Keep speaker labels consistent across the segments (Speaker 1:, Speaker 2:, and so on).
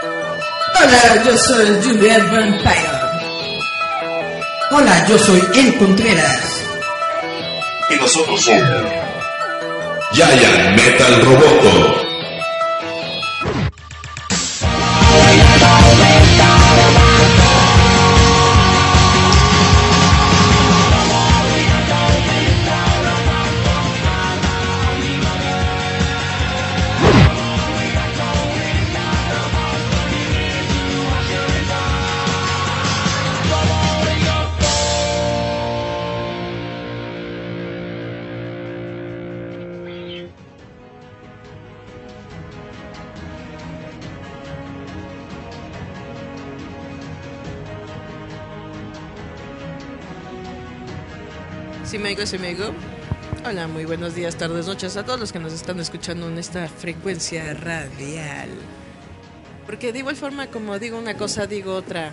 Speaker 1: Hola, yo soy Juliet Vampire. Hola, yo soy El Contreras.
Speaker 2: Y nosotros somos Giant Metal Roboto.
Speaker 3: Sí, me oigo, sí, me oigo. Hola, muy buenos días, tardes, noches a todos los que nos están escuchando en esta frecuencia radial. Porque de igual forma, como digo una cosa, digo otra.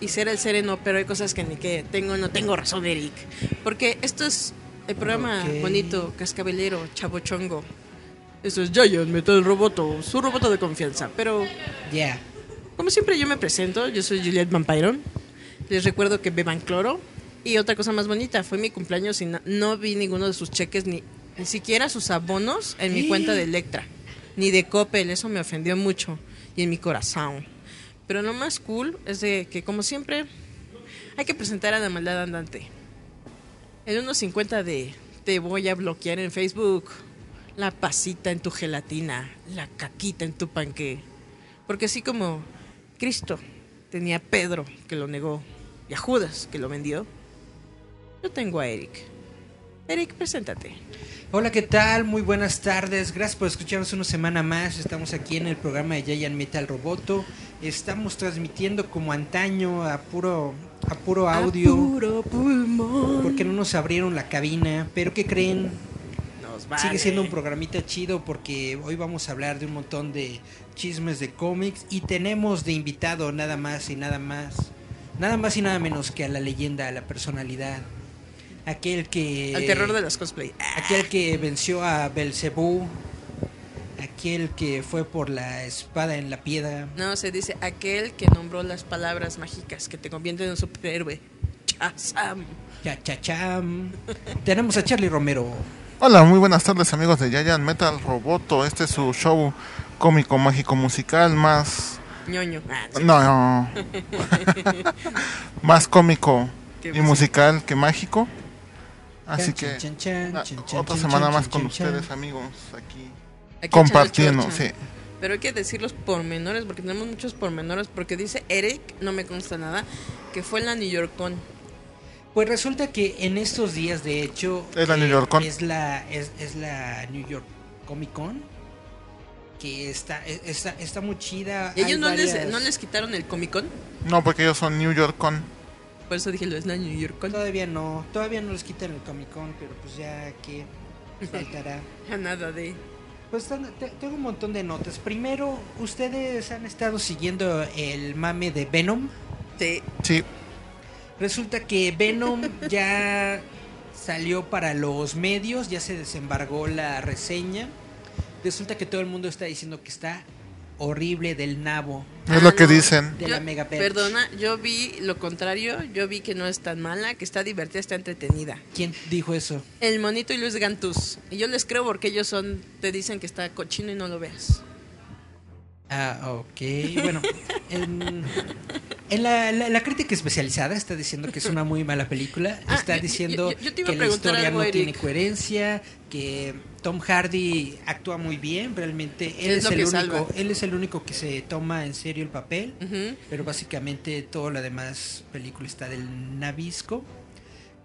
Speaker 3: Y ser el sereno, pero hay cosas que ni que tengo, no tengo razón, Eric. Porque esto es el programa
Speaker 1: Ok.
Speaker 3: bonito, cascabelero, chabochongo. Eso es Giant Metal Roboto, su roboto de confianza. Pero
Speaker 1: Ya.
Speaker 3: como siempre yo me presento, yo soy Juliette Vampiron. Les recuerdo que beban cloro. Y otra cosa más bonita, fue mi cumpleaños y no, no vi ninguno de sus cheques, ni, ni siquiera sus abonos en mi cuenta de Electra, ni de Coppel, eso me ofendió mucho y en mi corazón. Pero lo más cool es de que, como siempre, hay que presentar a la maldad andante. En unos 50 de te voy a bloquear en Facebook, la pasita en tu gelatina, la caquita en tu panque. Porque así como Cristo tenía a Pedro que lo negó y a Judas que lo vendió, yo tengo a Eric. Eric, preséntate.
Speaker 1: Hola, ¿qué tal? Muy buenas tardes. Gracias por escucharnos una semana más. Estamos aquí en el programa de Giant Metal Roboto. Estamos transmitiendo como antaño a puro, a puro audio.
Speaker 3: A puro pulmón.
Speaker 1: Porque no nos abrieron la cabina. Pero ¿qué creen?
Speaker 3: Nos vale.
Speaker 1: Sigue siendo un programita chido porque hoy vamos a hablar de un montón de chismes de cómics y tenemos de invitado nada más y nada más, nada más y nada menos que a la leyenda, a la personalidad, aquel que...
Speaker 3: Al terror de los cosplay. Ah.
Speaker 1: Aquel que venció a Belcebú, aquel que fue por la espada en la piedra.
Speaker 3: No, se dice aquel que nombró las palabras mágicas que te convierten en un superhéroe. Chazam.
Speaker 1: Cha cha cham. Tenemos a Charlie Romero.
Speaker 4: Hola, muy buenas tardes amigos de Yayan Metal Roboto. Este es su show cómico, mágico, musical más...
Speaker 3: Ñoño. Ah, sí.
Speaker 4: No, no. más cómico
Speaker 3: Qué
Speaker 4: y musical que mágico. Así
Speaker 1: Chan,
Speaker 4: que
Speaker 1: chan, chan,
Speaker 4: ah,
Speaker 1: chan, chan,
Speaker 4: otra
Speaker 1: chan,
Speaker 4: semana
Speaker 1: chan,
Speaker 4: más
Speaker 1: chan,
Speaker 4: con
Speaker 1: chan.
Speaker 4: ustedes amigos aquí
Speaker 3: Aquí
Speaker 4: compartiendo.
Speaker 3: echando
Speaker 4: Sí.
Speaker 3: chorcha. Pero hay que decir los pormenores, porque tenemos muchos pormenores, porque dice Eric, no me consta nada, que fue en la New York Con.
Speaker 1: Pues resulta que en estos días, de hecho, eh,
Speaker 4: Es la New York Con.
Speaker 1: Es la, es, es la New York Comic Con. Que está, es- está, está muy chida.
Speaker 3: ¿Y
Speaker 1: hay
Speaker 3: ellos no les,
Speaker 1: varias-
Speaker 3: no les quitaron el Comic Con?
Speaker 4: No, porque ellos son New York con...
Speaker 3: Por eso dije, lo es la New York Con.
Speaker 1: Todavía no, todavía no les quitan el Comic Con, pero pues ya que faltará.
Speaker 3: Ya nada de...
Speaker 1: Pues tan- te- tengo un montón de notas. Primero, ustedes han estado siguiendo el mame de Venom.
Speaker 3: de-
Speaker 4: Sí,
Speaker 1: Resulta que Venom ya salió para los medios, ya se desembargó la reseña. Resulta que todo el mundo está diciendo que está horrible del nabo.
Speaker 4: es
Speaker 3: Ah,
Speaker 4: lo que
Speaker 3: no.
Speaker 4: dicen.
Speaker 1: De
Speaker 3: Yo-
Speaker 1: la mega perch.
Speaker 3: Perdona, yo vi lo contrario, yo vi que no es tan mala, que está divertida, está entretenida.
Speaker 1: ¿Quién dijo eso?
Speaker 3: El monito y Luis Gantús. Y yo les creo porque ellos son, te dicen que está cochino y no lo veas.
Speaker 1: Ah, ok. Bueno, en, en la, la- la crítica especializada está diciendo que es una muy mala película.
Speaker 3: Ah,
Speaker 1: está
Speaker 3: yo-
Speaker 1: diciendo
Speaker 3: yo- yo te iba
Speaker 1: que
Speaker 3: a
Speaker 1: la
Speaker 3: preguntar
Speaker 1: historia
Speaker 3: algo,
Speaker 1: no tiene
Speaker 3: Eric.
Speaker 1: coherencia, que Tom Hardy actúa muy bien, realmente él
Speaker 3: Es
Speaker 1: es,
Speaker 3: lo
Speaker 1: el
Speaker 3: que salva.
Speaker 1: único, él es el único que se toma en serio el papel,
Speaker 3: Ujú.
Speaker 1: pero básicamente toda la demás película está del Nabisco,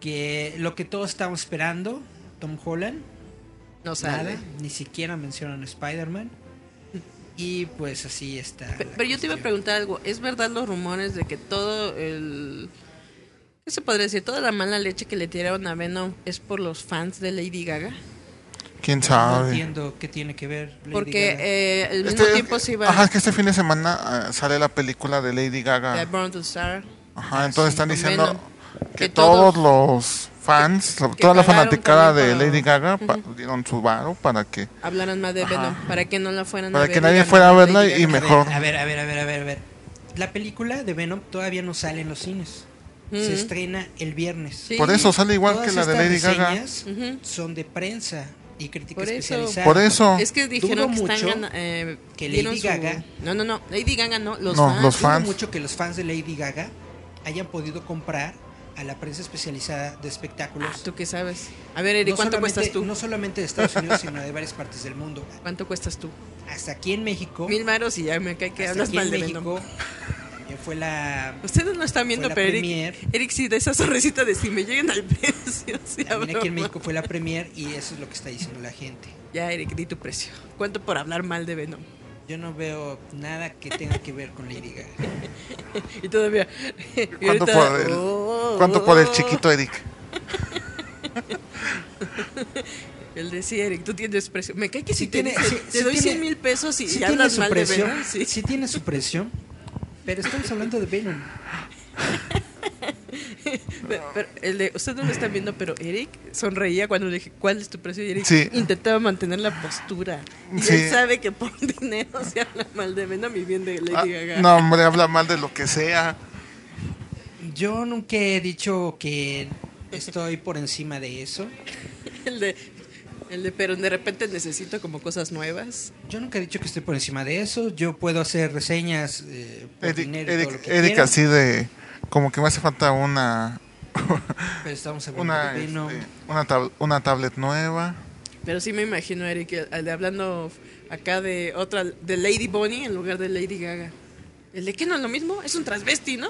Speaker 1: que lo que todos estábamos esperando, Tom Holland
Speaker 3: No
Speaker 1: nada,
Speaker 3: sale.
Speaker 1: ni siquiera mencionan a Spider-Man. Y pues así está.
Speaker 3: Pe-
Speaker 1: la
Speaker 3: Pero yo te iba a
Speaker 1: cuestión.
Speaker 3: preguntar algo. ¿Es verdad los rumores de que todo el... ¿Qué se podría decir? ¿Toda la mala leche que le tiraron a Venom es por los fans de Lady Gaga?
Speaker 4: ¿Quién
Speaker 1: No
Speaker 4: sabe?
Speaker 1: entiendo qué tiene que ver. Lady
Speaker 3: Porque
Speaker 1: Gaga.
Speaker 3: eh, al mismo
Speaker 4: Este-
Speaker 3: tiempo se iba
Speaker 4: Ajá, es que este fin de semana eh, sale la película de Lady Gaga.
Speaker 3: de Born to Star.
Speaker 4: Ajá, entonces están
Speaker 3: Ah, con
Speaker 4: diciendo
Speaker 3: Venom.
Speaker 4: que
Speaker 3: Que todos-
Speaker 4: todos los fans, sobre
Speaker 3: Que
Speaker 4: todo la
Speaker 3: pagaron
Speaker 4: fanaticada
Speaker 3: también
Speaker 4: de
Speaker 3: para-
Speaker 4: Lady Gaga, pa- dieron su varo para que
Speaker 3: Hablaran más de Venom, para que no la fueran a
Speaker 4: para
Speaker 3: ver
Speaker 4: que
Speaker 3: y
Speaker 4: nadie
Speaker 3: digan,
Speaker 4: fuera a
Speaker 3: "Ay,
Speaker 4: verla
Speaker 3: Lady
Speaker 4: y
Speaker 3: Gaga".
Speaker 4: mejor
Speaker 1: A ver, a ver, a ver, a ver, a ver. La película de Venom todavía no sale en los cines. Se
Speaker 3: Ujú.
Speaker 1: estrena el viernes.
Speaker 3: Sí.
Speaker 4: por eso sale igual
Speaker 1: Todas
Speaker 4: que la de
Speaker 1: estas
Speaker 4: Lady Gaga.
Speaker 1: reseñas
Speaker 3: Ujú.
Speaker 1: Son de prensa y crítica
Speaker 3: Por eso.
Speaker 1: especializada.
Speaker 4: Por eso
Speaker 3: Es que dijeron que
Speaker 1: Dudo
Speaker 3: están
Speaker 1: mucho
Speaker 3: gana- eh,
Speaker 1: que
Speaker 3: dieron
Speaker 1: Lady
Speaker 3: su-
Speaker 1: Gaga-
Speaker 3: No, no, no. Lady Gaga no. Los
Speaker 4: No,
Speaker 3: fans.
Speaker 4: los
Speaker 1: Dudo
Speaker 4: fans.
Speaker 1: mucho que los fans de Lady Gaga hayan podido comprar a la prensa especializada de espectáculos.
Speaker 3: Ah, ¿Tú qué sabes? A ver, Eri,
Speaker 1: No
Speaker 3: ¿cuánto
Speaker 1: solamente-
Speaker 3: cuestas tú?
Speaker 1: No solamente de Estados Unidos, sino de varias partes del mundo.
Speaker 3: ¿Cuánto cuestas tú?
Speaker 1: Hasta aquí en México.
Speaker 3: Mil varos y ya me cae que
Speaker 1: hasta
Speaker 3: hablas
Speaker 1: aquí en
Speaker 3: mal de Venom.
Speaker 1: México. También fue la.
Speaker 3: Ustedes no están viendo,
Speaker 1: la
Speaker 3: pero Eric,
Speaker 1: premier.
Speaker 3: Eric sí da esa sonrisita de si me llegan al precio. sí
Speaker 1: También
Speaker 3: hablo
Speaker 1: aquí en
Speaker 3: mal".
Speaker 1: México fue la premier y eso es lo que está diciendo la gente.
Speaker 3: Ya, Eric, di tu precio. ¿Cuánto por hablar mal de Venom?
Speaker 1: Yo no veo nada que tenga que ver con Lady Gaga.
Speaker 3: Y todavía. y
Speaker 4: ¿Cuánto
Speaker 3: ahorita,
Speaker 4: por el,
Speaker 3: "Oh,
Speaker 4: cuánto por el
Speaker 3: oh".
Speaker 4: chiquito Eric?
Speaker 3: El de sí, Eric, tú tienes precio. Me cae que si,
Speaker 1: Sí tiene-
Speaker 3: te,
Speaker 1: sí-
Speaker 3: te
Speaker 1: sí
Speaker 3: doy
Speaker 1: tiene-
Speaker 3: 100 mil pesos y
Speaker 1: Sí
Speaker 3: ya
Speaker 1: tiene
Speaker 3: hablas
Speaker 1: su
Speaker 3: mal de
Speaker 1: precio.
Speaker 3: Venom. Sí.
Speaker 1: sí tiene su precio. Pero estamos hablando de Venom.
Speaker 3: Pero, pero el de, ustedes no lo están viendo, pero Eric sonreía cuando le dije, ¿cuál es tu precio? Y Eric
Speaker 4: Sí.
Speaker 3: intentaba mantener la postura. Y
Speaker 4: Sí.
Speaker 3: él sabe que por dinero se habla mal de Venom y bien de Lady
Speaker 4: Ah,
Speaker 3: Gaga.
Speaker 4: no, hombre, habla mal de lo que sea.
Speaker 1: Yo nunca he dicho que estoy por encima de eso.
Speaker 3: El de, el de, pero de repente necesito como cosas nuevas.
Speaker 1: Yo nunca he dicho que estoy por encima de eso. Yo puedo hacer reseñas eh, por
Speaker 4: Eric,
Speaker 1: dinero y todo lo
Speaker 4: Eric,
Speaker 1: que
Speaker 4: Eric
Speaker 1: quiera,
Speaker 4: así de como que me hace falta una
Speaker 1: Pero estamos hablando
Speaker 4: una
Speaker 1: de Venom.
Speaker 4: este, una, tab- una tablet nueva.
Speaker 3: Pero sí me imagino, Eric, eh, al de hablando acá de otra, de Lady Bonnie en lugar de Lady Gaga. El de que no es lo mismo, es un transvesti, ¿no?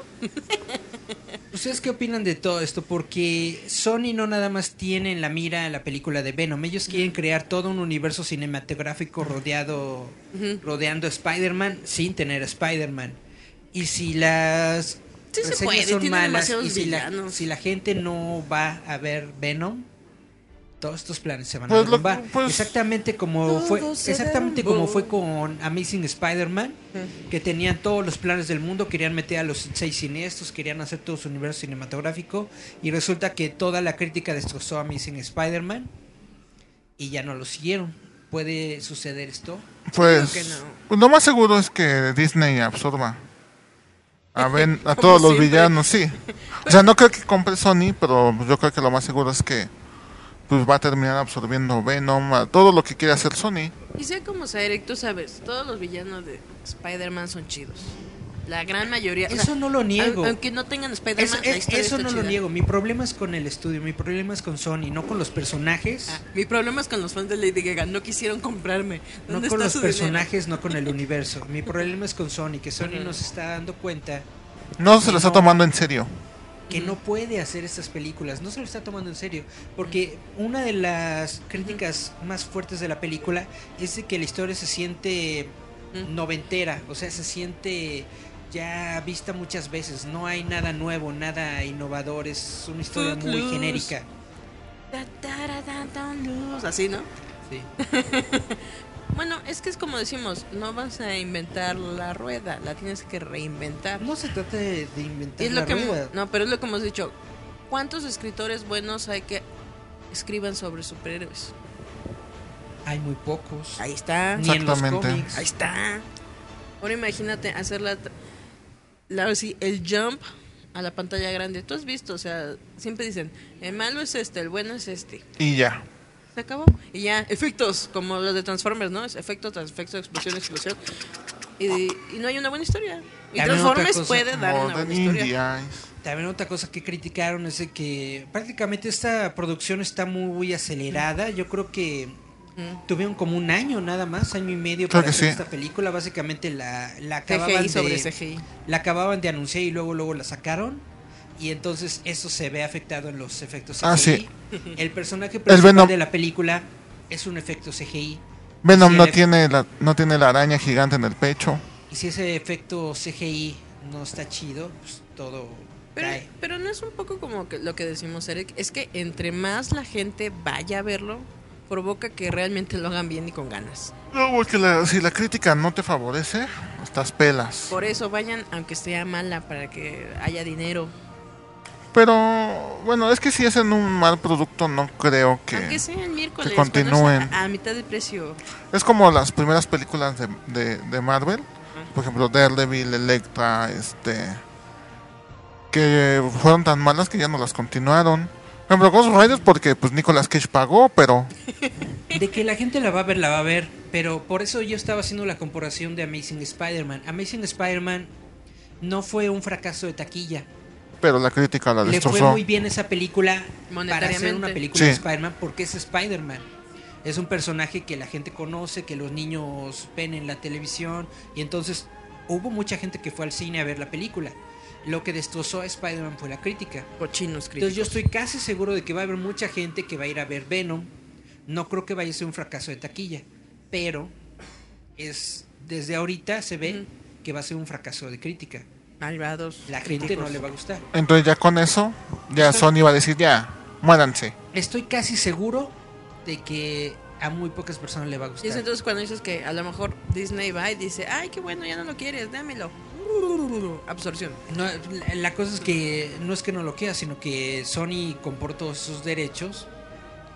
Speaker 1: ¿Ustedes qué opinan de todo esto? Porque Sony no nada más tiene en la mira la película de Venom. Ellos quieren crear todo un universo cinematográfico rodeado, rodeando a Spider-Man sin tener a Spider-Man. Y si las
Speaker 3: Sí se
Speaker 1: reseñas
Speaker 3: puede,
Speaker 1: son
Speaker 3: tiene
Speaker 1: malas
Speaker 3: demasiados
Speaker 1: y si la,
Speaker 3: villanos.
Speaker 1: si la gente no va a ver Venom, todos estos planes se van
Speaker 4: Pues
Speaker 1: a
Speaker 4: lo-
Speaker 1: derrumbar.
Speaker 4: pues-
Speaker 1: exactamente como
Speaker 3: Todo
Speaker 1: fue,
Speaker 3: se
Speaker 1: exactamente como fue
Speaker 3: derrumbó.
Speaker 1: con Amazing Spider-Man, que tenían todos los planes del mundo, querían meter a los seis siniestros, querían hacer todo su universo cinematográfico, y resulta que toda la crítica destrozó a Amazing Spider-Man y ya no lo siguieron. ¿Puede suceder esto?
Speaker 4: Pues,
Speaker 3: Creo que no.
Speaker 4: pues lo más seguro es que Disney absorba a, Ven-
Speaker 3: Como
Speaker 4: a todos los
Speaker 3: siempre.
Speaker 4: villanos, sí. O sea, no creo que compre Sony, pero yo creo que lo más seguro es que pues va a terminar absorbiendo Venom, a todo lo que quiere hacer Sony.
Speaker 3: Y sea como sea, Eric, tú sabes, todos los villanos de Spider-Man son chidos. La gran mayoría. o sea,
Speaker 1: Eso no lo niego.
Speaker 3: au- Aunque no tengan
Speaker 1: Eso,
Speaker 3: Spider-Man, la
Speaker 1: es-
Speaker 3: historia
Speaker 1: eso
Speaker 3: está
Speaker 1: no lo
Speaker 3: chida.
Speaker 1: niego. Mi problema es con el estudio, mi problema es con Sony, no con los personajes.
Speaker 3: Ah, mi problema es con los fans de Lady Gaga, no quisieron comprarme.
Speaker 1: No
Speaker 3: ¿Dónde
Speaker 1: con
Speaker 3: está
Speaker 1: los
Speaker 3: su
Speaker 1: personajes, no con el universo. Mi problema es con Sony, que Sony nos está dando cuenta
Speaker 4: No se lo está
Speaker 1: No.
Speaker 4: tomando en serio.
Speaker 1: que no puede hacer estas películas, no se lo está tomando en serio, porque una de las críticas más fuertes de la película es de que la historia se siente
Speaker 3: Ujú.
Speaker 1: noventera, o sea, se siente ya vista muchas veces, no hay nada nuevo, nada innovador, es una historia muy
Speaker 3: Footloose.
Speaker 1: genérica.
Speaker 3: dinero? Ta, tara, ta, ta, luz, Así, ¿no?
Speaker 1: Sí.
Speaker 3: Bueno, es que es como decimos, no vas a inventar la rueda, la tienes que reinventar.
Speaker 1: No se trata de, de inventar
Speaker 3: es
Speaker 1: la
Speaker 3: lo que
Speaker 1: rueda.
Speaker 3: no, pero es lo que hemos dicho. ¿Cuántos escritores buenos hay que escriban sobre superhéroes?
Speaker 1: Hay muy pocos.
Speaker 3: Ahí está.
Speaker 1: Ni en los
Speaker 4: Exactamente.
Speaker 1: cómics.
Speaker 3: Ahí está. Ahora imagínate hacer la, la- ahora sí, el jump a la pantalla grande. Tú has visto, o sea, siempre dicen, el malo es este, el bueno es este.
Speaker 4: Y ya.
Speaker 3: Se acabó. Y ya, efectos, como los de Transformers, ¿no? Es efecto, tras efecto, explosión, explosión. Y, y no hay una buena historia. Y
Speaker 1: También otra
Speaker 3: Transformers
Speaker 1: cosa,
Speaker 3: puede dar una
Speaker 4: Modern
Speaker 3: buena historia.
Speaker 4: India.
Speaker 1: También otra cosa que criticaron es de que prácticamente esta producción está muy acelerada. Yo creo que
Speaker 3: Mm.
Speaker 1: tuvieron como un año nada más, año y medio
Speaker 4: Creo
Speaker 1: para
Speaker 4: que
Speaker 1: hacer
Speaker 4: sí.
Speaker 1: esta película. Básicamente la, la acababan
Speaker 3: CGI sobre
Speaker 1: de,
Speaker 3: CGI.
Speaker 1: la acababan de anunciar y luego luego la sacaron. Y entonces eso se ve afectado en los efectos CGI.
Speaker 4: Ah, sí.
Speaker 1: El personaje principal
Speaker 4: Venom.
Speaker 1: de la película es un efecto CGI.
Speaker 4: Venom
Speaker 1: Sí,
Speaker 4: no
Speaker 1: el-
Speaker 4: tiene, la, no tiene la araña gigante en el pecho.
Speaker 1: Y si ese efecto CGI no está chido, pues todo
Speaker 3: Pero,
Speaker 1: cae.
Speaker 3: pero no es un poco como que lo que decimos, Eric, es que entre más la gente vaya a verlo, provoca que realmente lo hagan bien y con ganas.
Speaker 4: No, porque la- si la crítica no te favorece, estás pelas.
Speaker 3: Por eso vayan, aunque sea mala, para que haya dinero.
Speaker 4: Pero bueno, es que si hacen un mal producto, no creo que.
Speaker 3: Aunque sea el miércoles.
Speaker 4: que
Speaker 3: cuando
Speaker 4: continúen.
Speaker 3: está A, a mitad de precio.
Speaker 4: Es como las primeras películas de, de, de Marvel. Por ejemplo, Daredevil, Electra, este. Que fueron tan malas que ya no las continuaron. Por ejemplo, Ghost Rider porque pues Nicolas Cage pagó, pero
Speaker 1: De que la gente la va a ver, la va a ver. Pero por eso yo estaba haciendo la comparación de Amazing Spider-Man. Amazing Spider-Man no fue un fracaso de taquilla.
Speaker 4: pero la crítica la
Speaker 1: Le fue
Speaker 4: destrozó.
Speaker 1: muy bien esa película para hacer una
Speaker 3: Monetariamente.
Speaker 1: película de
Speaker 4: Sí.
Speaker 1: Spider-Man porque es Spider-Man. Es un personaje que la gente conoce, que los niños ven en la televisión. Y entonces hubo mucha gente que fue al cine a ver la película. Lo que destrozó a Spider-Man fue la crítica.
Speaker 3: Cochinos,
Speaker 1: Entonces
Speaker 3: críticos.
Speaker 1: yo estoy casi seguro de que va a haber mucha gente que va a ir a ver Venom. No creo que vaya a ser un fracaso de taquilla, pero es desde ahorita se ve
Speaker 3: Ujú.
Speaker 1: que va a ser un fracaso de crítica.
Speaker 3: Malvados.
Speaker 1: La gente no
Speaker 3: críticos.
Speaker 1: le va a gustar.
Speaker 4: Entonces ya con eso, ya Sony va a decir ya, muéranse.
Speaker 1: Estoy casi seguro de que a muy pocas personas le va a
Speaker 3: Y es
Speaker 1: gustar.
Speaker 3: entonces cuando dices que a lo mejor Disney va y dice, ay, qué bueno, ya no lo quieres, dámelo. Absorción.
Speaker 1: No, la- la cosa es que no es que no lo quiera, sino que Sony compró todos sus derechos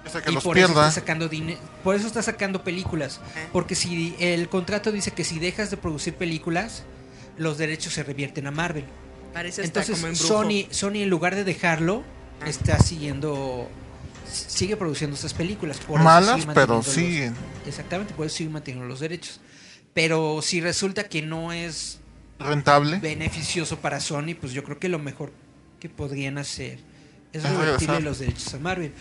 Speaker 4: Hasta que
Speaker 1: y
Speaker 4: los
Speaker 1: por
Speaker 4: pierda.
Speaker 1: eso está sacando dine- por eso está sacando películas
Speaker 3: Ajá.
Speaker 1: porque si el contrato dice que si dejas de producir películas los derechos se revierten a Marvel
Speaker 3: Parece hasta
Speaker 1: entonces
Speaker 3: como embrujo.
Speaker 1: Sony Sony en lugar de dejarlo está siguiendo s- sigue produciendo estas películas por eso
Speaker 4: Malas,
Speaker 1: sigue manteniendo
Speaker 4: pero
Speaker 1: los-
Speaker 4: siguen.
Speaker 1: exactamente por eso sigue manteniendo los derechos pero si resulta que no es
Speaker 4: Rentable.
Speaker 1: beneficioso para Sony, pues yo creo que lo mejor que podrían hacer es
Speaker 4: Es
Speaker 1: revertirle
Speaker 4: regresar.
Speaker 1: los derechos a Marvel.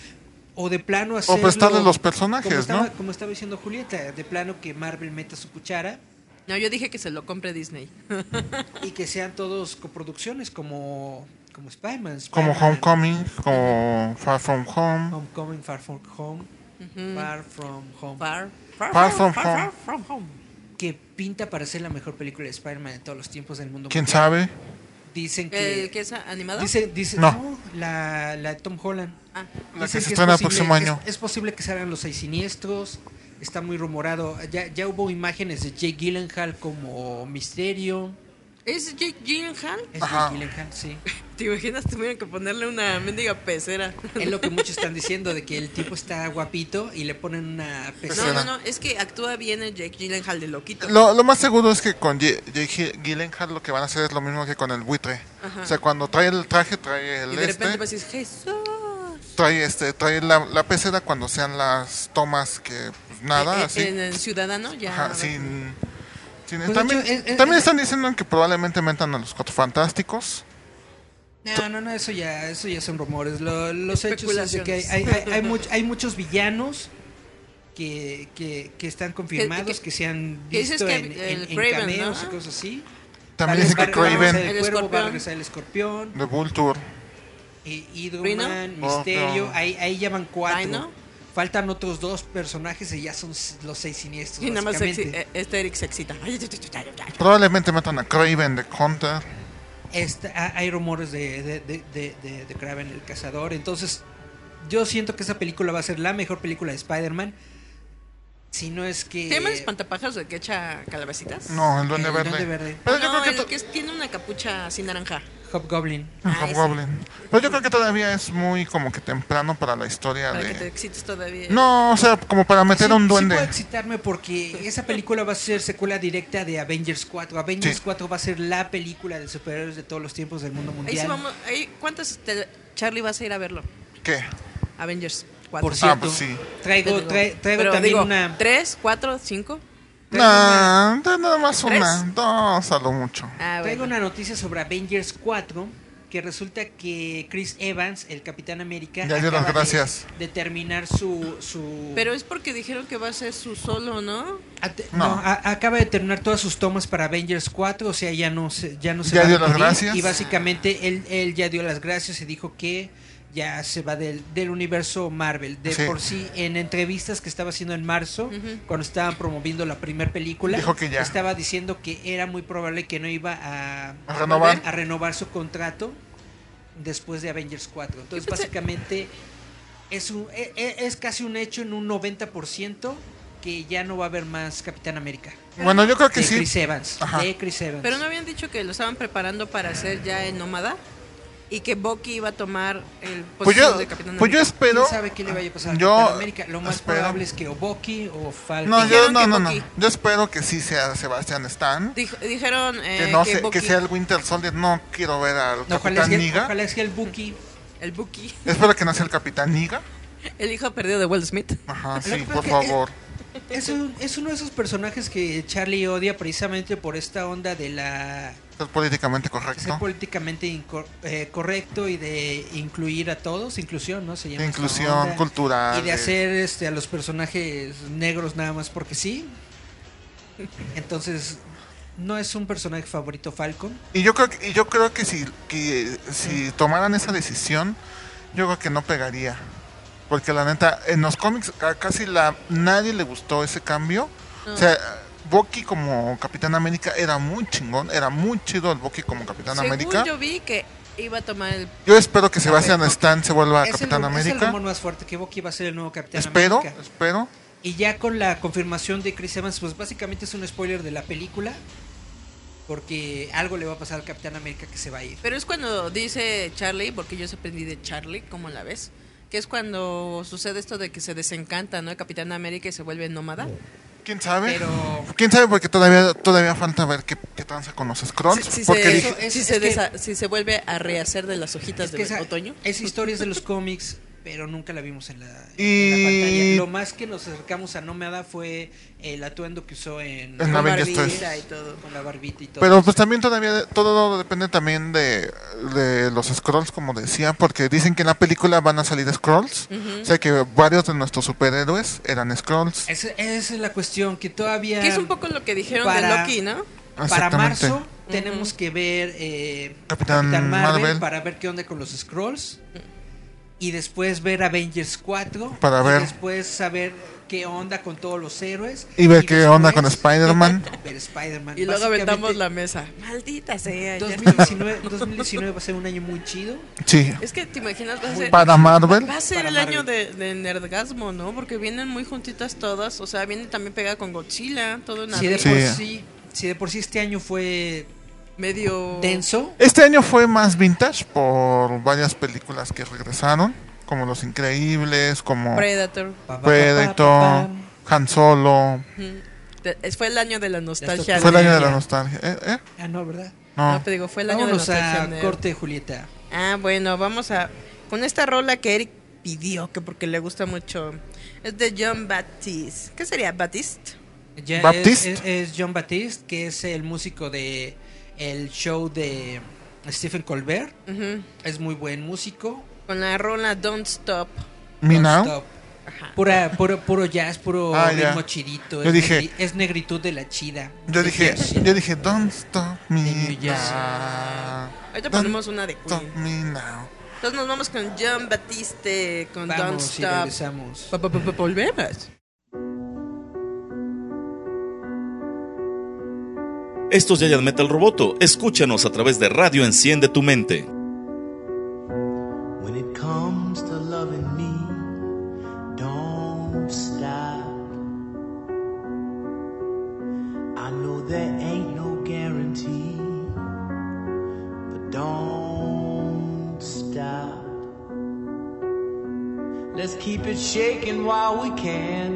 Speaker 1: O de plano hacer.
Speaker 4: O prestarle los personajes,
Speaker 1: como estaba,
Speaker 4: ¿no?
Speaker 1: Como estaba diciendo Julieta, de plano que Marvel meta su cuchara
Speaker 3: No, yo dije que se lo compre Disney.
Speaker 1: y que sean todos coproducciones como, como Spider-Man.
Speaker 4: Como
Speaker 1: Spider-Man,
Speaker 4: Homecoming, como Far From Home.
Speaker 1: Homecoming, Far From Home. Far From Home.
Speaker 3: Far, far,
Speaker 4: Far from home.
Speaker 3: from home.
Speaker 1: Que pinta para ser la mejor película de Spider-Man de todos los tiempos del mundo.
Speaker 4: ¿Quién
Speaker 1: mundial.
Speaker 4: sabe?
Speaker 1: Dicen
Speaker 3: ¿El que
Speaker 1: que.
Speaker 3: es animado?
Speaker 1: Dicen, dicen,
Speaker 4: No.
Speaker 1: no, la, la de Tom Holland.
Speaker 3: Ah,
Speaker 1: Dicen
Speaker 4: La que se
Speaker 1: es
Speaker 4: estrena el
Speaker 1: posible-
Speaker 4: próximo
Speaker 1: es-
Speaker 4: año.
Speaker 1: Es, posible que salgan los seis siniestros. Está muy rumorado. Ya, ya hubo imágenes de Jake Gyllenhaal como misterio.
Speaker 3: ¿Es Jake Gyllenhaal?
Speaker 1: Es
Speaker 4: Ajá.
Speaker 1: Jake Gyllenhaal, sí.
Speaker 3: ¿Te imaginas? Tuvieron que ponerle una mendiga pecera.
Speaker 1: Es lo que muchos están diciendo, de que el tipo está guapito y le ponen una
Speaker 3: No,
Speaker 1: pecera.
Speaker 3: no, no, es que actúa bien el Jake Gyllenhaal de loquito.
Speaker 4: Lo, lo más seguro es que con Ye- Jake Gyllenhaal lo que van a hacer es lo mismo que con el buitre.
Speaker 3: Ajá.
Speaker 4: O sea, cuando trae el traje, trae el
Speaker 3: y de repente pues, vas a
Speaker 4: este,
Speaker 3: decir, Jesús.
Speaker 4: trae este, trae la, la pecera cuando sean las tomas que pues, nada,
Speaker 3: Eh, eh,
Speaker 4: así.
Speaker 3: En el Ciudadano ya.
Speaker 4: Ajá,
Speaker 3: va.
Speaker 4: sin- sin-
Speaker 1: Pues, de
Speaker 4: también
Speaker 1: hecho, es- es-
Speaker 4: también
Speaker 1: es-
Speaker 4: están diciendo que probablemente metan a los cuatro fantásticos.
Speaker 1: No, no, no, eso ya, eso ya son rumores. Lo- los hechos es de que hay, hay, hay- hay much- hay muchos villanos que, que, que están confirmados, que,
Speaker 3: que-
Speaker 1: se han
Speaker 3: que dices
Speaker 1: visto
Speaker 3: que
Speaker 1: en, en-
Speaker 3: el
Speaker 1: en
Speaker 3: Kraven,
Speaker 1: cameos
Speaker 3: ¿no?
Speaker 1: y cosas así.
Speaker 4: También
Speaker 1: Va a
Speaker 4: dicen que
Speaker 1: regresar- va a regresar
Speaker 4: Craven,
Speaker 1: El,
Speaker 3: El
Speaker 1: cuervo, va a
Speaker 3: escorpión.
Speaker 1: regresar el escorpión.
Speaker 4: The Bull Tour.
Speaker 1: Eh, Hydro
Speaker 3: Rhino.
Speaker 1: Man, Misterio,
Speaker 4: Otro.
Speaker 1: ahí, ahí ya van cuatro.
Speaker 3: Rhino.
Speaker 1: Faltan otros dos personajes y ya son s- los seis siniestros.
Speaker 3: Y nada más se exhi-
Speaker 1: básicamente.
Speaker 3: eh, este Eric se excita.
Speaker 4: Probablemente metan a Craven de Hunter.
Speaker 1: Esta- ha- hay rumores de, de, de, de- de- de Kraven el cazador. Entonces, yo siento que esa película va a ser la mejor película de Spider-Man. Si no es que.
Speaker 3: ¿Te llaman espantapajas el que echa calabacitas? Ah,
Speaker 4: No, el
Speaker 1: El
Speaker 4: Duende
Speaker 1: Duende
Speaker 4: Verde.
Speaker 1: Verde.
Speaker 4: Pero yo
Speaker 3: no,
Speaker 4: creo que
Speaker 3: el
Speaker 4: to-
Speaker 3: que es- tiene una capucha así naranja.
Speaker 1: Hobgoblin.
Speaker 3: Ah, ese.
Speaker 4: Hobgoblin. Pero yo creo que todavía es muy como que temprano para la historia
Speaker 3: Para
Speaker 4: de...
Speaker 3: que te excites todavía.
Speaker 4: No, o sea, como para meter a
Speaker 1: Sí-
Speaker 4: un
Speaker 1: sí
Speaker 4: duende.
Speaker 1: puedo excitarme porque esa película va a ser secuela directa de Avengers 4. Avengers
Speaker 4: Sí.
Speaker 1: 4 va a ser la película de superhéroes de todos los tiempos del mundo
Speaker 3: Ahí
Speaker 1: mundial.
Speaker 3: sí vamos. Ahí, ¿Cuántas te- Charlie vas a ir a verlo?
Speaker 4: ¿Qué?
Speaker 3: Avengers 4.
Speaker 1: Por cierto,
Speaker 4: pues sí.
Speaker 1: traigo, trae- traigo también una.
Speaker 3: 3, 4, 5.
Speaker 1: Traigo una-
Speaker 4: Nah, da nada más
Speaker 3: ¿Tres?
Speaker 4: una, dos a lo mucho.
Speaker 3: Ah,
Speaker 1: Traigo
Speaker 3: bueno.
Speaker 1: una noticia sobre Avengers 4 que resulta que Chris Evans, el Capitán América,
Speaker 4: Ya dio las
Speaker 1: de-
Speaker 4: gracias.
Speaker 1: De, terminar su su
Speaker 3: Pero es porque dijeron que va a ser su solo, ¿no?
Speaker 1: Ate-
Speaker 4: No.
Speaker 1: no, a- acaba de terminar todas sus tomas para Avengers 4, o sea, ya no se ya no se
Speaker 4: Ya
Speaker 1: va a
Speaker 4: dio las
Speaker 1: medir,
Speaker 4: gracias.
Speaker 1: y básicamente él él ya dio las gracias y dijo que ya se va del, del universo Marvel. De
Speaker 4: Sí.
Speaker 1: por sí, en entrevistas que estaba haciendo en marzo,
Speaker 3: Ujú.
Speaker 1: cuando estaban promoviendo la primera película,
Speaker 4: Dijo que ya.
Speaker 1: estaba diciendo que era muy probable que no iba a,
Speaker 4: A renovar.
Speaker 1: a renovar su contrato después de Avengers 4. Entonces,
Speaker 3: Yo pensé-
Speaker 1: básicamente, es, un- e- e- es casi un hecho en un 90% que ya no va a haber más Capitán América.
Speaker 4: Bueno, yo creo Ah, que
Speaker 1: De
Speaker 4: sí.
Speaker 1: Chris Evans.
Speaker 4: Ajá.
Speaker 1: De Chris Evans.
Speaker 3: Pero no habían dicho que lo estaban preparando para hacer ya el nómada. y que Bucky iba a tomar el
Speaker 4: Pues yo,
Speaker 3: puesto de Capitán
Speaker 4: pues yo
Speaker 3: América.
Speaker 1: ¿Quién
Speaker 4: espero.
Speaker 1: sabe qué le vaya a pasar a
Speaker 4: yo
Speaker 1: Capitán América? Lo más
Speaker 4: espero-
Speaker 1: probable es que o Bucky o Falcon.
Speaker 4: No, yo
Speaker 3: Dijeron
Speaker 4: no,
Speaker 3: que
Speaker 4: no, no.
Speaker 3: Bucky.
Speaker 4: Yo espero que sí sea Sebastián Stan.
Speaker 3: Dijo- dijeron eh,
Speaker 4: Que no
Speaker 3: que
Speaker 4: sé, que
Speaker 3: Bucky-
Speaker 4: sea el Winter Soldier. No quiero ver al
Speaker 1: No, ojalá, es
Speaker 4: Capitán
Speaker 1: que,
Speaker 4: Niga.
Speaker 1: ojalá es que el Bucky.
Speaker 3: el Bucky,
Speaker 4: Espero que no sea el Capitán Niga.
Speaker 3: el hijo perdido de Will Smith.
Speaker 4: Ajá,
Speaker 1: Lo
Speaker 4: sí,
Speaker 1: que pasa
Speaker 4: por
Speaker 1: es que él-
Speaker 4: favor.
Speaker 1: Es, un- es uno de esos personajes que Charlie odia precisamente por esta onda de la
Speaker 4: Es políticamente
Speaker 1: de ser
Speaker 4: correcto.
Speaker 1: políticamente incor- eh, correcto y de incluir a todos, inclusión, ¿no? Se llama
Speaker 4: De
Speaker 1: esta
Speaker 4: inclusión
Speaker 1: onda.
Speaker 4: cultural.
Speaker 1: Y de hacer este, a los personajes negros nada más porque sí. Entonces, no es un personaje favorito Falcon.
Speaker 4: Y yo creo que, y yo creo que si, que si tomaran esa decisión, yo creo que no pegaría. Porque la neta, en los cómics a casi la nadie le gustó ese cambio. O sea, Bucky como Capitán América era muy chingón, era muy chido el Bucky como Capitán
Speaker 3: Según
Speaker 4: América. Yo...
Speaker 3: yo vi que iba a tomar el
Speaker 4: espero que Sebastian Stan se vuelva
Speaker 1: es,
Speaker 4: Capitán
Speaker 1: el, ru- es el
Speaker 4: América.
Speaker 1: rumor más fuerte que Bucky va a ser el nuevo Capitán
Speaker 4: Espero,
Speaker 1: América.
Speaker 4: espero.
Speaker 1: Y ya con la confirmación de Chris Evans, pues básicamente es un spoiler de la película. Porque algo le va a pasar al Capitán América que se va a ir.
Speaker 3: Pero es cuando dice Charlie, porque yo se aprendí de Charlie, ¿cómo la ves? Que es cuando sucede esto de que se desencanta, ¿no? El Capitán América y se vuelve nómada.
Speaker 4: ¿Quién sabe?
Speaker 1: Pero
Speaker 4: ¿Quién sabe? Porque todavía todavía falta ver qué, qué tranza con los Skrulls.
Speaker 3: Si, si
Speaker 4: porque
Speaker 3: se,
Speaker 4: dije-
Speaker 1: eso- es-
Speaker 3: si
Speaker 1: es
Speaker 3: se
Speaker 1: que-
Speaker 3: desa- si se vuelve a rehacer de las hojitas
Speaker 1: es que
Speaker 3: de
Speaker 1: esa,
Speaker 3: otoño.
Speaker 1: esa historia es de los cómics, pero nunca la vimos en la, en
Speaker 4: Y-
Speaker 1: la pantalla. Lo más que nos acercamos a Nómada fue el atuendo que usó en
Speaker 4: En la
Speaker 1: con
Speaker 4: Avengers
Speaker 1: barbita
Speaker 3: tres.
Speaker 1: y todo, con la barbita y todo.
Speaker 4: Pero pues también todavía todo depende también de, de los scrolls, como decía, porque dicen que en la película van a salir scrolls. O sea que varios de nuestros superhéroes eran scrolls.
Speaker 1: Esa, esa es la cuestión que todavía
Speaker 3: Que es un poco lo que dijeron
Speaker 1: Para-
Speaker 3: de Loki, ¿no?
Speaker 1: para
Speaker 4: Exactamente.
Speaker 1: marzo tenemos que ver eh,
Speaker 4: Capitán Marvel.
Speaker 1: para ver qué onda con los scrolls y después ver Avengers 4
Speaker 4: Para
Speaker 1: y
Speaker 4: ver-
Speaker 1: después saber qué onda con todos los héroes
Speaker 4: Y ver qué onda con
Speaker 1: después
Speaker 4: Spider-Man.
Speaker 1: ver Spider-Man
Speaker 3: Y luego aventamos
Speaker 1: Básicamente,
Speaker 3: la mesa. Maldita sea. ya.
Speaker 1: 2019, 2019 va a ser un año muy chido.
Speaker 4: Sí.
Speaker 3: Es que te imaginas, va a ser,
Speaker 4: Para Marvel.
Speaker 3: va a ser
Speaker 1: Para
Speaker 3: el
Speaker 1: Marvel.
Speaker 3: año de, de nerdgasmo, ¿no? Porque vienen muy juntitas todas. O sea, viene también pegada con Godzilla, todo en
Speaker 1: Si de,
Speaker 4: Sí.
Speaker 1: por sí, si de por sí este año fue
Speaker 3: medio
Speaker 1: denso,
Speaker 4: Este año fue más vintage por varias películas que regresaron, como Los Increíbles, como
Speaker 3: Predator.
Speaker 1: pa, pa, pa, pa,
Speaker 4: Predator,
Speaker 1: pa, pa.
Speaker 4: Han Solo.
Speaker 3: Te- es- Fue el año de la nostalgia.
Speaker 4: Fue el año de la
Speaker 3: negra.
Speaker 4: nostalgia. ¿Eh? ¿Eh?
Speaker 1: Ah, no, ¿verdad?
Speaker 4: No.
Speaker 3: No, te digo, fue el año
Speaker 1: Vámonos
Speaker 3: de la nostalgia.
Speaker 1: a
Speaker 3: nerd.
Speaker 1: corte, Julieta.
Speaker 3: Ah, bueno, vamos a con esta rola que Eric pidió, que porque le gusta mucho. Es de John Baptiste. ¿Qué sería Baptiste?
Speaker 1: Ya es-
Speaker 4: Baptiste.
Speaker 1: Es, es John Baptiste, que es el músico de el show de Stephen Colbert.
Speaker 3: Ujú.
Speaker 1: Es muy buen músico.
Speaker 3: Con la rola Don't Stop.
Speaker 4: Me Now.
Speaker 1: Non-stop. Pura, puro, puro jazz, puro
Speaker 4: Ah, ya.
Speaker 1: ritmo chidito.
Speaker 4: Yo
Speaker 1: es,
Speaker 4: dije-
Speaker 1: negri- es negritud de la chida.
Speaker 4: Yo dije, yo dije, don't stop
Speaker 1: New
Speaker 4: me
Speaker 1: Jersey.
Speaker 4: now.
Speaker 3: Ahorita
Speaker 4: Don't
Speaker 3: ponemos una de
Speaker 4: stop
Speaker 3: Queen.
Speaker 4: me now.
Speaker 3: Entonces nos vamos con John Baptiste con
Speaker 1: Vamos y
Speaker 3: Don't Stop.
Speaker 1: regresamos.
Speaker 3: Pa- pa- pa- pa- Volvemos.
Speaker 2: Esto es Giant Metal Roboto. Escúchanos a través de Radio Enciende tu Mente.
Speaker 5: When it comes to loving me, don't stop. I know there ain't no guarantee, but don't stop. Let's keep it shaking while we can.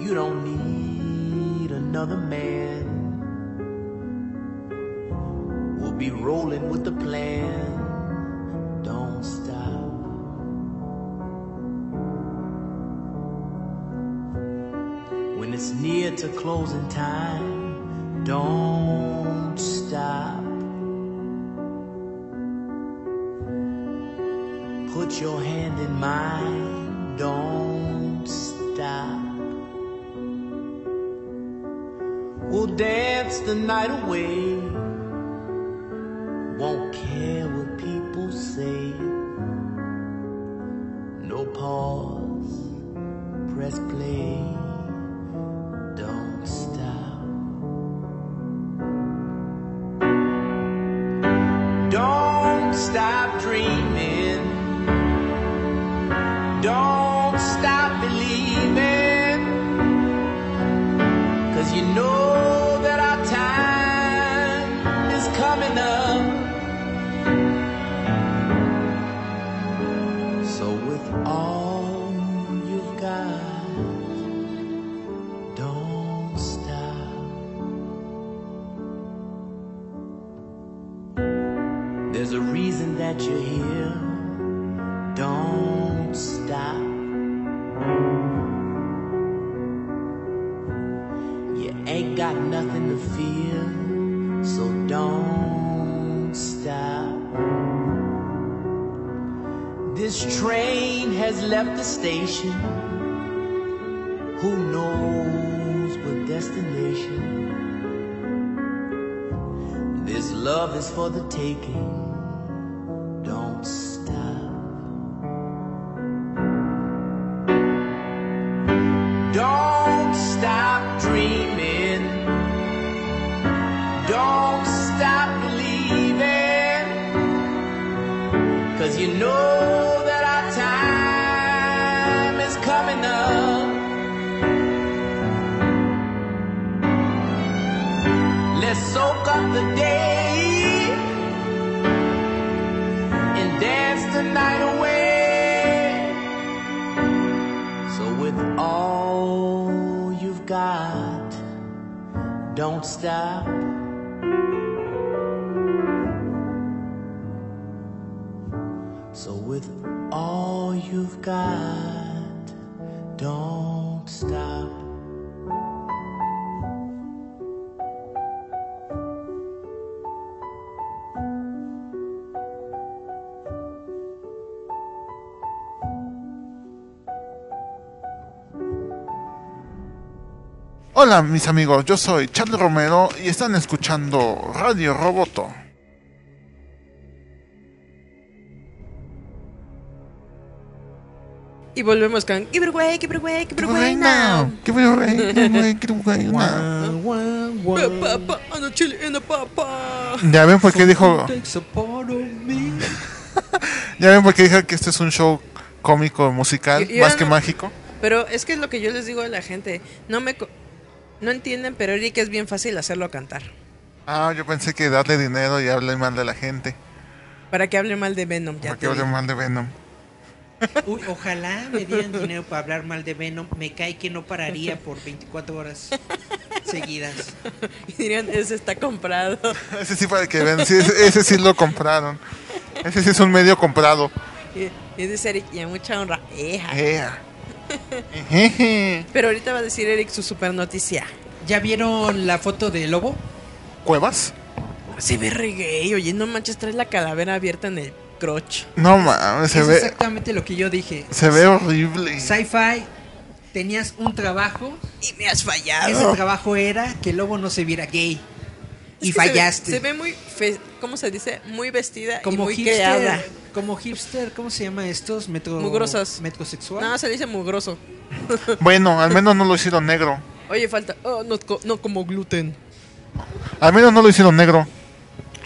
Speaker 5: You don't need another man. We'll be rolling with the plan don't stop. When it's near to closing time, don't stop. Put your hand in mine, don't stop. We'll dance the night away won't care what people say. No pause, press play, don't stop. Don't stop dreaming. Don't stop believing. Cause you know that our time is coming up. all you've got. Don't stop. There's a reason that you're here. Don't stop. You ain't got nothing to fear, so don't stop. This train has left the station. Who knows what destination? This love is for the taking. Don't stop. Don't stop dreaming. Don't stop believing. Cause you know that our time is coming up. Let's soak up the day and dance the night away. So, with all you've got, don't stop. So with all you've got, don't stop.
Speaker 4: Hola mis amigos, yo soy Charlie Romero y están escuchando Radio Roboto.
Speaker 3: Y volvemos con Give it away, give it away, give it away now.
Speaker 4: ¡Qué bueno, rey! ¡Qué bueno, qué bueno!
Speaker 3: Pa, pa, pa, ando chile en la papa.
Speaker 4: Ya ven por qué dijo,
Speaker 1: Takes a part of me.
Speaker 4: ya ven por qué dije que este es un show cómico musical,
Speaker 3: Y- y
Speaker 4: más
Speaker 3: era
Speaker 4: que
Speaker 3: no-
Speaker 4: mágico.
Speaker 3: Pero es que es lo que yo les digo a la gente. No me co- no entienden, pero Eric es bien fácil hacerlo cantar.
Speaker 4: Ah, yo pensé que darle dinero y hablar mal de la gente.
Speaker 3: Para que hable mal de Venom. Ya
Speaker 4: Porque
Speaker 3: te
Speaker 4: hablen
Speaker 3: digo.
Speaker 4: mal de Venom.
Speaker 1: Uy, ojalá me dieran dinero para hablar mal de Venom. Me cae que no pararía por 24 horas seguidas.
Speaker 3: Y dirían, ese está comprado.
Speaker 4: Ese sí para que vean, sí, ese, ese sí lo compraron. Ese sí es un medio comprado.
Speaker 3: Y, y dice Eric, y a mucha honra. Eja.
Speaker 4: Ea. Ejeje.
Speaker 3: Pero ahorita va a decir Eric su super noticia.
Speaker 1: ¿Ya vieron la foto de Lobo?
Speaker 4: ¿Cuevas?
Speaker 3: Se ve reggae, oye, no manches, traes la calavera abierta en el crotch.
Speaker 4: No mames, se
Speaker 1: es
Speaker 4: ve,
Speaker 1: exactamente lo que yo dije.
Speaker 4: se ve horrible.
Speaker 1: Sci-Fi, tenías un trabajo.
Speaker 3: Y me has
Speaker 1: Ese
Speaker 3: fallado.
Speaker 1: trabajo era que Lobo no se viera gay.
Speaker 3: Es
Speaker 1: Y
Speaker 3: que se ve-
Speaker 1: fallaste.
Speaker 3: Se ve, muy, fe- ¿cómo se dice? Muy vestida y
Speaker 1: como
Speaker 3: muy
Speaker 1: hipster,
Speaker 3: creada.
Speaker 1: como hipster, ¿cómo se llama estos? Metro,
Speaker 3: Mugrosos.
Speaker 1: Metrosexual.
Speaker 3: No, se le dice mugroso.
Speaker 4: Bueno, al menos no lo hicieron negro.
Speaker 3: Oye, falta. Oh, no, co- no como gluten.
Speaker 4: Al menos no lo hicieron negro.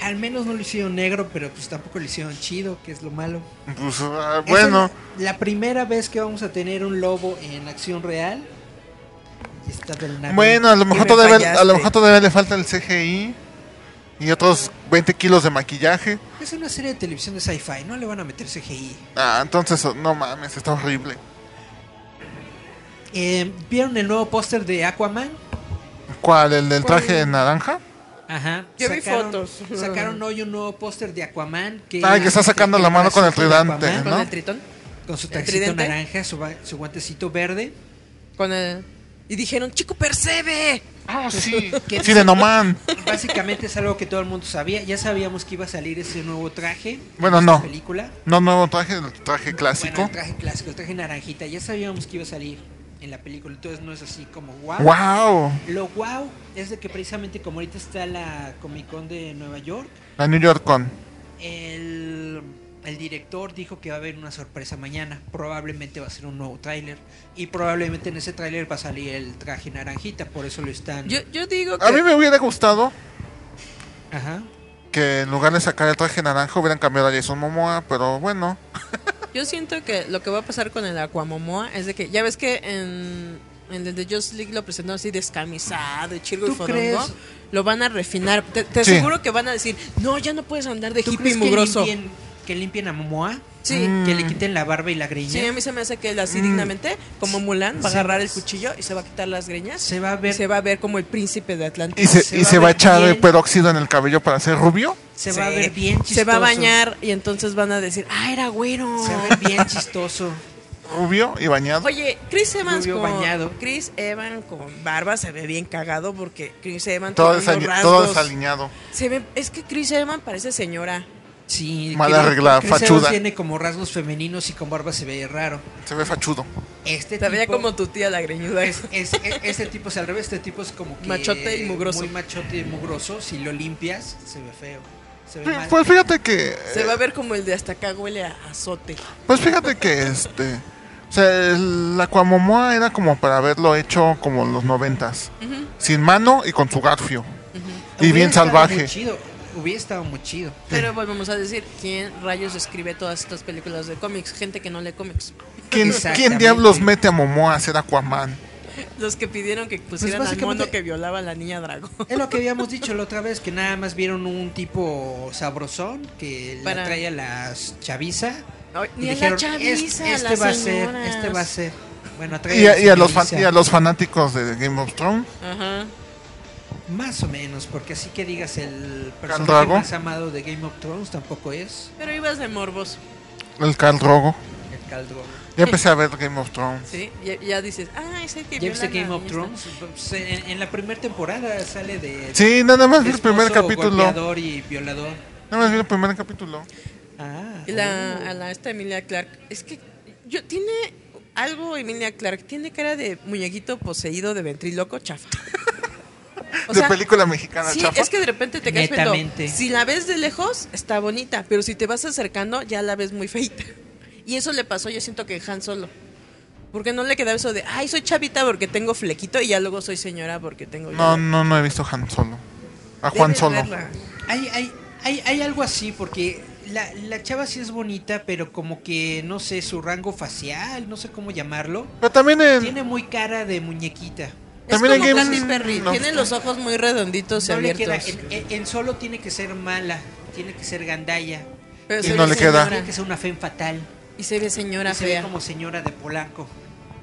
Speaker 1: Al menos no lo hicieron negro, pero pues tampoco lo hicieron chido, que es lo malo.
Speaker 4: Pues, ah,
Speaker 1: Es
Speaker 4: bueno,
Speaker 1: el- la primera vez que vamos a tener un lobo en acción real. Está del nabo.
Speaker 4: bueno, a lo
Speaker 3: Y
Speaker 4: mejor
Speaker 3: me
Speaker 4: todavía,
Speaker 3: fallaste.
Speaker 4: a lo mejor todavía le falta el CGI y otros 20 kilos de maquillaje.
Speaker 1: Es una serie de televisión de sci-fi, no le van a meter CGI.
Speaker 4: Ah, entonces, no mames, está horrible.
Speaker 1: Eh, ¿Vieron el nuevo póster de Aquaman?
Speaker 4: ¿Cuál? ¿El del
Speaker 3: ¿Cuál?
Speaker 4: traje naranja?
Speaker 1: Ajá.
Speaker 3: Yo vi fotos.
Speaker 1: Sacaron hoy un un nuevo póster de Aquaman. Que
Speaker 4: Ah, que está sacando la mano con el tridente,
Speaker 1: Aquaman,
Speaker 4: ¿no?
Speaker 3: ¿Con el tritón?
Speaker 1: Con su
Speaker 3: ¿El
Speaker 1: taxito
Speaker 3: tridente?
Speaker 1: naranja, su, ba- su guantecito verde.
Speaker 3: Con el. Y dijeron, chico, percebe.
Speaker 4: Ah, sí.
Speaker 1: ¿Qué?
Speaker 4: Sí, de Noman.
Speaker 1: Básicamente es algo que todo el mundo sabía. Ya sabíamos que iba a salir ese nuevo traje.
Speaker 4: Bueno,
Speaker 1: esta
Speaker 4: no.
Speaker 1: Película.
Speaker 4: No nuevo traje, el traje
Speaker 1: Bueno,
Speaker 4: clásico.
Speaker 1: el traje clásico, el traje naranjita. Ya sabíamos que iba a salir en la película. Entonces no es así como wow.
Speaker 4: ¡Wow!
Speaker 1: Lo wow es de que precisamente como ahorita está la Comic Con de Nueva York,
Speaker 4: La New York Con.
Speaker 1: el, el director dijo que va a haber una sorpresa mañana. Probablemente va a ser un nuevo tráiler. Y probablemente en ese tráiler va a salir el traje naranjita. Por eso lo están.
Speaker 3: Yo, yo digo que.
Speaker 4: A mí me hubiera gustado
Speaker 1: Ajá.
Speaker 4: que en lugar de sacar el traje naranja hubieran cambiado a Jason Momoa, pero bueno.
Speaker 3: Yo siento que lo que va a pasar con el Aquamomoa es de que, ya ves que en, en el de Just League lo presentó así descamisado y chirgo y
Speaker 1: ¿Tú
Speaker 3: forongo.
Speaker 1: crees?
Speaker 3: Lo van a refinar. Te, te
Speaker 4: Sí.
Speaker 3: aseguro que van a decir, no, ya no puedes andar de
Speaker 1: ¿Tú
Speaker 3: hippie
Speaker 1: crees que
Speaker 3: mugroso.
Speaker 1: limpien- que limpien a Momoa,
Speaker 3: Sí.
Speaker 1: que le quiten la barba y la greña.
Speaker 3: Sí, a mí se me hace que él así
Speaker 1: Mm.
Speaker 3: dignamente, como Mulan, va a agarrar el cuchillo y se va a quitar las greñas.
Speaker 1: Se va a
Speaker 3: y
Speaker 1: ver,
Speaker 3: se va a ver como el príncipe de
Speaker 4: Y
Speaker 3: Atlantis.
Speaker 4: se,
Speaker 1: Se
Speaker 4: y
Speaker 1: va
Speaker 4: se
Speaker 1: a
Speaker 4: va a
Speaker 1: ver
Speaker 4: echar el
Speaker 1: bien.
Speaker 4: peróxido en el cabello para ser rubio.
Speaker 1: se va a
Speaker 3: Sí.
Speaker 1: ver bien chistoso.
Speaker 3: Se va a bañar y entonces van a decir, ah, era güero.
Speaker 1: Se va a ver bien chistoso.
Speaker 4: Rubio y bañado.
Speaker 3: Oye, Chris Evans
Speaker 1: Rubio
Speaker 3: con
Speaker 1: bañado.
Speaker 3: Chris Evans con barba se ve bien cagado porque Chris Evans
Speaker 4: Todo,
Speaker 3: tiene unos
Speaker 4: desali- todo
Speaker 3: rasgos.
Speaker 4: desaliñado.
Speaker 3: Se ve, es que Chris Evans parece señora.
Speaker 1: Sí,
Speaker 4: Mal
Speaker 1: creo-
Speaker 4: arreglada,
Speaker 1: Chris Evans
Speaker 4: fachuda.
Speaker 1: tiene como rasgos femeninos y con barba se ve raro.
Speaker 4: Se ve fachudo.
Speaker 1: Este
Speaker 3: Se veía
Speaker 1: tipo
Speaker 3: como tu tía la greñuda.
Speaker 1: es, es- es- este tipo es al revés, este tipo es como que
Speaker 3: Machote y mugroso.
Speaker 1: Muy machote y mugroso, si lo limpias se ve feo, se ve
Speaker 4: Sí,
Speaker 1: mal.
Speaker 4: Pues fíjate que.
Speaker 3: Se va a ver como el de hasta acá huele a azote.
Speaker 4: Pues fíjate que este. O sea, el Aquamomoa era como para haberlo hecho como en los noventas. Sin mano y con su garfio. Y
Speaker 1: Hubiera
Speaker 4: bien
Speaker 1: estado
Speaker 4: salvaje.
Speaker 1: muy chido, hubiera estado muy chido.
Speaker 3: Pero volvemos a decir, ¿quién rayos escribe todas estas películas de cómics? Gente que no lee cómics.
Speaker 4: ¿Quién,
Speaker 1: Exactamente.
Speaker 4: quién diablos mete a Momoa a ser Aquaman?
Speaker 3: Los que pidieron que pusieran al
Speaker 1: Pues básicamente-
Speaker 3: mono que violaba a la niña dragón.
Speaker 1: Es lo que habíamos dicho la otra vez, que nada más vieron un tipo sabrosón que la
Speaker 3: Para-
Speaker 1: trae a las chaviza.
Speaker 3: Ay,
Speaker 1: y
Speaker 3: Ni a la
Speaker 1: dijeron,
Speaker 3: chaviza,
Speaker 1: "Es-
Speaker 3: a
Speaker 1: este
Speaker 3: las
Speaker 1: va a
Speaker 3: señoras.
Speaker 1: ser, este va a ser. Bueno, atrae
Speaker 4: Y a, y a los fan-
Speaker 1: chaviza.
Speaker 4: y a los fanáticos de Game of Thrones.
Speaker 3: Ajá.
Speaker 1: Más o menos, porque así que digas el personaje
Speaker 4: Drago.
Speaker 1: más amado de Game of Thrones tampoco es
Speaker 3: Pero ibas de morbos,
Speaker 4: El Khal Drogo.
Speaker 1: el Caldro.
Speaker 4: Ya empecé a ver Game of Thrones.
Speaker 3: ¿sí? Ya, ya dices, ah, ese que
Speaker 1: ¿Ya viste
Speaker 3: viola a la
Speaker 1: Game of
Speaker 3: niña
Speaker 1: Thrones? Pues, en, en la primera temporada sale de...
Speaker 4: Sí, nada más
Speaker 1: de
Speaker 4: vi el primer
Speaker 1: esposo,
Speaker 4: capítulo.
Speaker 1: golpeador y violador.
Speaker 4: Nada más vi el primer capítulo.
Speaker 1: Ah,
Speaker 3: está- Y
Speaker 4: Oh.
Speaker 3: la, a la esta Emilia Clark. Es que yo tiene algo Emilia Clark. Tiene cara de muñequito poseído de ventriloco chafa. O sea,
Speaker 4: de película mexicana,
Speaker 3: Sí,
Speaker 4: chafa.
Speaker 3: es que de repente te caes viendo.
Speaker 1: Netamente.
Speaker 3: Si la ves de lejos, está bonita, pero si te vas acercando, ya la ves muy feita. Y eso le pasó, yo siento que Han Solo. Porque no le quedaba eso de, ay, soy chavita porque tengo flequito y ya luego soy señora porque tengo.
Speaker 4: No, no, no he visto Han Solo. A Juan
Speaker 3: Debes
Speaker 4: Solo.
Speaker 3: verla.
Speaker 1: Hay, hay, hay, hay algo así, porque la, la chava sí es bonita, pero como que, no sé, su rango facial, no sé cómo llamarlo,
Speaker 4: Pero también en,
Speaker 1: tiene muy cara de muñequita.
Speaker 3: Es
Speaker 4: También
Speaker 3: como
Speaker 4: en Games-
Speaker 3: Katy Perry,
Speaker 4: no.
Speaker 3: tiene los ojos muy redonditos y
Speaker 1: No le
Speaker 3: abiertos.
Speaker 1: queda, en, en- en solo tiene que ser mala, tiene que ser gandalla,
Speaker 3: Pero
Speaker 4: Y
Speaker 3: se
Speaker 4: no
Speaker 3: ve
Speaker 4: le queda.
Speaker 3: señora.
Speaker 1: tiene que ser una fe fatal,
Speaker 3: Y se ve
Speaker 1: y
Speaker 3: señora
Speaker 1: se ve
Speaker 3: fea.
Speaker 1: como señora de Polanco.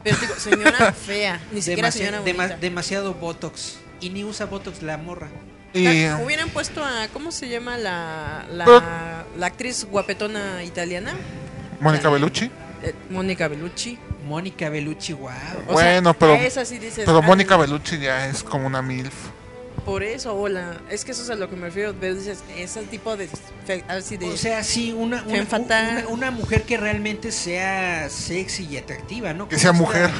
Speaker 3: Pero digo, señora fea, ni siquiera
Speaker 1: Demasi-
Speaker 3: señora
Speaker 1: dema-
Speaker 3: bonita.
Speaker 1: demasiado botox, y ni usa botox la morra.
Speaker 4: y,
Speaker 3: Ta- Hubieran puesto a, ¿cómo se llama la,
Speaker 4: Pero-
Speaker 3: la, la actriz guapetona italiana?
Speaker 4: Mónica Bellucci.
Speaker 3: Eh, Mónica Bellucci.
Speaker 1: Mónica Bellucci, wow.
Speaker 3: O
Speaker 4: Bueno,
Speaker 3: sea,
Speaker 4: pero-
Speaker 3: a esa sí dices,
Speaker 4: Pero
Speaker 3: "Ah,
Speaker 4: Mónica Bellucci ya es como una MILF.
Speaker 3: Por eso, hola. Es que eso es a lo que me refiero. Pero dices, ese tipo de. fe- Así de
Speaker 1: O sea, sí, una, una,
Speaker 3: Femme fatale.
Speaker 1: una- una mujer que realmente sea sexy y atractiva, ¿no?
Speaker 4: Que
Speaker 1: Como esta-
Speaker 4: sea mujer.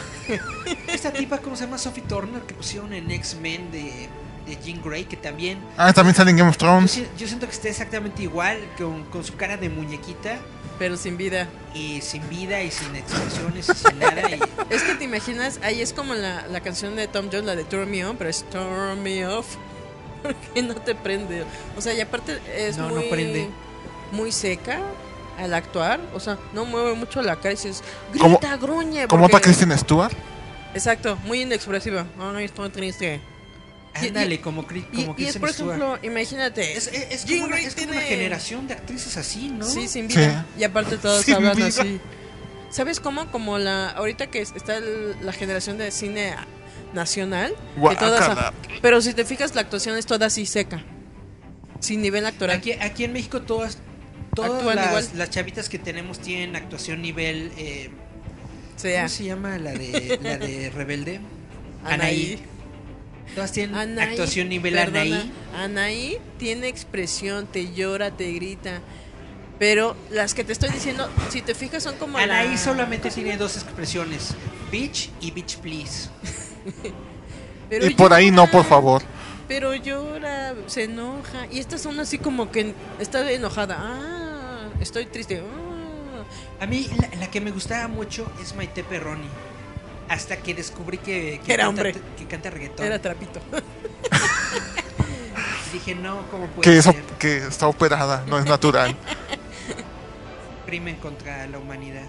Speaker 1: Esta tipa, ¿cómo se llama? Sophie Turner, que pusieron en X-Men de, de Jean Grey, que también...
Speaker 4: Ah, también sale en Game of
Speaker 1: Yo,
Speaker 4: Thrones.
Speaker 1: si- yo siento que está exactamente igual, con, con su cara de muñequita,
Speaker 3: pero sin vida.
Speaker 1: y sin vida, y sin expresiones, y sin nada, y...
Speaker 3: Es que te imaginas, ahí es como la, la canción de Tom Jones, la de Turn Me On, pero es Turn Me Off. Porque no te prende. O sea, y aparte es
Speaker 1: No, no
Speaker 3: muy.
Speaker 1: prende.
Speaker 3: Muy seca al actuar. O sea, no mueve mucho la cara y dices,
Speaker 4: Como-
Speaker 3: grita, gruñe.
Speaker 4: Como otra
Speaker 3: porque-
Speaker 4: Kristen Stewart.
Speaker 3: Exacto, muy inexpresiva. Ay, estoy triste. Y- y-
Speaker 1: Ándale, como, Cri-
Speaker 3: Y,
Speaker 1: como
Speaker 3: y es,
Speaker 1: Kristen
Speaker 3: por
Speaker 1: Stewart.
Speaker 3: ejemplo, imagínate.
Speaker 1: Es, es- es
Speaker 3: Jean
Speaker 1: como, una,
Speaker 3: Grey
Speaker 1: es como una
Speaker 3: tiene-
Speaker 1: generación de actrices así, ¿no?
Speaker 3: Sí, sin vida. Y aparte todos
Speaker 4: Sin
Speaker 3: hablan
Speaker 4: vida.
Speaker 3: así. ¿Sabes cómo? Como la ahorita que es- está el- la generación de cine nacional. que
Speaker 4: Guácala.
Speaker 3: todas, pero si te fijas, la actuación es toda así seca. Sin nivel
Speaker 1: Pero
Speaker 3: actoral.
Speaker 1: aquí, aquí en México todas, todas
Speaker 3: Actúan igual.
Speaker 1: las, las chavitas que tenemos tienen actuación nivel... eh,
Speaker 3: sea,
Speaker 1: ¿Cómo se llama la de, la de Rebelde?
Speaker 3: Anaí.
Speaker 1: Anaí. Todas tienen
Speaker 3: Anaí,
Speaker 1: actuación nivel
Speaker 3: perdona,
Speaker 1: Anaí.
Speaker 3: Anaí tiene expresión, te llora, te grita. Pero las que te estoy diciendo, si te fijas, son como. la-
Speaker 1: Anaí solamente tiene dos expresiones, bitch y bitch please.
Speaker 3: Pero
Speaker 4: Y por ahí no, por
Speaker 3: llora.
Speaker 4: favor.
Speaker 3: Pero llora, se enoja. Y estas son así como que está enojada. Ah, estoy triste. Ah.
Speaker 1: A mí la, la que me gustaba mucho es Maite Perroni. Hasta que descubrí que, que
Speaker 3: Era
Speaker 1: canta,
Speaker 3: hombre.
Speaker 1: que canta reggaetón.
Speaker 3: Era trapito.
Speaker 1: Dije, no, ¿cómo puede
Speaker 4: Que, eso,
Speaker 1: ser?
Speaker 4: que está operada, no es natural.
Speaker 1: Crimen contra la humanidad.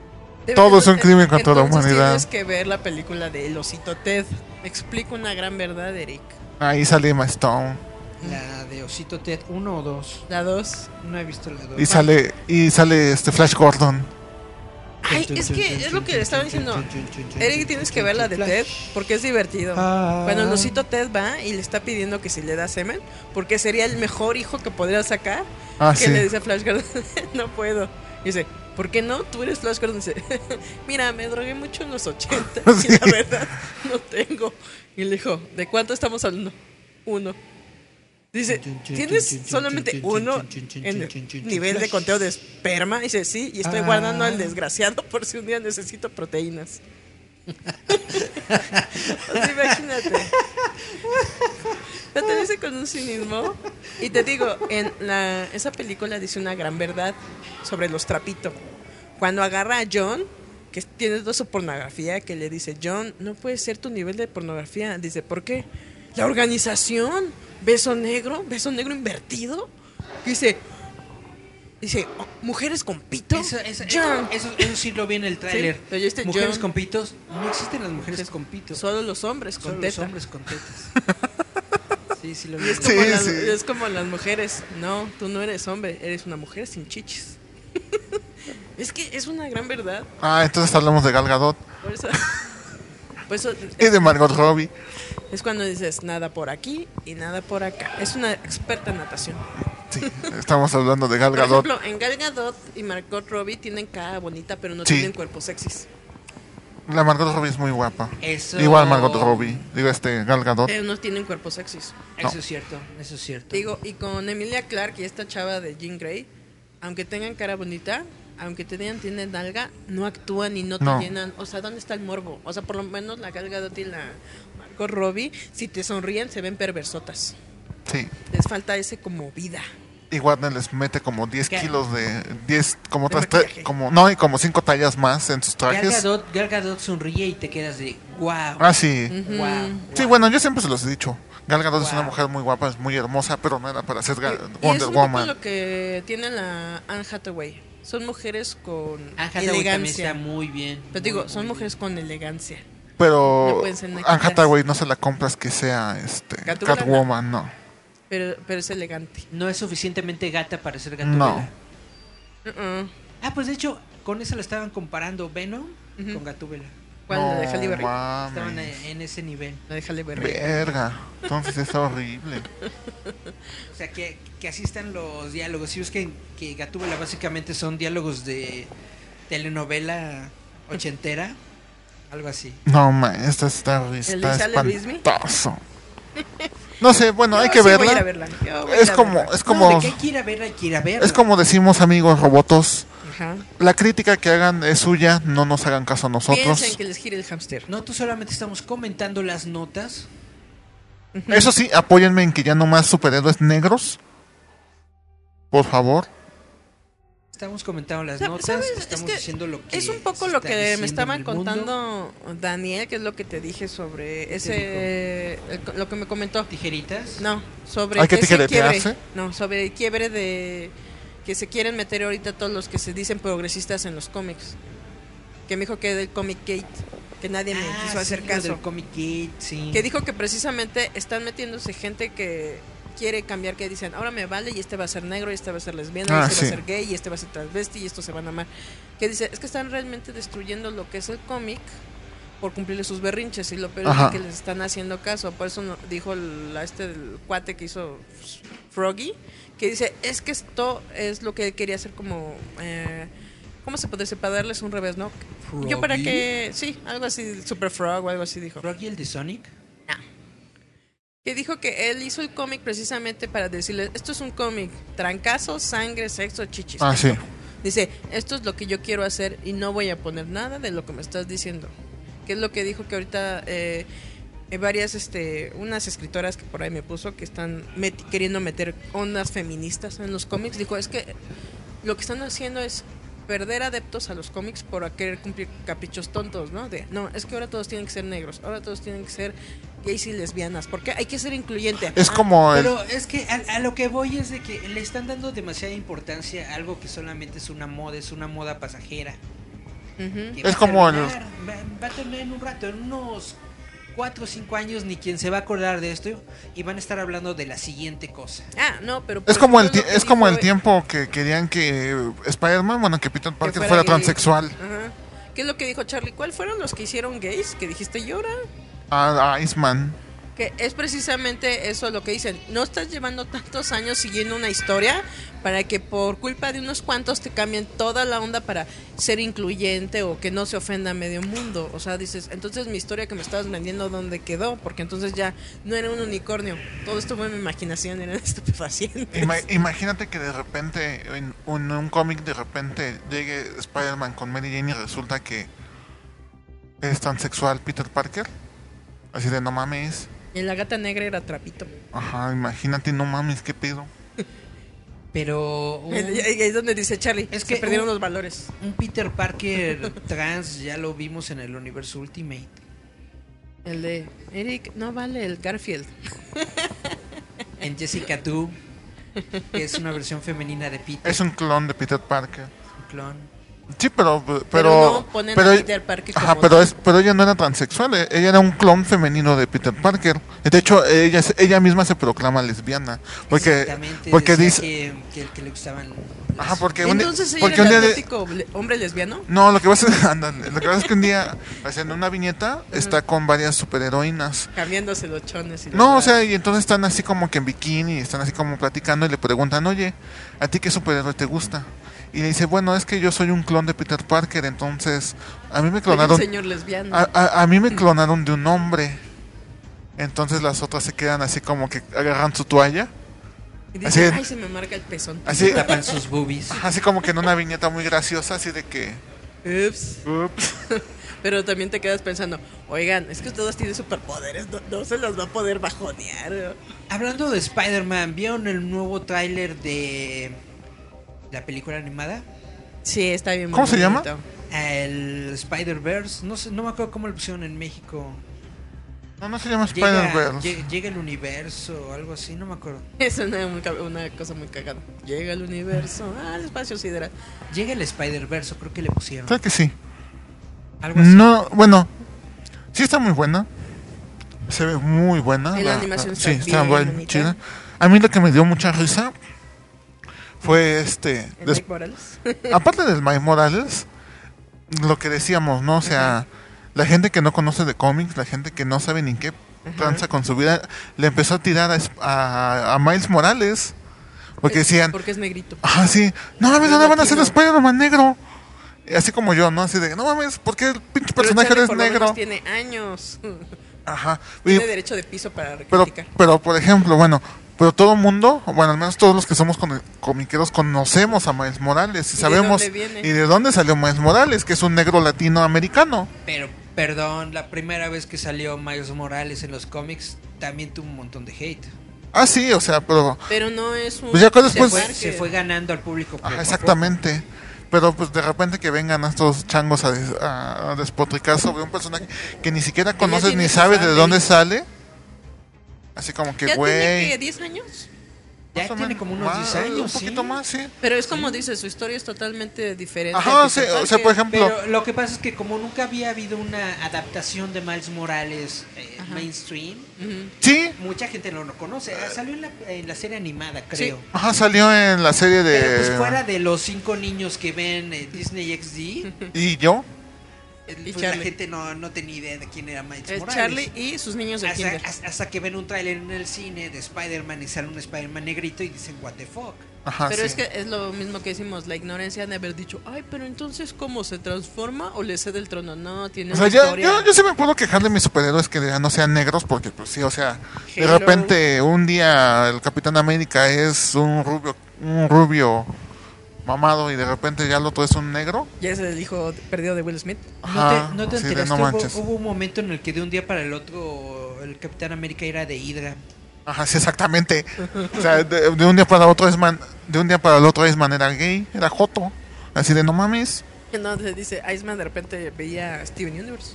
Speaker 4: Todo es un crimen contra la
Speaker 3: Entonces
Speaker 4: humanidad.
Speaker 3: Tienes que ver la película de El Osito Ted. Me explico una gran verdad, Eric.
Speaker 4: Ahí sale Emma Stone.
Speaker 1: La de Osito Ted 1 o 2.
Speaker 3: La dos.
Speaker 1: No he visto la 2.
Speaker 4: Y sale, y sale este Flash Gordon.
Speaker 3: Ay, es que es lo que le estaba diciendo. Eric, tienes que ver la de Ted porque es divertido.
Speaker 1: Ah.
Speaker 3: Cuando el osito Ted va y le está pidiendo que si le da semen, porque sería el mejor hijo que podría sacar,
Speaker 4: Ah,
Speaker 3: que
Speaker 4: sí.
Speaker 3: le dice a Flash Gordon, no puedo. Y dice, ¿por qué no? Tú eres Flash Gordon. Y dice, mira, me drogué mucho en los 80 y la verdad no tengo. Y le dijo, ¿de cuánto estamos hablando? Uno. Dice, ¿tienes solamente uno en el nivel de conteo de esperma? Y dice, sí, y estoy
Speaker 1: Ah.
Speaker 3: guardando al desgraciado por si un día necesito proteínas. O sea, imagínate. Pero te lo dice con un cinismo. Y te digo, en la, esa película dice una gran verdad sobre los trapito. Cuando agarra a John, que tiene toda su pornografía, que le dice, John, no puede ser tu nivel de pornografía. Dice, ¿por qué? La organización, beso negro, beso negro invertido. Dice, dice, "Oh, mujeres con pito.
Speaker 1: Eso, eso,
Speaker 3: John,
Speaker 1: eso, eso- eso sí lo vi en el tráiler.
Speaker 3: pero yo este
Speaker 1: mujeres
Speaker 3: John-
Speaker 1: con pitos. No existen las mujeres con pitos.
Speaker 3: solo los hombres con
Speaker 1: Solo los
Speaker 3: teta.
Speaker 1: hombres con tetas. Sí, sí lo vi.
Speaker 3: Y es
Speaker 1: en el-
Speaker 3: como,
Speaker 4: Sí,
Speaker 3: las,
Speaker 4: sí.
Speaker 3: es como las mujeres. No, tú no eres hombre, eres una mujer sin chichis. es que es una gran verdad.
Speaker 4: Ah, entonces hablamos de Gal Gadot
Speaker 3: Por eso, por eso
Speaker 4: y de Margot Robbie.
Speaker 3: es cuando dices nada por aquí y nada por acá. Es una experta en natación.
Speaker 4: Sí, estamos hablando de Gal
Speaker 3: Por
Speaker 4: Gadot.
Speaker 3: ejemplo, en Gal Gadot y Margot Robbie tienen cara bonita, pero no
Speaker 4: Sí.
Speaker 3: tienen cuerpos sexys.
Speaker 4: La Margot Robbie es muy guapa.
Speaker 1: Eso-
Speaker 4: Igual Margot Robbie. Digo, este Gal Gadot.
Speaker 3: Pero Eh, no tienen cuerpos sexys.
Speaker 1: Eso
Speaker 4: No.
Speaker 1: es cierto, eso es cierto.
Speaker 3: Digo, y con Emilia Clark y esta chava de Jean Grey, aunque tengan cara bonita, aunque tengan tienen nalga, no actúan y no te
Speaker 4: No.
Speaker 3: llenan. O sea, ¿dónde está el morbo? O sea, por lo menos la Gal Gadot y la Margot Robbie, si te sonríen, se ven perversotas.
Speaker 4: Sí.
Speaker 3: Les falta ese como vida.
Speaker 4: Y Warner les mete como 10
Speaker 1: ¿Qué?
Speaker 4: kilos de 10 como
Speaker 3: De
Speaker 4: otras tre-
Speaker 3: maquillaje.
Speaker 4: como no, y como 5 tallas más en sus
Speaker 1: Gal
Speaker 4: trajes.
Speaker 1: Gadot, Gal Gadot sonríe y te quedas de wow.
Speaker 4: Ah, sí.
Speaker 1: wow, wow.
Speaker 4: Sí, bueno, yo siempre se los he dicho. Gal Gadot es
Speaker 1: Wow.
Speaker 4: una mujer muy guapa, es muy hermosa, pero no era para ser Ga-
Speaker 3: Y es
Speaker 4: Wonder
Speaker 3: un poco
Speaker 4: Woman.
Speaker 3: lo que tiene la Anne Hathaway. Son mujeres con
Speaker 1: Anne Hathaway también está
Speaker 3: elegancia.
Speaker 1: muy bien.
Speaker 3: Pero digo, son mujeres con elegancia.
Speaker 4: Pero
Speaker 3: No pueden ser naquitas.
Speaker 4: Anne Hathaway no se la compras que sea este
Speaker 3: Gatúbela,
Speaker 4: Catwoman, no.
Speaker 3: Pero, pero es elegante.
Speaker 1: No es suficientemente gata para ser gatúbela.
Speaker 4: No.
Speaker 3: Uh-uh.
Speaker 1: Ah, pues de hecho, con esa la estaban comparando Venom
Speaker 3: Ujú.
Speaker 1: con Gatúbela.
Speaker 3: ¿Cuál? la de
Speaker 4: No,
Speaker 3: Halle Berry.
Speaker 4: Ah, mames.
Speaker 1: Estaban eh, en ese nivel.
Speaker 3: La de Halle Berry.
Speaker 4: Verga. Entonces es horrible.
Speaker 1: O sea, que, que así están los diálogos. Si ves que, que Gatúbela básicamente son diálogos de telenovela ochentera, algo así.
Speaker 4: No, ma, esta está,
Speaker 3: ¿El
Speaker 4: está
Speaker 3: de Sale Luismi?
Speaker 4: espantoso. No sé, bueno,
Speaker 3: Yo
Speaker 4: hay que
Speaker 3: sí voy a ir
Speaker 4: verla.
Speaker 3: a verla. Yo voy a ir
Speaker 4: Es
Speaker 3: a
Speaker 4: como,
Speaker 3: verla.
Speaker 4: es como,
Speaker 1: No, de que hay que ir a verla, hay que ir a verla.
Speaker 4: es como decimos amigos robotos.
Speaker 3: Ajá.
Speaker 4: La crítica que hagan es suya, no nos hagan caso a
Speaker 3: Piensen
Speaker 4: nosotros.
Speaker 3: que les gire el hámster.
Speaker 1: No, tú solamente estamos comentando las notas.
Speaker 4: Eso sí, apóyenme en que ya no más superhéroes negros. Por favor.
Speaker 1: Estamos comentando las
Speaker 3: O sea,
Speaker 1: notas.
Speaker 3: ¿sabes? Es
Speaker 1: Estamos
Speaker 3: que
Speaker 1: diciendo lo que
Speaker 3: Es un poco
Speaker 1: se
Speaker 3: lo
Speaker 1: está
Speaker 3: que me
Speaker 1: diciendo en
Speaker 3: estaba
Speaker 1: el mundo.
Speaker 3: contando Daniel, que es lo que te dije sobre ese. el- lo que me comentó.
Speaker 1: Tijeritas.
Speaker 3: No, sobre
Speaker 4: Hay que
Speaker 3: ese
Speaker 4: tijeretearse.
Speaker 3: quiebre. No, sobre el quiebre de que se quieren meter ahorita todos los que se dicen progresistas en los cómics. Que me dijo que del Comic Gate, que nadie me
Speaker 1: Ah,
Speaker 3: quiso hacer
Speaker 1: sí, lo
Speaker 3: caso.
Speaker 1: del Comic Gate, sí.
Speaker 3: Que dijo que precisamente están metiéndose gente que quiere cambiar, que dicen, ahora me vale y este va a ser negro, y este va a ser lesbiana,
Speaker 4: Ah,
Speaker 3: y este va
Speaker 4: sí.
Speaker 3: a ser gay, y este va a ser transvesti, y estos se van a amar. Que dice, es que están realmente destruyendo lo que es el cómic por cumplirle sus berrinches, y lo peor
Speaker 4: Ajá.
Speaker 3: es que les están haciendo caso. Por eso no- dijo el, la- este del cuate que hizo Froggy, que dice, es que esto es lo que él quería hacer como... eh, ¿Cómo se puede decir? Para darles un revés, ¿no? Yo para
Speaker 1: Froggy.
Speaker 3: que... Sí, algo así, Super Frog o algo así dijo.
Speaker 1: Froggy el de Sonic.
Speaker 3: que dijo que él hizo el cómic precisamente para decirle, esto es un cómic, trancazo, sangre, sexo, chichis.
Speaker 4: Ah, sí.
Speaker 3: Dice, esto es lo que yo quiero hacer y no voy a poner nada de lo que me estás diciendo. Que es lo que dijo que ahorita eh, eh, varias, este, unas escritoras que por ahí me puso que están met- queriendo meter ondas feministas en los cómics. Dijo, es que lo que están haciendo es perder adeptos a los cómics por querer cumplir caprichos tontos, ¿no? De, no, es que ahora todos tienen que ser negros, ahora todos tienen que ser gays y lesbianas, porque hay que ser incluyente.
Speaker 4: Es
Speaker 3: Ah,
Speaker 4: como el.
Speaker 1: Pero es que a, a lo que voy es de que le están dando demasiada importancia a algo que solamente es una moda, es una moda pasajera.
Speaker 3: ujú.
Speaker 1: que
Speaker 4: Es
Speaker 1: va a
Speaker 4: como el-
Speaker 1: terminar, va, va a terminar en un rato, en unos 4 o 5 años ni quien se va a acordar de esto y van a estar hablando de la siguiente cosa.
Speaker 3: Ah, no, pero.
Speaker 4: Es
Speaker 3: por
Speaker 4: como el,
Speaker 3: ejemplo,
Speaker 4: ti-
Speaker 3: lo que
Speaker 4: es como el
Speaker 3: dijo-
Speaker 4: tiempo que querían que eh, Spider-Man, bueno, que Peter Parker
Speaker 3: fuera
Speaker 4: fuera
Speaker 3: gay.
Speaker 4: transexual.
Speaker 3: Ajá. ¿Qué es lo que dijo Charlie? ¿Cuál fueron los que hicieron gays? Que dijiste llora.
Speaker 4: A, a Iceman.
Speaker 3: Que es precisamente eso lo que dicen. No estás llevando tantos años siguiendo una historia para que por culpa de unos cuantos te cambien toda la onda para ser incluyente o que no se ofenda a medio mundo. O sea, dices, entonces mi historia que me estabas vendiendo, ¿dónde quedó? Porque entonces ya no era un unicornio. Todo esto fue mi imaginación, eran estupefacientes.
Speaker 4: Ima- imagínate que de repente, en un, un cómic, de repente llegue Spider-Man con Mary Jane y resulta que es transexual Peter Parker. Así de no mames.
Speaker 3: Y la gata negra era trapito.
Speaker 4: Ajá, imagínate, no mames, qué pedo.
Speaker 1: Pero
Speaker 4: Oh.
Speaker 1: un,
Speaker 3: Ahí ahí es donde dice Charlie,
Speaker 1: Es
Speaker 3: es
Speaker 1: que
Speaker 3: que perdieron
Speaker 1: un-
Speaker 3: los valores.
Speaker 1: un Peter Parker trans ya lo vimos en el universo Ultimate.
Speaker 3: El de Eric no vale el Garfield.
Speaker 1: En Jessica 2, que es una versión femenina de Peter,
Speaker 4: Es un clon de Peter Parker.
Speaker 1: un clon.
Speaker 4: Sí, pero pero e-
Speaker 3: no ponen a Peter Parker
Speaker 4: Ajá,
Speaker 3: como
Speaker 4: pero
Speaker 3: tal.
Speaker 4: es pero ella no era transexual, eh, ella era un clon femenino de Peter Parker. De hecho, ella es- ella misma se proclama lesbiana porque
Speaker 1: Exactamente,
Speaker 4: porque
Speaker 1: decía
Speaker 4: dice
Speaker 1: que, que, que le gustaban.
Speaker 4: Ajá, porque un, di-
Speaker 3: Entonces ella
Speaker 4: porque
Speaker 3: era
Speaker 4: un
Speaker 3: el
Speaker 4: día de-
Speaker 3: auténtico le- hombre lesbiano.
Speaker 4: no, lo que pasa es, ándale, lo que pasa es que un día haciendo una viñeta está con varias superheroínas.
Speaker 3: Cambiándose los chones. Y los
Speaker 4: No, o
Speaker 3: brazos.
Speaker 4: sea, y entonces están así como que en bikini, están así como platicando y le preguntan, "Oye, ¿a ti qué superhéroe te gusta?" Y le dice, "Bueno, es que yo soy un clon de Peter Parker, entonces a mí me
Speaker 3: Soy un
Speaker 4: clonaron Ah,
Speaker 3: señor lesbiano.
Speaker 4: A, a- a mí
Speaker 3: Mm.
Speaker 4: me clonaron de un hombre. Entonces las otras se quedan así como que agarran su toalla.
Speaker 3: y dice,
Speaker 4: así- Ah.
Speaker 3: ay, se me marca el pezón.
Speaker 4: Así,
Speaker 1: Tapan sus boobies.
Speaker 4: así como que en una viñeta muy graciosa, así de que...
Speaker 3: Ups.
Speaker 4: "Ups".
Speaker 3: Pero también te quedas pensando, oigan, es que todos tienen superpoderes, no, no se los va a poder bajonear.
Speaker 1: Hablando de Spider-Man, ¿vieron el nuevo tráiler de la película animada?
Speaker 3: Sí, está bien.
Speaker 4: ¿Cómo se llama?
Speaker 3: bonito.
Speaker 1: El Spider-Verse, no sé, no me acuerdo cómo le pusieron en México.
Speaker 4: No, no se llama
Speaker 1: Llega,
Speaker 4: Spider-Verse.
Speaker 1: lle- llega el universo o algo así, no me acuerdo.
Speaker 3: Es una, muy ca- una cosa muy cagada. Llega al universo, al espacio sideral.
Speaker 1: Llega el Spider-Verse, creo que le pusieron.
Speaker 4: Creo que sí.
Speaker 1: Algo así.
Speaker 4: No, bueno. Sí está muy buena. Se ve muy buena.
Speaker 3: Y la animación está
Speaker 4: sí, está
Speaker 3: bien
Speaker 4: muy
Speaker 3: bonita.
Speaker 4: chida. A mí lo que me dio mucha risa fue este...
Speaker 3: El
Speaker 4: des-
Speaker 3: Mike Morales.
Speaker 4: aparte del Mike Morales, lo que decíamos, ¿no? O sea, la gente que no conoce de cómics, la gente que no sabe ni qué tranza con su vida, le empezó a tirar a, Sp- a- a Miles Morales. Porque decían,
Speaker 3: Porque es negrito.
Speaker 4: ah, sí, no mames, ¿dónde van a hacer
Speaker 3: latino.
Speaker 4: Spider-Man negro? Y Así como yo, ¿no? Así de, no mames, ¿por qué el
Speaker 3: Pero
Speaker 4: pinche personaje
Speaker 3: Charlie
Speaker 4: es
Speaker 3: por lo menos
Speaker 4: negro?
Speaker 3: Tiene años.
Speaker 4: Ajá. Y-
Speaker 3: Tiene derecho de piso para
Speaker 4: pero,
Speaker 3: criticar.
Speaker 4: pero, por ejemplo, bueno, pero todo el mundo, bueno, al menos todos los que somos con- comiqueros conocemos a Miles Morales y,
Speaker 3: ¿Y de
Speaker 4: sabemos
Speaker 3: dónde viene?
Speaker 4: y de dónde salió Miles Morales, que es un negro latinoamericano.
Speaker 1: Pero, perdón, la primera vez que salió Miles Morales en los cómics también tuvo un montón de hate.
Speaker 4: Ah, sí, o sea, pero...
Speaker 3: Pero no es un.
Speaker 4: Pues ya cuando después-
Speaker 1: Se fue, se
Speaker 4: Parker.
Speaker 1: fue ganando al público. poco a
Speaker 4: ajá,
Speaker 1: poco.
Speaker 4: exactamente. Pero pues de repente que vengan estos changos a, des- a- a despotricar sobre un personaje que ni siquiera conoces
Speaker 3: tiene
Speaker 4: ni
Speaker 3: su
Speaker 4: sabes de
Speaker 3: fanbase.
Speaker 4: dónde sale. Así como que,
Speaker 3: ya tiene que
Speaker 4: güey...
Speaker 3: 10 años.
Speaker 1: Ya
Speaker 4: más o
Speaker 1: tiene
Speaker 4: menos,
Speaker 1: como unos
Speaker 4: más,
Speaker 1: 10
Speaker 4: Un
Speaker 1: años. ¿sí?
Speaker 4: poquito más, sí.
Speaker 3: Pero es como dice, su historia es totalmente diferente.
Speaker 4: Ajá,
Speaker 3: a
Speaker 4: sí,
Speaker 3: Peter
Speaker 4: o sea,
Speaker 3: Parker.
Speaker 4: por ejemplo...
Speaker 1: Pero lo que pasa es que como nunca había habido una adaptación de Miles Morales eh, mainstream,
Speaker 3: Ujú.
Speaker 4: Sí,
Speaker 1: mucha gente no lo conoce. Ah, Salió en la, en la serie animada, creo.
Speaker 3: Eh.
Speaker 4: ajá, salió en la serie de...
Speaker 1: Pero pues fuera de los cinco niños que ven eh, Disney XD,
Speaker 4: ¿Y yo?
Speaker 1: eh,
Speaker 3: Y
Speaker 1: pues la
Speaker 3: Charlie.
Speaker 1: gente no, no tenía idea de quién era Miles
Speaker 3: Es
Speaker 1: Morales.
Speaker 3: Charlie y sus niños de
Speaker 1: Hasta,
Speaker 3: kinder.
Speaker 1: hasta- hasta que ven un tráiler en el cine de Spider-Man y sale un Spider-Man negrito y dicen, what the fuck.
Speaker 4: Ajá,
Speaker 3: pero
Speaker 4: Ah, sí.
Speaker 3: es que es lo mismo que decimos, la ignorancia de haber dicho, ay, pero entonces, ¿cómo se transforma o le cede el trono? No, tiene
Speaker 4: O sea,
Speaker 3: una
Speaker 4: ya-
Speaker 3: historia.
Speaker 4: yo, yo sí me puedo quejar de mis superhéroes que ya no sean negros, porque pues sí, o sea, de
Speaker 3: Hello.
Speaker 4: repente un día el Capitán América es un rubio, un rubio mamado y de repente ya el otro es un negro.
Speaker 3: Ya es el hijo perdido de Will Smith.
Speaker 4: Ajá,
Speaker 1: no te, Ah, no te
Speaker 4: así de,
Speaker 1: enteraste,
Speaker 4: no
Speaker 1: hubo-
Speaker 4: manches.
Speaker 1: hubo, un momento en el que de un día para el otro el Capitán América era de Hydra.
Speaker 4: Ajá, sí, exactamente. O sea, de, de un día para otro es man, de un día para el otro es man era gay, era joto. Así de no mames.
Speaker 3: No, se dice, Iceman de repente veía a Steven Universe.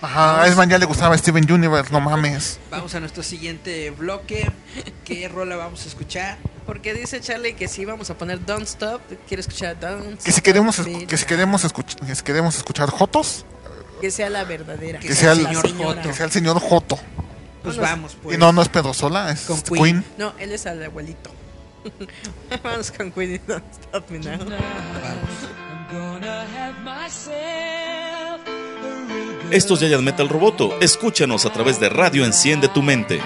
Speaker 4: Ajá, a Esman ya le gustaba Steven Universe, no mames.
Speaker 1: Vamos a nuestro siguiente bloque. ¿Qué rola vamos a escuchar?
Speaker 3: Porque dice Charlie que si vamos a poner Don't Stop, quiere escuchar Don't
Speaker 4: Que si
Speaker 3: Stop
Speaker 4: queremos,
Speaker 3: Believin'.
Speaker 4: escu- que si queremos, escuch- que si queremos escuchar jotos,
Speaker 6: Que sea la verdadera.
Speaker 1: Que
Speaker 4: Que sea el
Speaker 6: la
Speaker 1: señor
Speaker 6: señora.
Speaker 1: Joto.
Speaker 4: Que sea el señor Joto.
Speaker 1: Pues
Speaker 6: Vámonos.
Speaker 1: vamos, pues.
Speaker 4: y no, no es Pedro Sola, es
Speaker 1: Con
Speaker 4: Queen.
Speaker 1: Queen.
Speaker 6: No, él es al abuelito. Vamos con Queen y Don't Stop Me Now.
Speaker 2: Estos ya Metal Roboto. Escúchanos a través de Radio Enciende tu Mente.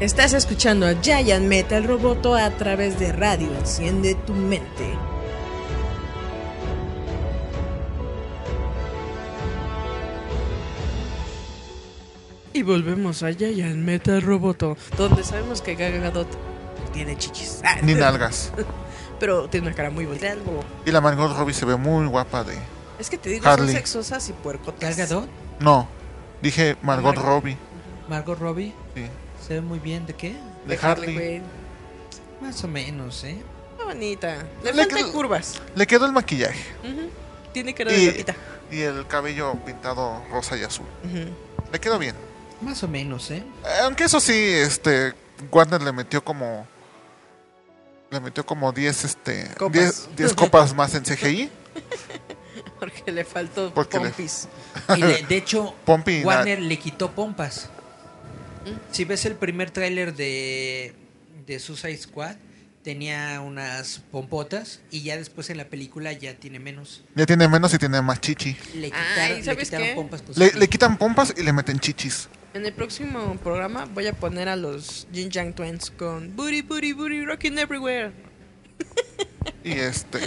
Speaker 6: Estás escuchando a Giant Metal Roboto a través de radio. Enciende tu mente. Y volvemos a Giant Metal Roboto, donde sabemos que Gaga Gadot tiene chichis. Ah,
Speaker 4: Ni nalgas.
Speaker 6: Pero tiene una cara muy volteada. algo.
Speaker 4: Y la Margot Robbie se ve muy guapa de.
Speaker 6: Es que te digo,
Speaker 4: Harley.
Speaker 6: son sexosas y puercotas.
Speaker 1: Gal Gadot,
Speaker 4: No, dije Margot Robbie.
Speaker 1: Margot Robbie,
Speaker 4: Sí.
Speaker 1: se ve muy bien. ¿De qué?
Speaker 4: De
Speaker 6: Harley,
Speaker 4: Harley.
Speaker 6: güey.
Speaker 1: Más o menos, ¿eh?
Speaker 6: Está bonita. Le
Speaker 4: Le
Speaker 6: faltan
Speaker 4: quedó-
Speaker 6: curvas.
Speaker 4: Le quedó el maquillaje
Speaker 6: Ujú. Tiene cara de
Speaker 4: Y-
Speaker 6: gatita.
Speaker 4: y el cabello pintado rosa y azul.
Speaker 6: Ujú.
Speaker 4: Le quedó bien.
Speaker 1: Más o menos, ¿eh?
Speaker 4: Aunque eso sí, este Warner le metió como le metió como 10 este
Speaker 6: Copas.
Speaker 4: 10 10 copas más en CGI.
Speaker 6: Porque le faltó
Speaker 4: Porque le-
Speaker 6: pompis.
Speaker 1: Y de, de hecho,
Speaker 4: Pompi,
Speaker 1: Warner le quitó pompas. Si ves el primer tráiler de, de Suicide Squad, tenía unas pompotas y ya después en la película ya tiene menos.
Speaker 4: na- ya tiene menos y tiene más chichi.
Speaker 1: Le,
Speaker 6: Ay,
Speaker 1: quitaron- le
Speaker 6: ¿sabes
Speaker 1: quitaron
Speaker 6: qué?
Speaker 1: pompas. con
Speaker 4: Le,
Speaker 1: su-
Speaker 4: le quitan pompas y le meten chichis.
Speaker 6: En el próximo programa voy a poner a los Jin Yang Twins con Booty Booty Booty Rocking Everywhere.
Speaker 4: Y este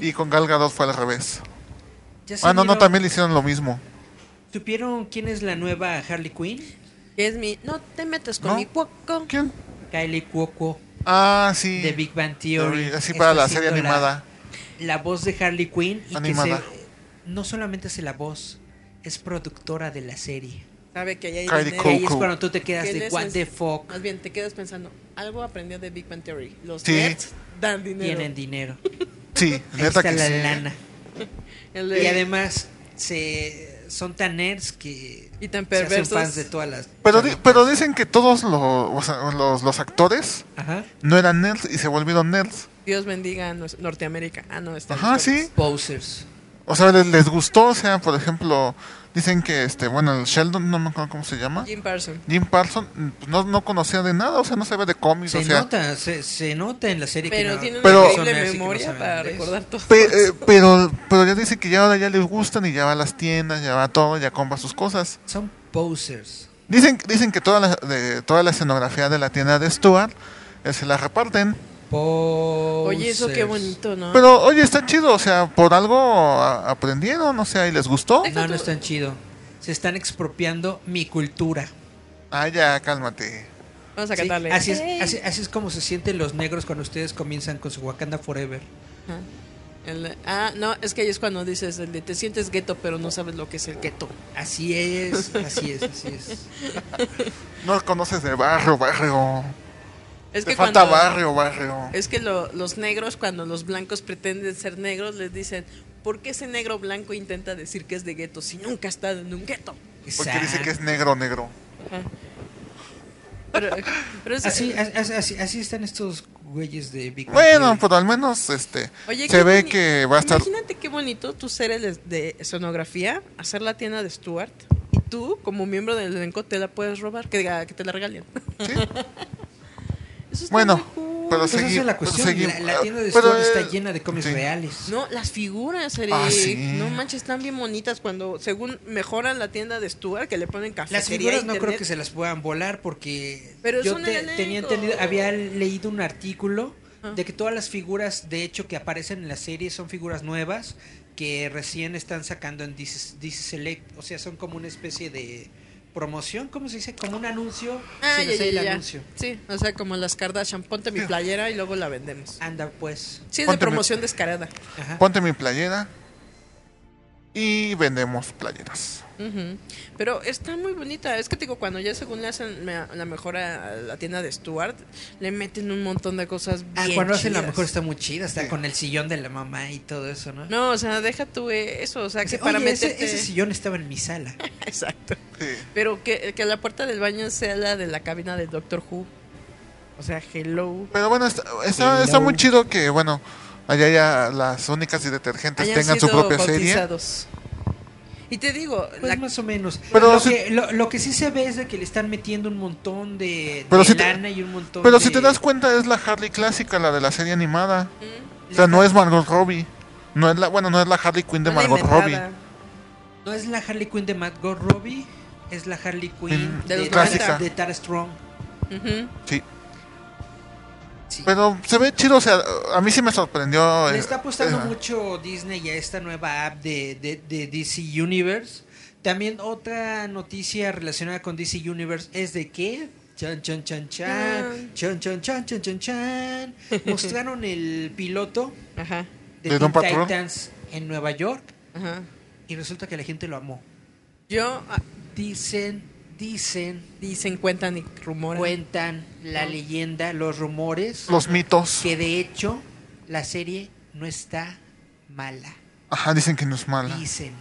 Speaker 4: Y con Gal Gadot fue al revés.
Speaker 1: Ya
Speaker 4: Ah, no, no,
Speaker 1: supieron-
Speaker 4: también le hicieron lo mismo.
Speaker 1: ¿Supieron quién es la nueva Harley Quinn?
Speaker 3: Es mi. No te metas con
Speaker 4: ¿No?
Speaker 3: mi cuoco.
Speaker 4: ¿Quién?
Speaker 1: Kylie Cuoco
Speaker 4: Ah, sí.
Speaker 1: de Big Bang
Speaker 4: Theory,
Speaker 1: Theory.
Speaker 4: Así
Speaker 1: está
Speaker 4: para la serie
Speaker 1: haciendo la-
Speaker 4: animada.
Speaker 1: La, voz de Harley Quinn. Y
Speaker 4: Animada.
Speaker 1: Que se- no solamente hace la voz, es productora de la serie.
Speaker 3: Sabe que ahí hay
Speaker 4: Kylie
Speaker 3: dinero.
Speaker 1: Y ahí es
Speaker 4: Cuoco.
Speaker 1: cuando tú te quedas
Speaker 3: ¿Qué
Speaker 1: de
Speaker 3: les
Speaker 1: what
Speaker 3: es-
Speaker 1: the fuck.
Speaker 3: Más bien, te quedas pensando, algo aprendió de Big Bang Theory. Los
Speaker 4: Sí.
Speaker 3: nerds dan dinero.
Speaker 1: Tienen dinero.
Speaker 4: Sí,
Speaker 1: Ahí
Speaker 4: neta
Speaker 1: está
Speaker 4: que
Speaker 1: la
Speaker 4: sí.
Speaker 1: lana.
Speaker 3: El de-
Speaker 1: Y además se son tan nerds que
Speaker 3: Y tan
Speaker 1: se hacen
Speaker 3: perversos.
Speaker 1: fans de todas las
Speaker 4: Pero, di- pero dicen que todos lo- o sea, los, los actores
Speaker 1: Ajá.
Speaker 4: no eran nerds y se volvieron nerds.
Speaker 3: Dios bendiga a nos- Norteamérica. Ah, no, está.
Speaker 4: Ajá, sí.
Speaker 1: Posers.
Speaker 4: O sea, les, les gustó, o sea, por ejemplo, dicen que, este, bueno, el Sheldon, no me acuerdo cómo se llama.
Speaker 3: Jim Parsons.
Speaker 4: Jim Parsons mm, pues, no, no conocía de nada, o sea, no sabía de cómics,
Speaker 1: Se
Speaker 4: o sea.
Speaker 1: nota, se, se nota en la serie que
Speaker 3: Pero
Speaker 1: no-
Speaker 3: tiene una
Speaker 4: Pero-
Speaker 1: son nerds
Speaker 3: increíble
Speaker 1: y que no
Speaker 3: memoria
Speaker 1: saben
Speaker 3: para
Speaker 1: de eso.
Speaker 3: recordar todo.
Speaker 4: Pe- eh, pero, pero ya dicen que ya ahora ya les gustan y ya va a las tiendas, ya va a todo, ya compra sus cosas.
Speaker 1: Son posers.
Speaker 4: Dicen, dicen que toda la, de- toda la escenografía de la tienda de Stuart eh, se la reparten.
Speaker 1: Posers.
Speaker 3: Oye, eso qué bonito, ¿no?
Speaker 4: Pero oye, está chido, o sea, por algo a- aprendieron, o sea, y les gustó.
Speaker 1: No, no es tan chido. Se están expropiando mi cultura.
Speaker 4: Ah, ya, cálmate.
Speaker 3: Vamos a
Speaker 1: ¿sí?
Speaker 3: cantarle.
Speaker 1: Así, es,
Speaker 3: Hey.
Speaker 1: así, así es como se sienten los negros cuando ustedes comienzan con su Wakanda Forever.
Speaker 3: Ajá. El de- ah, no, es que ahí es cuando dices, el de, te sientes gueto, pero no sabes lo que es el gueto.
Speaker 1: Así es, así es, así es.
Speaker 4: No conoces de barrio, barrio.
Speaker 3: Es
Speaker 4: Te
Speaker 3: que
Speaker 4: falta
Speaker 3: cuando-
Speaker 4: barrio, barrio.
Speaker 3: Es que lo- los negros, cuando los blancos pretenden ser negros, les dicen, ¿por qué ese negro blanco intenta decir que es de gueto si nunca ha estado en un gueto?
Speaker 4: Porque dice
Speaker 1: Exacto.
Speaker 4: que es negro, negro.
Speaker 3: Pero, pero es-
Speaker 1: Así, así, así- así están estos güeyes de Big Bang
Speaker 4: Bueno, pues,
Speaker 1: Theory.
Speaker 4: pero al menos este
Speaker 3: Oye,
Speaker 4: se
Speaker 3: qué
Speaker 4: ve
Speaker 3: boni-
Speaker 4: que va a estar.
Speaker 3: Imagínate qué bonito tú ser el de escenografía, hacer la tienda de Stuart y tú, como miembro del elenco, te la puedes robar, que, diga- que te la regalen.
Speaker 4: Sí.
Speaker 3: Eso está
Speaker 4: Bueno,
Speaker 3: muy cool.
Speaker 4: pero
Speaker 1: Pues esa
Speaker 4: seguimos. eh,
Speaker 1: es la cuestión. la,
Speaker 4: ah,
Speaker 1: la tienda de Stuart está llena de cómics reales.
Speaker 3: No, las figuras, Eric.
Speaker 4: Ah, sí.
Speaker 3: No manches, están bien bonitas cuando, según mejoran la tienda de Stuart, que le ponen café.
Speaker 1: Las figuras no creo que se las puedan volar porque
Speaker 3: Pero es
Speaker 1: yo
Speaker 3: un
Speaker 1: te-
Speaker 3: elenco.
Speaker 1: tenía entendido, había leído un artículo
Speaker 3: Ah.
Speaker 1: de que todas las figuras, de hecho, que aparecen en la serie son figuras nuevas que recién están sacando en DC, DC Select. O sea, son como una especie de promoción, ¿cómo se dice? Como un anuncio.
Speaker 3: Ah,
Speaker 1: sin
Speaker 3: ya, ya,
Speaker 1: hacer el
Speaker 3: ya, ya.
Speaker 1: anuncio.
Speaker 3: Sí, o sea, como las Kardashian, ponte mi playera y luego la vendemos.
Speaker 1: Anda, pues.
Speaker 3: Sí, es
Speaker 4: Ponte
Speaker 3: de
Speaker 4: mi-
Speaker 3: promoción descarada.
Speaker 1: Ajá.
Speaker 4: Ponte mi playera y vendemos playeras.
Speaker 3: Ujú. Pero está muy bonita. Es que te digo, cuando ya según le hacen me- la mejora a la tienda de Stuart, le meten un montón de cosas bien
Speaker 1: Ah, cuando hacen la
Speaker 3: chidas.
Speaker 1: mejor está muy chida, está con el sillón de la mamá y todo eso, ¿no?
Speaker 3: No, o sea, deja tú eh, eso, o sea, que
Speaker 1: Dice,
Speaker 3: para
Speaker 1: "Oye, ese-
Speaker 3: meterte...
Speaker 1: ese sillón estaba en mi sala.
Speaker 3: Exacto.
Speaker 4: Sí.
Speaker 3: Pero que, que la puerta del baño sea la de la cabina del Doctor Who. O sea, hello.
Speaker 4: Pero bueno, está, está, está muy chido que, bueno, allá ya las únicas y detergentes
Speaker 3: Hayan
Speaker 4: tengan su
Speaker 3: sido
Speaker 4: propia serie.
Speaker 3: bautizados. Y te digo,
Speaker 1: Pues
Speaker 3: la-
Speaker 1: más o menos.
Speaker 4: Pero
Speaker 1: lo,
Speaker 4: si-
Speaker 1: que, lo, lo que sí se ve es de que le están metiendo un montón de,
Speaker 4: Pero
Speaker 1: de
Speaker 4: si te-
Speaker 1: lana y un montón
Speaker 4: Pero
Speaker 1: de...
Speaker 4: si te das cuenta, es la Harley clásica, la de la serie animada.
Speaker 1: le
Speaker 4: O sea, no
Speaker 1: están-
Speaker 4: es Margot Robbie. No es la, bueno, no es la Harley Quinn de
Speaker 3: una
Speaker 4: Margot Robbie.
Speaker 3: inventada.
Speaker 1: no es la Harley Quinn de Margot Robbie, es la Harley Quinn
Speaker 4: Mm,
Speaker 1: de,
Speaker 3: de los
Speaker 1: Tara,
Speaker 4: noventa.
Speaker 1: de Tara Strong.
Speaker 3: Ujú.
Speaker 4: Sí.
Speaker 1: Sí.
Speaker 4: Pero se ve chido, o sea, a mí sí me sorprendió.
Speaker 1: Le
Speaker 4: eh,
Speaker 1: está apostando
Speaker 4: eh,
Speaker 1: mucho Disney a esta nueva app de, de- de DC Universe. También otra noticia relacionada con DC Universe es de que... Chan, chan, chan, chan, chan, chan, chan, chan, chan, chan. Mostraron el piloto
Speaker 3: Ajá,
Speaker 1: de,
Speaker 4: ¿De
Speaker 1: Teen
Speaker 4: Doom Patrol?
Speaker 1: Titans en Nueva York
Speaker 3: ajá.
Speaker 1: y resulta que la gente lo amó.
Speaker 3: Yo, ah,
Speaker 1: Dicen, dicen,
Speaker 3: dicen, cuentan y rumoran.
Speaker 1: cuentan la leyenda, los rumores,
Speaker 4: Los mitos.
Speaker 1: que de hecho la serie no está mala.
Speaker 4: Ajá, dicen que no es mala.
Speaker 1: Dicen.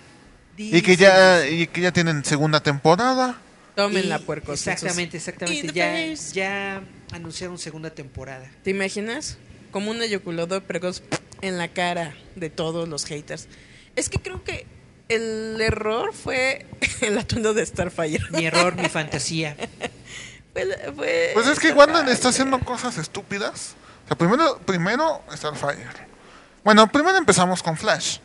Speaker 4: Y que
Speaker 1: dicen.
Speaker 4: ya, y que ya tienen segunda temporada.
Speaker 3: Tomen la
Speaker 1: Y-
Speaker 3: puerco.
Speaker 1: Exactamente,
Speaker 3: In
Speaker 1: exactamente.
Speaker 3: the
Speaker 1: Ya,
Speaker 3: face.
Speaker 1: ya anunciaron segunda temporada.
Speaker 3: ¿Te imaginas? Como un eyaculador precoz en la cara de todos los haters. Es que creo que el error fue el atuendo de Starfire.
Speaker 1: Mi error, mi fantasía.
Speaker 3: Fue la- fue
Speaker 4: Pues es que Wanda
Speaker 3: Starfire.
Speaker 4: está haciendo cosas estúpidas. O sea, primero, primero Starfire. Bueno, primero empezamos con Flash.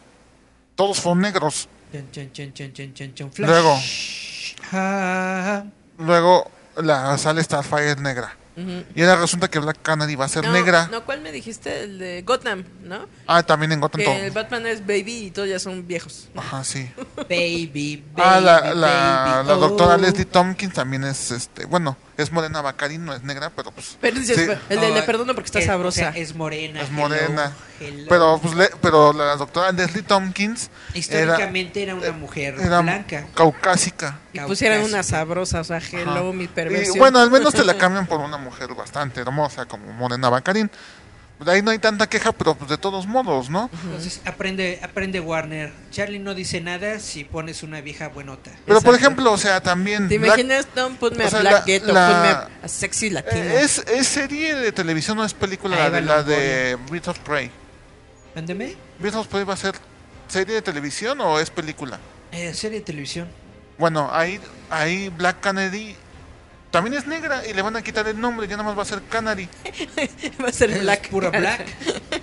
Speaker 4: Todos fueron negros.
Speaker 1: Chan, chan, chan, chan, chan, chan, chan, flash.
Speaker 4: Luego.
Speaker 1: Ah,
Speaker 4: Luego la sale Starfire negra. Y ahora resulta que Black Canary va a ser
Speaker 3: No,
Speaker 4: negra.
Speaker 3: No, ¿cuál me dijiste? El de Gotham, ¿no?
Speaker 4: Ah, también en Gotham.
Speaker 3: Que el
Speaker 4: todo.
Speaker 3: Batman es baby y todos ya son viejos.
Speaker 4: Ajá, sí.
Speaker 1: Baby, baby.
Speaker 4: ah, la, la,
Speaker 1: baby,
Speaker 4: la
Speaker 1: oh.
Speaker 4: doctora Leslie Tompkins también es, este, bueno, es morena Bacari, no es negra, pero pues...
Speaker 3: Pero dices,
Speaker 4: Sí.
Speaker 3: el de
Speaker 1: No,
Speaker 3: le perdono porque está
Speaker 1: es-
Speaker 3: sabrosa.
Speaker 1: o sea, es morena.
Speaker 4: Es
Speaker 1: hello,
Speaker 4: morena.
Speaker 1: hello.
Speaker 4: Pero, pues, le- pero la doctora Leslie Tompkins era, eh,
Speaker 1: Históricamente era, una mujer
Speaker 4: era
Speaker 1: blanca.
Speaker 4: caucásica.
Speaker 3: y pusieran
Speaker 1: caucásica.
Speaker 3: una sabrosa, o sea, hello,
Speaker 4: Ajá.
Speaker 3: mi
Speaker 4: Y
Speaker 3: perversión.
Speaker 4: bueno, al menos te la cambian por una mujer bastante hermosa como Morena Bacarín. De ahí no hay tanta queja, pero pues de todos modos, ¿no?
Speaker 1: Entonces aprende, aprende Warner. Charlie no dice nada si pones una vieja buenota.
Speaker 4: Pero por
Speaker 3: Exacto.
Speaker 4: ejemplo, o sea, también...
Speaker 3: ¿Te
Speaker 4: Black-
Speaker 3: imaginas? No, ponme
Speaker 4: o sea,
Speaker 3: a Black
Speaker 4: la-
Speaker 3: Ghetto,
Speaker 4: la-
Speaker 3: ponme a, a Sexy Latina.
Speaker 4: eh, es, es serie de televisión, no es película,
Speaker 1: Ahí va
Speaker 4: la de,
Speaker 1: el
Speaker 4: la de Birds of Prey.
Speaker 1: Mándeme.
Speaker 4: ¿Birds of Prey va a ser serie de televisión o es película?
Speaker 1: Eh, serie de televisión.
Speaker 4: Bueno, ahí, ahí Black Canary también es negra y le van a quitar el nombre, ya nada más va a ser Canary.
Speaker 3: Va a ser
Speaker 1: Es
Speaker 3: Black.
Speaker 1: pura black.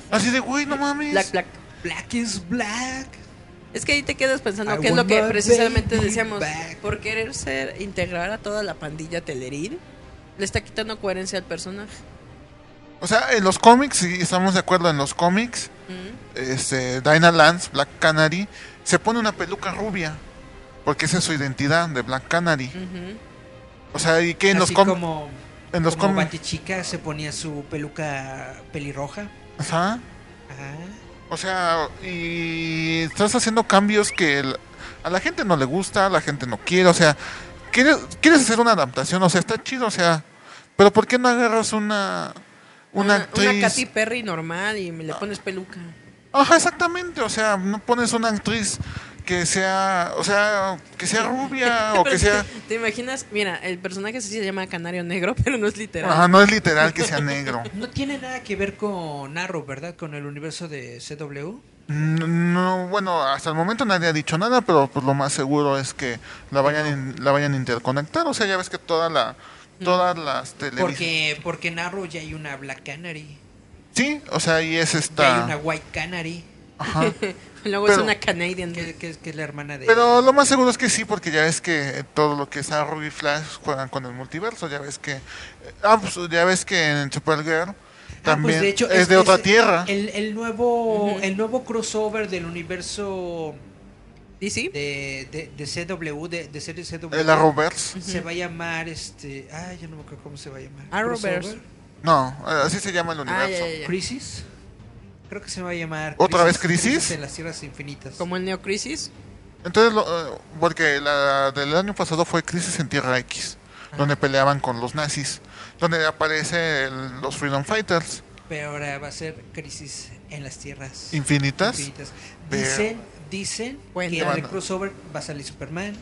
Speaker 4: Así de, güey, no mames.
Speaker 3: Black, Black.
Speaker 1: Black is black.
Speaker 3: Es que ahí te quedas pensando
Speaker 1: I
Speaker 3: que es lo
Speaker 1: want
Speaker 3: que
Speaker 1: my
Speaker 3: precisamente
Speaker 1: baby
Speaker 3: decíamos.
Speaker 1: back.
Speaker 3: Por querer ser, integrar a toda la pandilla Telerín, le está quitando coherencia al personaje.
Speaker 4: O sea, en los cómics, sí, estamos de acuerdo, en los cómics,
Speaker 3: Mm.
Speaker 4: este, Dinah Lance, Black Canary, se pone una peluca rubia. Porque esa es su identidad de Black Canary.
Speaker 3: Ujú.
Speaker 4: O sea, y que en los
Speaker 1: Así
Speaker 4: cómics.
Speaker 1: como,
Speaker 4: En los
Speaker 1: como
Speaker 4: cómics.
Speaker 1: Batichica se ponía su peluca pelirroja. Ah.
Speaker 4: Ajá.
Speaker 1: Ajá.
Speaker 4: O sea, y estás haciendo cambios que el- a la gente no le gusta, a la gente no quiere, o sea, quieres, quieres hacer una adaptación, o sea, está chido, o sea, pero ¿por qué no agarras una una, actriz? Ah.
Speaker 3: una Katy Perry normal y me le pones peluca.
Speaker 4: Ajá, exactamente, o sea, no pones una actriz que sea, o sea, que sea rubia o que sea,
Speaker 3: ¿Te imaginas? Mira, el personaje sí se llama Canario Negro, pero no es literal.
Speaker 4: ajá, no es literal que sea negro.
Speaker 1: No tiene nada que ver con Arrow, ¿verdad? Con el universo de CW.
Speaker 4: No, no, bueno, hasta el momento nadie ha dicho nada, pero pues lo más seguro es que la vayan in- la vayan a interconectar, o sea, ya ves que toda la todas las
Speaker 1: Mm.
Speaker 4: televisiones.
Speaker 1: Porque, porque en Arrow ya hay una Black Canary.
Speaker 4: Sí, o sea, y es
Speaker 1: Ya hay
Speaker 4: esta.
Speaker 1: una White Canary.
Speaker 4: Ajá.
Speaker 3: Luego es
Speaker 4: Pero-
Speaker 3: una Canadian.
Speaker 1: Que, que- que es la hermana de.
Speaker 4: Pero lo más seguro es que sí, porque ya ves que eh, todo lo que es Arrow y Flash juegan con el multiverso, ya ves que ah, pues, ya ves que en Supergirl
Speaker 1: Ah,
Speaker 4: también
Speaker 1: pues, hecho,
Speaker 4: es, de otra
Speaker 1: es
Speaker 4: tierra.
Speaker 1: El, el nuevo,
Speaker 3: Ujú.
Speaker 1: el nuevo crossover del universo
Speaker 3: ¿Y sí?
Speaker 1: de, de, de CW, de, de serie CW.
Speaker 4: El Arrowverse.
Speaker 1: Se va a llamar este. Ah, ya no me acuerdo cómo se va a llamar.
Speaker 3: Arrowverse.
Speaker 1: Crossover.
Speaker 4: No, así se llama el
Speaker 3: Ah,
Speaker 4: universo.
Speaker 3: ya, ya, ya.
Speaker 1: Crisis. Creo que se va a llamar.
Speaker 4: ¿Otra vez Crisis?
Speaker 1: en las Tierras Infinitas.
Speaker 3: Como el Neocrisis.
Speaker 4: Entonces, lo- eh, porque la del año pasado fue Crisis en Tierra X, donde peleaban con los nazis, donde aparecen los Freedom Fighters
Speaker 1: Pero ahora va a ser Crisis en las Tierras
Speaker 4: infinitas.
Speaker 1: Infinitas.
Speaker 4: Pero-
Speaker 1: Dicen, dicen
Speaker 3: Bueno.
Speaker 1: que en el
Speaker 4: Bueno.
Speaker 1: crossover va a salir Superman.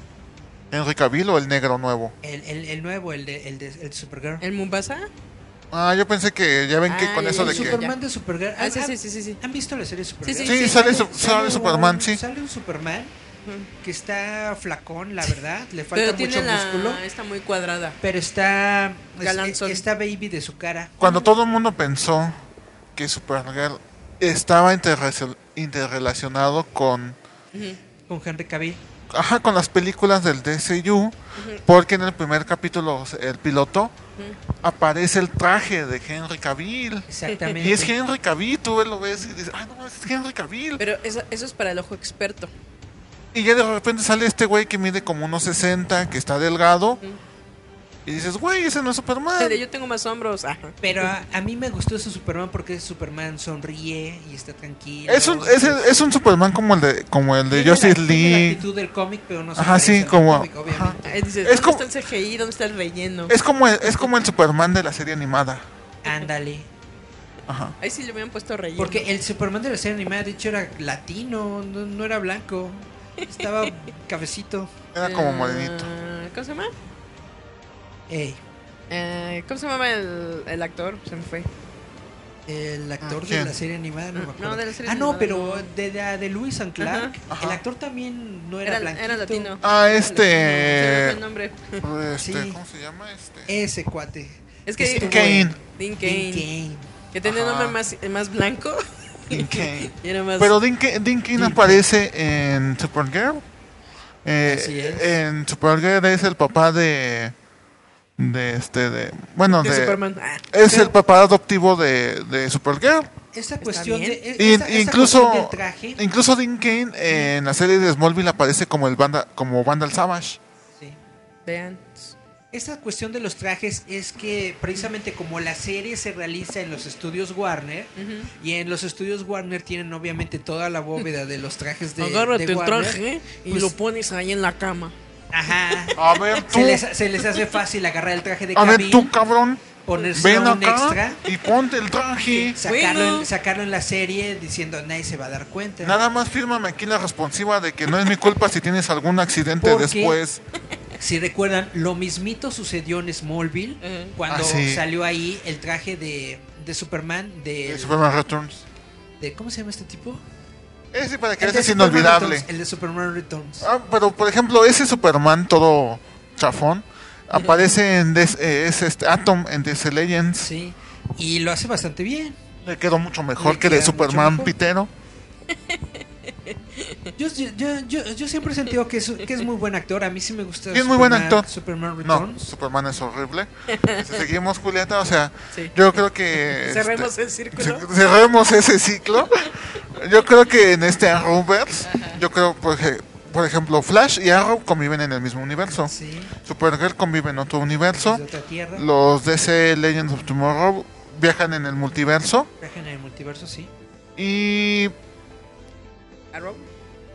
Speaker 4: Henry Cavill o el negro nuevo.
Speaker 1: El, el, el nuevo, el de, el de el Supergirl.
Speaker 3: ¿El Mombasa?
Speaker 4: Ah, yo pensé que ya ven que con
Speaker 3: Ay,
Speaker 4: eso
Speaker 1: Ah, El
Speaker 4: de que
Speaker 1: Superman de Supergirl.
Speaker 3: Ah, sí,
Speaker 1: ¿Han-
Speaker 3: sí, sí, sí, sí.
Speaker 1: ¿Han visto la serie Supergirl?
Speaker 3: Sí,
Speaker 4: Sí, sale, su-
Speaker 1: un-
Speaker 4: sale Superman,
Speaker 1: un-
Speaker 4: sí.
Speaker 1: Sale un Superman
Speaker 3: Ujú.
Speaker 1: que está flacón, la verdad. Le falta
Speaker 3: Pero tiene
Speaker 1: mucho
Speaker 3: la...
Speaker 1: músculo.
Speaker 3: Está muy cuadrada.
Speaker 1: Pero está. es-
Speaker 3: Galanzón.
Speaker 1: está baby de su cara.
Speaker 4: Cuando todo el mundo pensó que Supergirl estaba interrelacion- interrelacionado con
Speaker 3: Ujú.
Speaker 1: Con Henry Cavill.
Speaker 4: ajá, con las películas del DCU, porque en el primer capítulo, el piloto, aparece el traje de Henry Cavill.
Speaker 1: Exactamente.
Speaker 4: Y es Henry Cavill, tú lo ves y dices, ah, no, es Henry Cavill.
Speaker 3: Pero eso, eso es para el ojo experto.
Speaker 4: Y ya de repente sale este güey que mide como unos 60, que está delgado. Y dices, güey, ese no es Superman.
Speaker 3: Yo tengo más hombros. Ajá.
Speaker 1: Pero a, a mí me gustó ese Superman porque ese Superman sonríe y está tranquilo.
Speaker 4: Es un, es, es un Superman como el de, como el de
Speaker 1: Tiene la-
Speaker 4: Justice
Speaker 1: tiene la
Speaker 4: League.
Speaker 1: actitud del cómic, pero no se
Speaker 4: Ajá,
Speaker 1: parece
Speaker 4: sí,
Speaker 1: al
Speaker 4: como-
Speaker 1: cómic, obviamente.
Speaker 3: Ahí dices, ¿dónde
Speaker 4: Es como-
Speaker 3: está el CGI? ¿Dónde está el relleno?
Speaker 4: Es como, el, es como el Superman de la serie animada.
Speaker 1: Ándale.
Speaker 4: Ajá.
Speaker 3: Ahí sí le hubieran puesto relleno.
Speaker 1: Porque el Superman de la serie animada, de hecho, era latino, no, no era blanco. Estaba cabecito.
Speaker 4: Era como morenito.
Speaker 3: Ah, ¿Cómo se llama?
Speaker 1: Ey,
Speaker 3: Eh, ¿Cómo se llama el, el actor? Se me fue.
Speaker 1: el actor
Speaker 4: Ah,
Speaker 1: de
Speaker 4: ¿quién?
Speaker 1: la serie animada, no me
Speaker 3: No,
Speaker 1: acuerdo.
Speaker 3: de la serie
Speaker 1: ah, no,
Speaker 3: animada,
Speaker 1: pero
Speaker 3: no.
Speaker 1: de, la de Lewis and Clark,
Speaker 4: Ajá.
Speaker 1: el actor también no era,
Speaker 3: Era,
Speaker 1: blanco.
Speaker 3: era latino.
Speaker 4: Ah,
Speaker 3: Se me fue
Speaker 4: este.
Speaker 3: el nombre.
Speaker 4: este
Speaker 1: Sí.
Speaker 4: ¿Cómo se llama este?
Speaker 1: Ese cuate. Este
Speaker 3: Es que
Speaker 4: Dean
Speaker 3: Dean
Speaker 4: Cain.
Speaker 3: Dean Cain.
Speaker 1: Dean Cain.
Speaker 3: Que tenía un
Speaker 4: Ajá.
Speaker 3: nombre más, eh, más blanco.
Speaker 4: Dean Cain.
Speaker 3: Y era más.
Speaker 4: Pero Dean Ca- Dean Cain aparece en Supergirl. Eh,
Speaker 1: Así es.
Speaker 4: En Supergirl es el papá de. de este de bueno
Speaker 3: De
Speaker 4: de-
Speaker 3: Superman. Ah,
Speaker 4: es
Speaker 1: Pero- E-,
Speaker 4: el papá adoptivo de, de Supergirl
Speaker 1: Esta cuestión
Speaker 3: bien.
Speaker 1: de, e-
Speaker 4: y,
Speaker 1: esta- esta
Speaker 4: incluso
Speaker 1: cuestión del traje,
Speaker 4: incluso Dean Kane eh, en la serie de Smallville aparece como el banda como Vandal Savage
Speaker 1: sí.
Speaker 3: vean.
Speaker 1: Esta cuestión de los trajes es que precisamente como la serie se realiza en los estudios Warner y en los estudios Warner tienen obviamente toda la bóveda de los trajes de,
Speaker 3: Agárrate
Speaker 1: de
Speaker 3: el
Speaker 1: Warner.
Speaker 3: traje y
Speaker 1: Pues-
Speaker 3: lo pones ahí en la cama.
Speaker 1: Ajá.
Speaker 4: a ver tú
Speaker 1: Se les, se les hace fácil agarrar el traje de
Speaker 4: a ver tú
Speaker 1: Cavill,
Speaker 4: cabrón
Speaker 1: ponerse
Speaker 4: ven
Speaker 1: un
Speaker 4: acá
Speaker 1: extra,
Speaker 4: y ponte el traje
Speaker 1: sacarlo,
Speaker 3: Bueno.
Speaker 1: en, sacarlo en la serie diciendo nadie se va a dar cuenta.
Speaker 4: nada más fírmame aquí la responsiva de que no es mi culpa si tienes algún accidente
Speaker 1: ¿Por qué?
Speaker 4: después
Speaker 1: Si recuerdan, lo mismito sucedió en Smallville
Speaker 3: Ujú.
Speaker 1: cuando
Speaker 4: Ah, sí.
Speaker 1: salió ahí el traje de, de Superman de,
Speaker 4: de Superman Returns
Speaker 1: de- ¿cómo se llama este tipo?
Speaker 4: ese para que
Speaker 1: El de
Speaker 4: ese es
Speaker 1: Superman
Speaker 4: inolvidable
Speaker 1: Returns, el de Superman Returns.
Speaker 4: Ah, pero por ejemplo, ese Superman todo chafón aparece en Des- eh, es este Atom en DC Legends.
Speaker 1: Sí. Y lo hace bastante bien.
Speaker 4: Le quedó mucho mejor
Speaker 1: Le
Speaker 4: que el de
Speaker 1: queda mucho
Speaker 4: Superman
Speaker 1: mejor.
Speaker 4: Pitero.
Speaker 1: Yo, yo, yo, yo- yo siempre he sentido que es, que es muy buen actor. A mí sí me gusta.
Speaker 4: Sí, es muy buen
Speaker 1: Superman-
Speaker 4: actor.
Speaker 1: Superman
Speaker 4: No,
Speaker 1: Returns.
Speaker 4: Superman es horrible. Si seguimos, Julieta, o sea,
Speaker 3: Sí.
Speaker 4: yo creo que. este,
Speaker 3: Cerremos el círculo.
Speaker 4: cer- cerremos ese ciclo. Yo creo que en este Arrowverse, yo creo, por, ej- por ejemplo, Flash y Arrow conviven en el mismo universo.
Speaker 1: Sí.
Speaker 4: Supergirl convive en otro universo.
Speaker 1: desde otra tierra.
Speaker 4: Los DC Legends of Tomorrow viajan en el multiverso.
Speaker 1: Viajan en el multiverso, sí.
Speaker 4: Y.
Speaker 3: Arrow.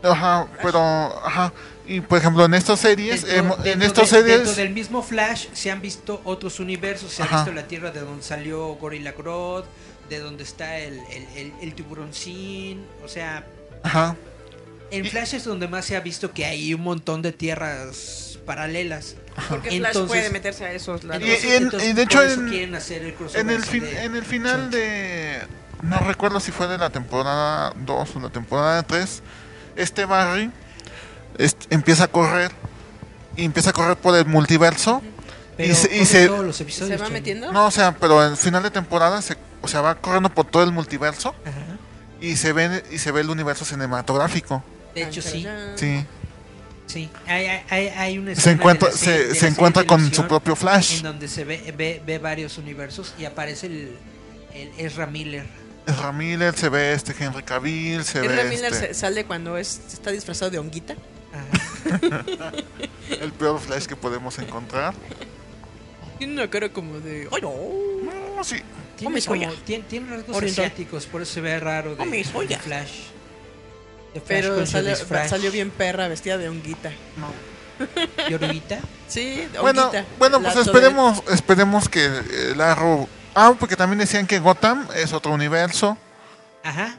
Speaker 4: Ajá, pero. Ajá. Y por ejemplo, en estas series.
Speaker 1: Dentro-
Speaker 4: hemo- eh, en
Speaker 1: dentro
Speaker 4: estas
Speaker 1: de- Dentro
Speaker 4: series.
Speaker 1: del mismo Flash se han visto otros universos. Se
Speaker 4: Ajá.
Speaker 1: ha visto la tierra de donde salió Gorilla Grodd, de donde está el, el, el, el tiburoncín. O sea,
Speaker 4: Ajá.
Speaker 1: en
Speaker 4: Y-
Speaker 1: Flash es donde más se ha visto que hay un montón de tierras paralelas.
Speaker 3: Porque Flash
Speaker 1: Entonces-
Speaker 3: puede meterse a esos lados.
Speaker 4: Y- en- y de
Speaker 1: por
Speaker 4: hecho
Speaker 1: eso
Speaker 4: en-
Speaker 1: quieren hacer el crossover
Speaker 4: En el, fin-
Speaker 1: de-
Speaker 4: en el final de. No recuerdo si fue de la temporada 2 o la temporada 3. Este Barry est- empieza a correr. Y empieza a correr por el multiverso.
Speaker 1: Pero
Speaker 4: y se- y
Speaker 1: corre
Speaker 4: se-
Speaker 1: todos los episodios,
Speaker 3: ¿Se va
Speaker 1: Tony.
Speaker 3: metiendo?
Speaker 4: No, o sea, pero en final de temporada se, o sea, va corriendo por todo el multiverso.
Speaker 1: Ajá.
Speaker 4: Y se ve, y se ve el universo cinematográfico.
Speaker 1: De hecho, sí.
Speaker 4: Sí.
Speaker 1: sí. Hay, hay- hay- hay una
Speaker 4: Se
Speaker 1: escena
Speaker 4: encuentra,
Speaker 1: de la serie- de
Speaker 4: se,
Speaker 1: la
Speaker 4: se
Speaker 1: serie
Speaker 4: encuentra
Speaker 1: de
Speaker 4: con
Speaker 1: televisión
Speaker 4: su propio Flash.
Speaker 1: En donde se ve, ve, ve varios universos y aparece el, el Ezra Miller.
Speaker 4: Ezra Miller, se ve este Henry Cavill, se
Speaker 3: Ezra
Speaker 4: ve
Speaker 3: Miller
Speaker 4: este,
Speaker 3: se- sale cuando es, está disfrazado de honguita.
Speaker 1: Ajá.
Speaker 4: el peor Flash que podemos encontrar.
Speaker 3: Tiene una cara como de. ¡Ay, no!
Speaker 4: No, Mm, sí.
Speaker 1: Tiene,
Speaker 3: soy
Speaker 1: como-
Speaker 3: yo?
Speaker 1: tiene- tiene rasgos
Speaker 3: Oriental.
Speaker 1: asiáticos, por eso se ve raro de,
Speaker 3: ¿Cómo me soy
Speaker 1: de
Speaker 3: yo?
Speaker 1: Flash. De Flash
Speaker 3: Pero
Speaker 1: con su
Speaker 3: sale-
Speaker 1: disfraz.
Speaker 3: salió bien perra, vestida de honguita.
Speaker 4: no.
Speaker 1: Y ahorita,
Speaker 3: Sí, honguita.
Speaker 4: Bueno, bueno,
Speaker 3: La
Speaker 4: pues
Speaker 3: sobre-
Speaker 4: esperemos, esperemos que el Arrow. Ah, porque también decían que Gotham es otro universo.
Speaker 1: Ajá.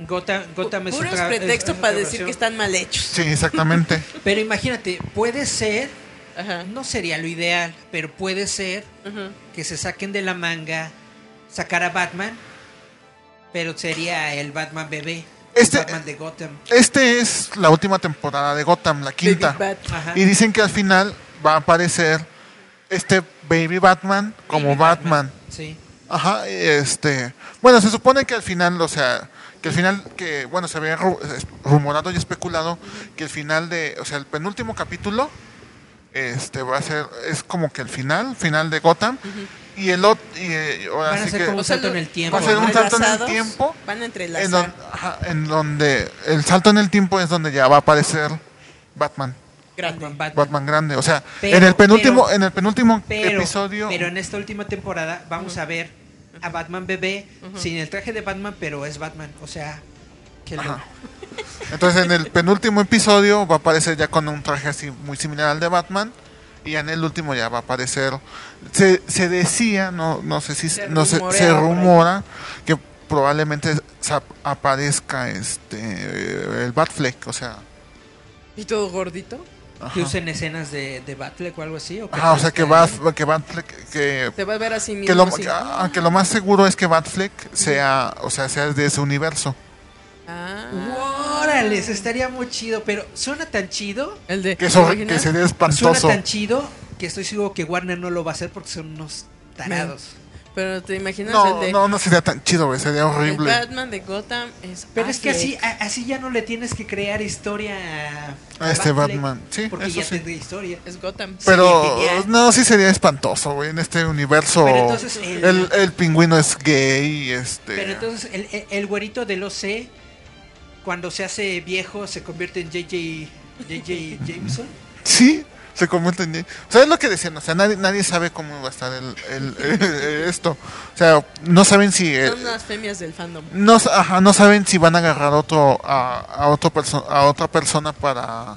Speaker 1: Gotham, Gotham es
Speaker 3: Puros
Speaker 1: otra- es-
Speaker 3: pretextos
Speaker 1: es
Speaker 3: para
Speaker 1: otra
Speaker 3: decir que
Speaker 1: versión.
Speaker 3: están mal hechos.
Speaker 4: Sí, exactamente.
Speaker 1: Pero imagínate, puede ser,
Speaker 3: Ajá.
Speaker 1: no sería lo ideal, pero puede ser
Speaker 3: Ajá.
Speaker 1: que se saquen de la manga sacar a Batman, pero sería el Batman bebé,
Speaker 4: Este-
Speaker 1: el Batman de Gotham.
Speaker 4: Este es la última temporada de Gotham, la quinta.
Speaker 3: Baby Bat.
Speaker 1: Ajá.
Speaker 4: Y dicen que al final va a aparecer este Baby Batman como Batman.
Speaker 1: Sí.
Speaker 4: Ajá, este. Bueno, se supone que al final, o sea, que al final, que, bueno, se había ru- es- rumorado y especulado que el final de, o sea, el penúltimo capítulo, este, va a ser, es como que el final, final de Gotham, y el otro, y eh, ahora
Speaker 1: Van a
Speaker 4: sí
Speaker 1: ser
Speaker 4: que,
Speaker 1: como- Un salto en el tiempo.
Speaker 4: Va a ser un salto en el
Speaker 3: Entrelazados,
Speaker 4: tiempo.
Speaker 3: Van a entrelazar.
Speaker 4: en, don- ajá, en donde, el salto en el tiempo es donde ya va a aparecer Batman,
Speaker 3: Grande.
Speaker 1: Batman, Batman.
Speaker 4: Batman grande, o sea,
Speaker 1: Pero-
Speaker 4: en el penúltimo,
Speaker 1: pero-
Speaker 4: en el penúltimo
Speaker 1: Pero,
Speaker 4: episodio,
Speaker 1: pero en esta última temporada vamos a ver a Batman bebé sin el traje de Batman, pero es Batman. O sea, que lo-
Speaker 4: Ajá. Entonces en el penúltimo episodio va a aparecer ya con un traje así muy similar al de Batman y ya en el último ya va a aparecer se, se decía no no sé si
Speaker 3: Se
Speaker 4: no sé,
Speaker 3: rumorea
Speaker 4: se
Speaker 3: por ahí.
Speaker 4: rumora que probablemente sa- aparezca este eh, el Batfleck o sea
Speaker 3: Y todo gordito.
Speaker 1: que usen escenas de, de Batfleck o algo así. O que
Speaker 4: ajá, Ah, o sea que
Speaker 1: aparezca
Speaker 4: Bat- que Batfleck que,
Speaker 3: Se va a ver así mismo.
Speaker 4: que lo,
Speaker 3: así.
Speaker 4: que- ah, que lo más seguro es que Batfleck sea o sea sea de ese universo
Speaker 3: Ah.
Speaker 1: ¡Órale! eso Estaría muy chido, pero suena tan chido.
Speaker 3: El de.
Speaker 4: que, eso-
Speaker 3: ¿te
Speaker 4: que
Speaker 3: imaginas?
Speaker 4: sería
Speaker 1: Suena
Speaker 4: espantoso
Speaker 1: tan chido que estoy seguro que Warner no lo va a hacer porque son unos tarados.
Speaker 3: Pero te imaginas el
Speaker 4: No,
Speaker 3: de
Speaker 4: no, no sería tan chido, güey. Sería
Speaker 3: el
Speaker 4: horrible.
Speaker 3: Batman de Gotham. Es
Speaker 1: Pero es que así,
Speaker 3: Affleck.
Speaker 1: a- así ya no le tienes que crear historia a,
Speaker 4: A este
Speaker 1: Batfleck,
Speaker 4: Batman. Sí,
Speaker 1: porque
Speaker 4: eso
Speaker 1: ya
Speaker 4: sí.
Speaker 1: tendría historia.
Speaker 3: es Gotham.
Speaker 4: Pero
Speaker 1: genial.
Speaker 4: no, sí sería espantoso, güey. En este universo.
Speaker 1: Pero entonces el-
Speaker 4: el... el pingüino es gay. Este...
Speaker 1: Pero entonces el, el- el güerito del OC, cuando se hace viejo, se convierte en JJ, JJ Jameson.
Speaker 4: Sí, se convierte en... O sea, es lo que decían, o sea, nadie, nadie sabe cómo va a estar el, el- el- esto. O sea, no saben si... eh,
Speaker 3: Son las femias del fandom.
Speaker 4: no, sa- ajá, no saben si van a agarrar otro a, a otro perso- a otra persona para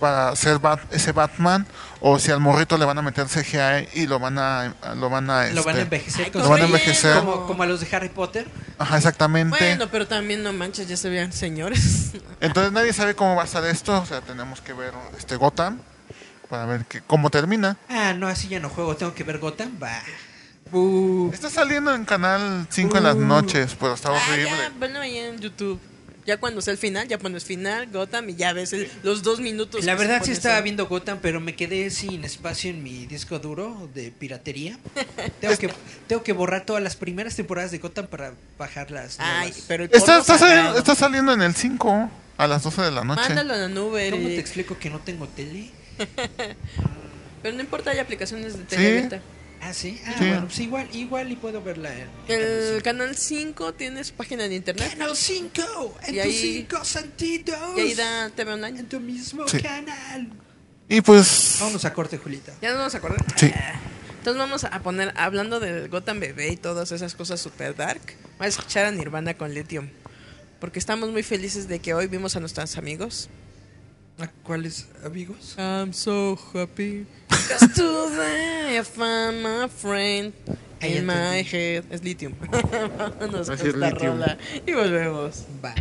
Speaker 4: para ser Bat- ese Batman o si al morrito le van a meter CGI y lo van a lo van a,
Speaker 1: Lo van a
Speaker 4: este,
Speaker 1: envejecer.
Speaker 3: Ay,
Speaker 1: con-
Speaker 4: Lo van a envejecer.
Speaker 1: Como, como a los de Harry Potter.
Speaker 4: ajá, exactamente.
Speaker 3: Bueno, pero también no manches, ya se vean señores.
Speaker 4: Entonces nadie sabe cómo va a estar esto, o sea, tenemos que ver este Gotham para ver que, cómo termina.
Speaker 1: Ah, no, así ya no juego. Tengo que ver Gotham. Va. Bu.
Speaker 4: Está saliendo en canal 5 en las noches, pero está
Speaker 3: Ah,
Speaker 4: horrible.
Speaker 3: ya, bueno, ahí en YouTube. Ya cuando sea el final, ya cuando es final, Gotham y ya ves el- los dos minutos.
Speaker 1: La
Speaker 3: que se
Speaker 1: verdad sí
Speaker 3: pone
Speaker 1: estaba
Speaker 3: eso.
Speaker 1: viendo Gotham, pero me quedé sin espacio en mi disco duro de piratería. Tengo que, tengo que borrar todas las primeras temporadas de Gotham para bajar las
Speaker 3: Ay,
Speaker 1: nuevas.
Speaker 3: pero el
Speaker 4: Está,
Speaker 3: porno
Speaker 4: está,
Speaker 3: sagrado.
Speaker 4: saliendo, está saliendo en el 5 a las 12 de la noche.
Speaker 3: Mándalo a la nube.
Speaker 1: ¿Cómo te
Speaker 3: Eric.
Speaker 1: explico que no tengo tele?
Speaker 3: Pero no importa, hay aplicaciones de
Speaker 4: Sí.
Speaker 3: televenta.
Speaker 1: Ah, sí. Ah,
Speaker 4: Sí.
Speaker 1: bueno, pues igual, igual y puedo verla en...
Speaker 3: El canal 5 tiene su página en internet.
Speaker 1: Canal 5, en
Speaker 3: Y
Speaker 1: tus
Speaker 3: ahí-
Speaker 1: cinco sentidos.
Speaker 3: Y ahí da TV Online.
Speaker 1: En tu mismo
Speaker 4: Sí.
Speaker 1: canal.
Speaker 4: Y pues...
Speaker 1: Vámonos a corte, Julita.
Speaker 3: Ya nos vamos a acordar. Ah,
Speaker 4: Sí.
Speaker 3: Entonces vamos a poner, hablando del Gotham Bebé y todas esas cosas super dark, va a escuchar a Nirvana con Lithium. Porque estamos muy felices de que hoy vimos a nuestros amigos.
Speaker 1: ¿A cuáles amigos?
Speaker 3: I'm so happy. Because today I found my friend
Speaker 1: Ahí
Speaker 3: in my
Speaker 1: entendí.
Speaker 3: head. Es Lithium. Vámonos
Speaker 4: Va a
Speaker 3: con
Speaker 4: ser
Speaker 3: esta
Speaker 4: Lithium.
Speaker 3: rola. Y volvemos.
Speaker 1: Va.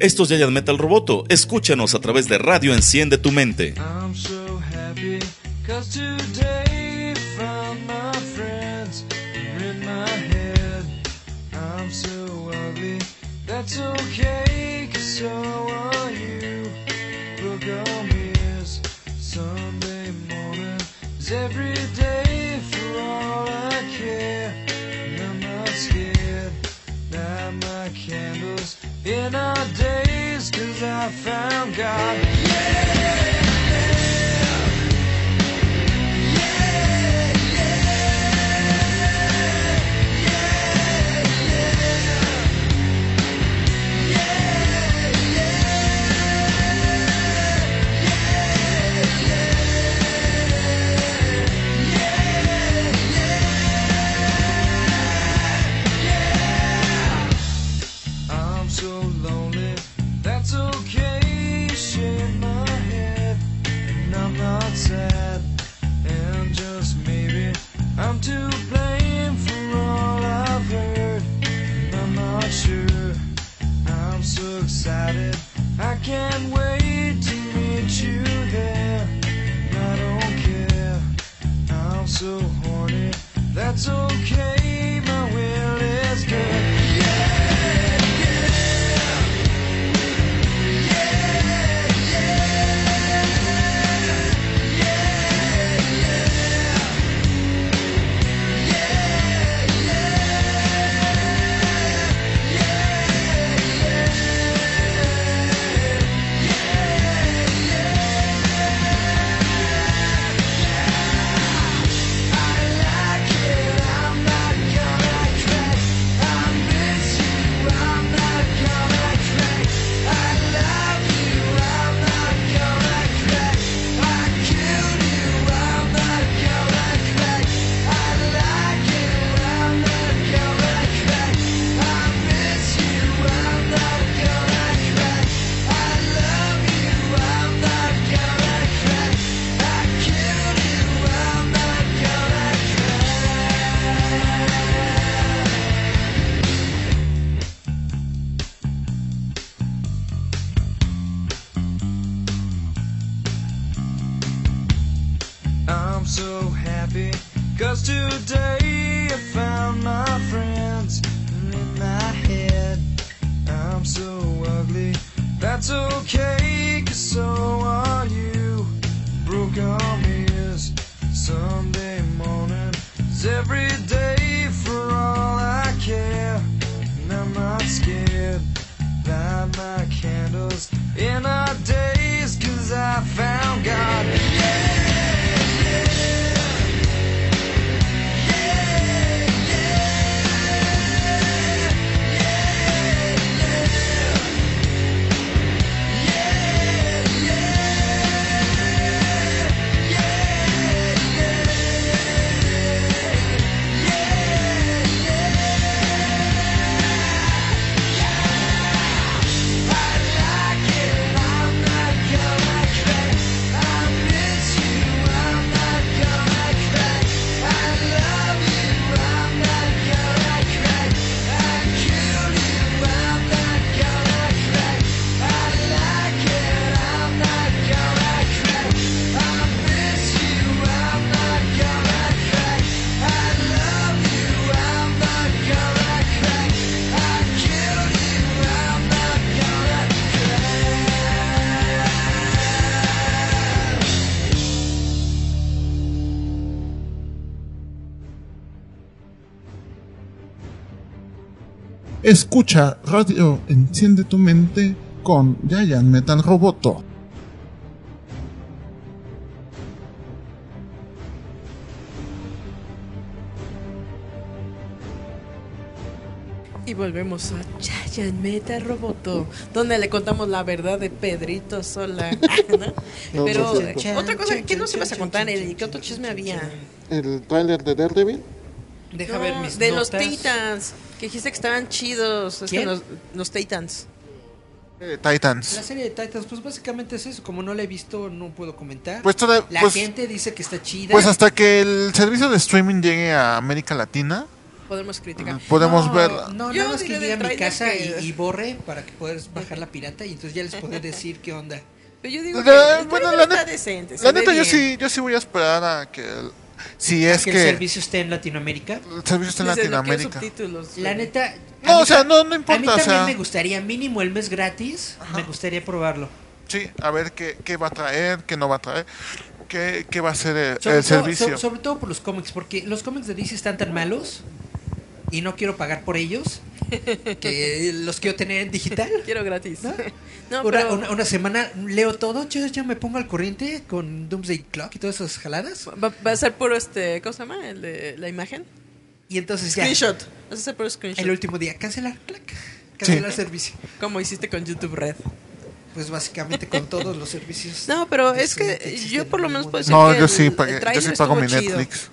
Speaker 2: Estos es Giant Metal Roboto. Escúchanos a través de Radio Enciende tu Mente.
Speaker 6: I'm so happy, cause today found my friends are in my head. I'm so ugly, that's okay, cause so are you. Look, I'm here, Sunday morning is every day for all I care. And I'm not scared, light my candles in our days, cause I found God. I'm so lonely. That's okay. Share
Speaker 4: Escucha Radio Enciende tu Mente con Giant Metal Roboto.
Speaker 3: Y volvemos a Giant Meta Roboto, donde le contamos la verdad de Pedrito Sola. ¿no?
Speaker 7: No,
Speaker 3: Pero
Speaker 7: no,
Speaker 3: eh,
Speaker 1: sí.
Speaker 3: otra cosa, ¿qué nos ibas a contar, Eli? ¿Qué otro chisme había?
Speaker 7: El tráiler de Daredevil.
Speaker 1: Deja
Speaker 3: No,
Speaker 1: ver mis
Speaker 3: de los
Speaker 1: notas.
Speaker 3: Titans, que dijiste que estaban chidos. Es que
Speaker 1: ¿Quién?
Speaker 3: los, los Titans.
Speaker 4: Eh,
Speaker 1: La
Speaker 4: Titans.
Speaker 1: serie de Titans, pues básicamente es eso. Como no la he visto, no puedo comentar.
Speaker 4: Pues, toda-
Speaker 1: la
Speaker 4: pues-
Speaker 1: gente dice que está chida.
Speaker 4: pues hasta que el servicio de streaming llegue a América Latina,
Speaker 3: Podemos criticar.
Speaker 4: Ah, podemos
Speaker 1: No,
Speaker 4: verla.
Speaker 1: No,
Speaker 3: Yo
Speaker 1: nada más que
Speaker 3: diré
Speaker 1: llegue a
Speaker 3: del
Speaker 1: mi
Speaker 3: tráiler
Speaker 1: casa y,
Speaker 3: que-
Speaker 1: y borre para que puedas bajar la pirata y entonces ya les podré decir qué onda.
Speaker 3: Pero yo digo
Speaker 4: Eh,
Speaker 3: que el
Speaker 4: bueno,
Speaker 3: trailer
Speaker 4: la
Speaker 3: está
Speaker 4: neta-
Speaker 3: decente. se
Speaker 4: La
Speaker 3: ve
Speaker 4: neta, yo
Speaker 3: bien.
Speaker 4: sí, yo sí voy a esperar a que. el- si
Speaker 1: ¿A
Speaker 4: es
Speaker 1: que,
Speaker 4: que.
Speaker 1: el servicio esté en Latinoamérica.
Speaker 4: el servicio está en
Speaker 3: Dice, no quiero
Speaker 4: Latinoamérica.
Speaker 3: subtítulos.
Speaker 1: La neta. a
Speaker 4: No,
Speaker 1: mí
Speaker 4: o sea,
Speaker 1: ta-
Speaker 4: no, no
Speaker 1: A mí
Speaker 4: importa. O
Speaker 1: también
Speaker 4: sea,
Speaker 1: me gustaría, mínimo el mes gratis, me gustaría probarlo.
Speaker 4: sí, a ver qué, qué va a traer, qué no va a traer, qué, qué va a ser el,
Speaker 1: Sobre
Speaker 4: el
Speaker 1: todo-
Speaker 4: servicio.
Speaker 1: so- sobre todo por los cómics, porque los cómics de DC están tan malos y no quiero pagar por ellos que los quiero tener en digital.
Speaker 3: Quiero gratis.
Speaker 1: ¿No?
Speaker 3: No,
Speaker 1: Una,
Speaker 3: pero
Speaker 1: una- una semana leo todo, yo ya me pongo al corriente con Doomsday Clock y todas esas jaladas.
Speaker 3: va, va a ser puro este. ¿Cómo se llama? El de- la imagen.
Speaker 1: Y entonces ya,
Speaker 3: Screenshot. Vas a ser puro screenshot.
Speaker 1: el último día, cancelar, clac, cancelar servicio.
Speaker 3: Como hiciste con YouTube Red.
Speaker 1: Pues básicamente con todos los servicios.
Speaker 3: No, pero es
Speaker 1: streaming
Speaker 3: que
Speaker 1: existen
Speaker 3: yo
Speaker 1: en
Speaker 3: por lo
Speaker 1: el
Speaker 3: menos pues,
Speaker 1: mundo.
Speaker 3: puedo decir que
Speaker 4: no, yo
Speaker 3: el-
Speaker 4: sí
Speaker 3: el
Speaker 4: pagué, yo
Speaker 3: tráiler
Speaker 4: sí pago mi
Speaker 3: estuvo chido.
Speaker 4: Netflix.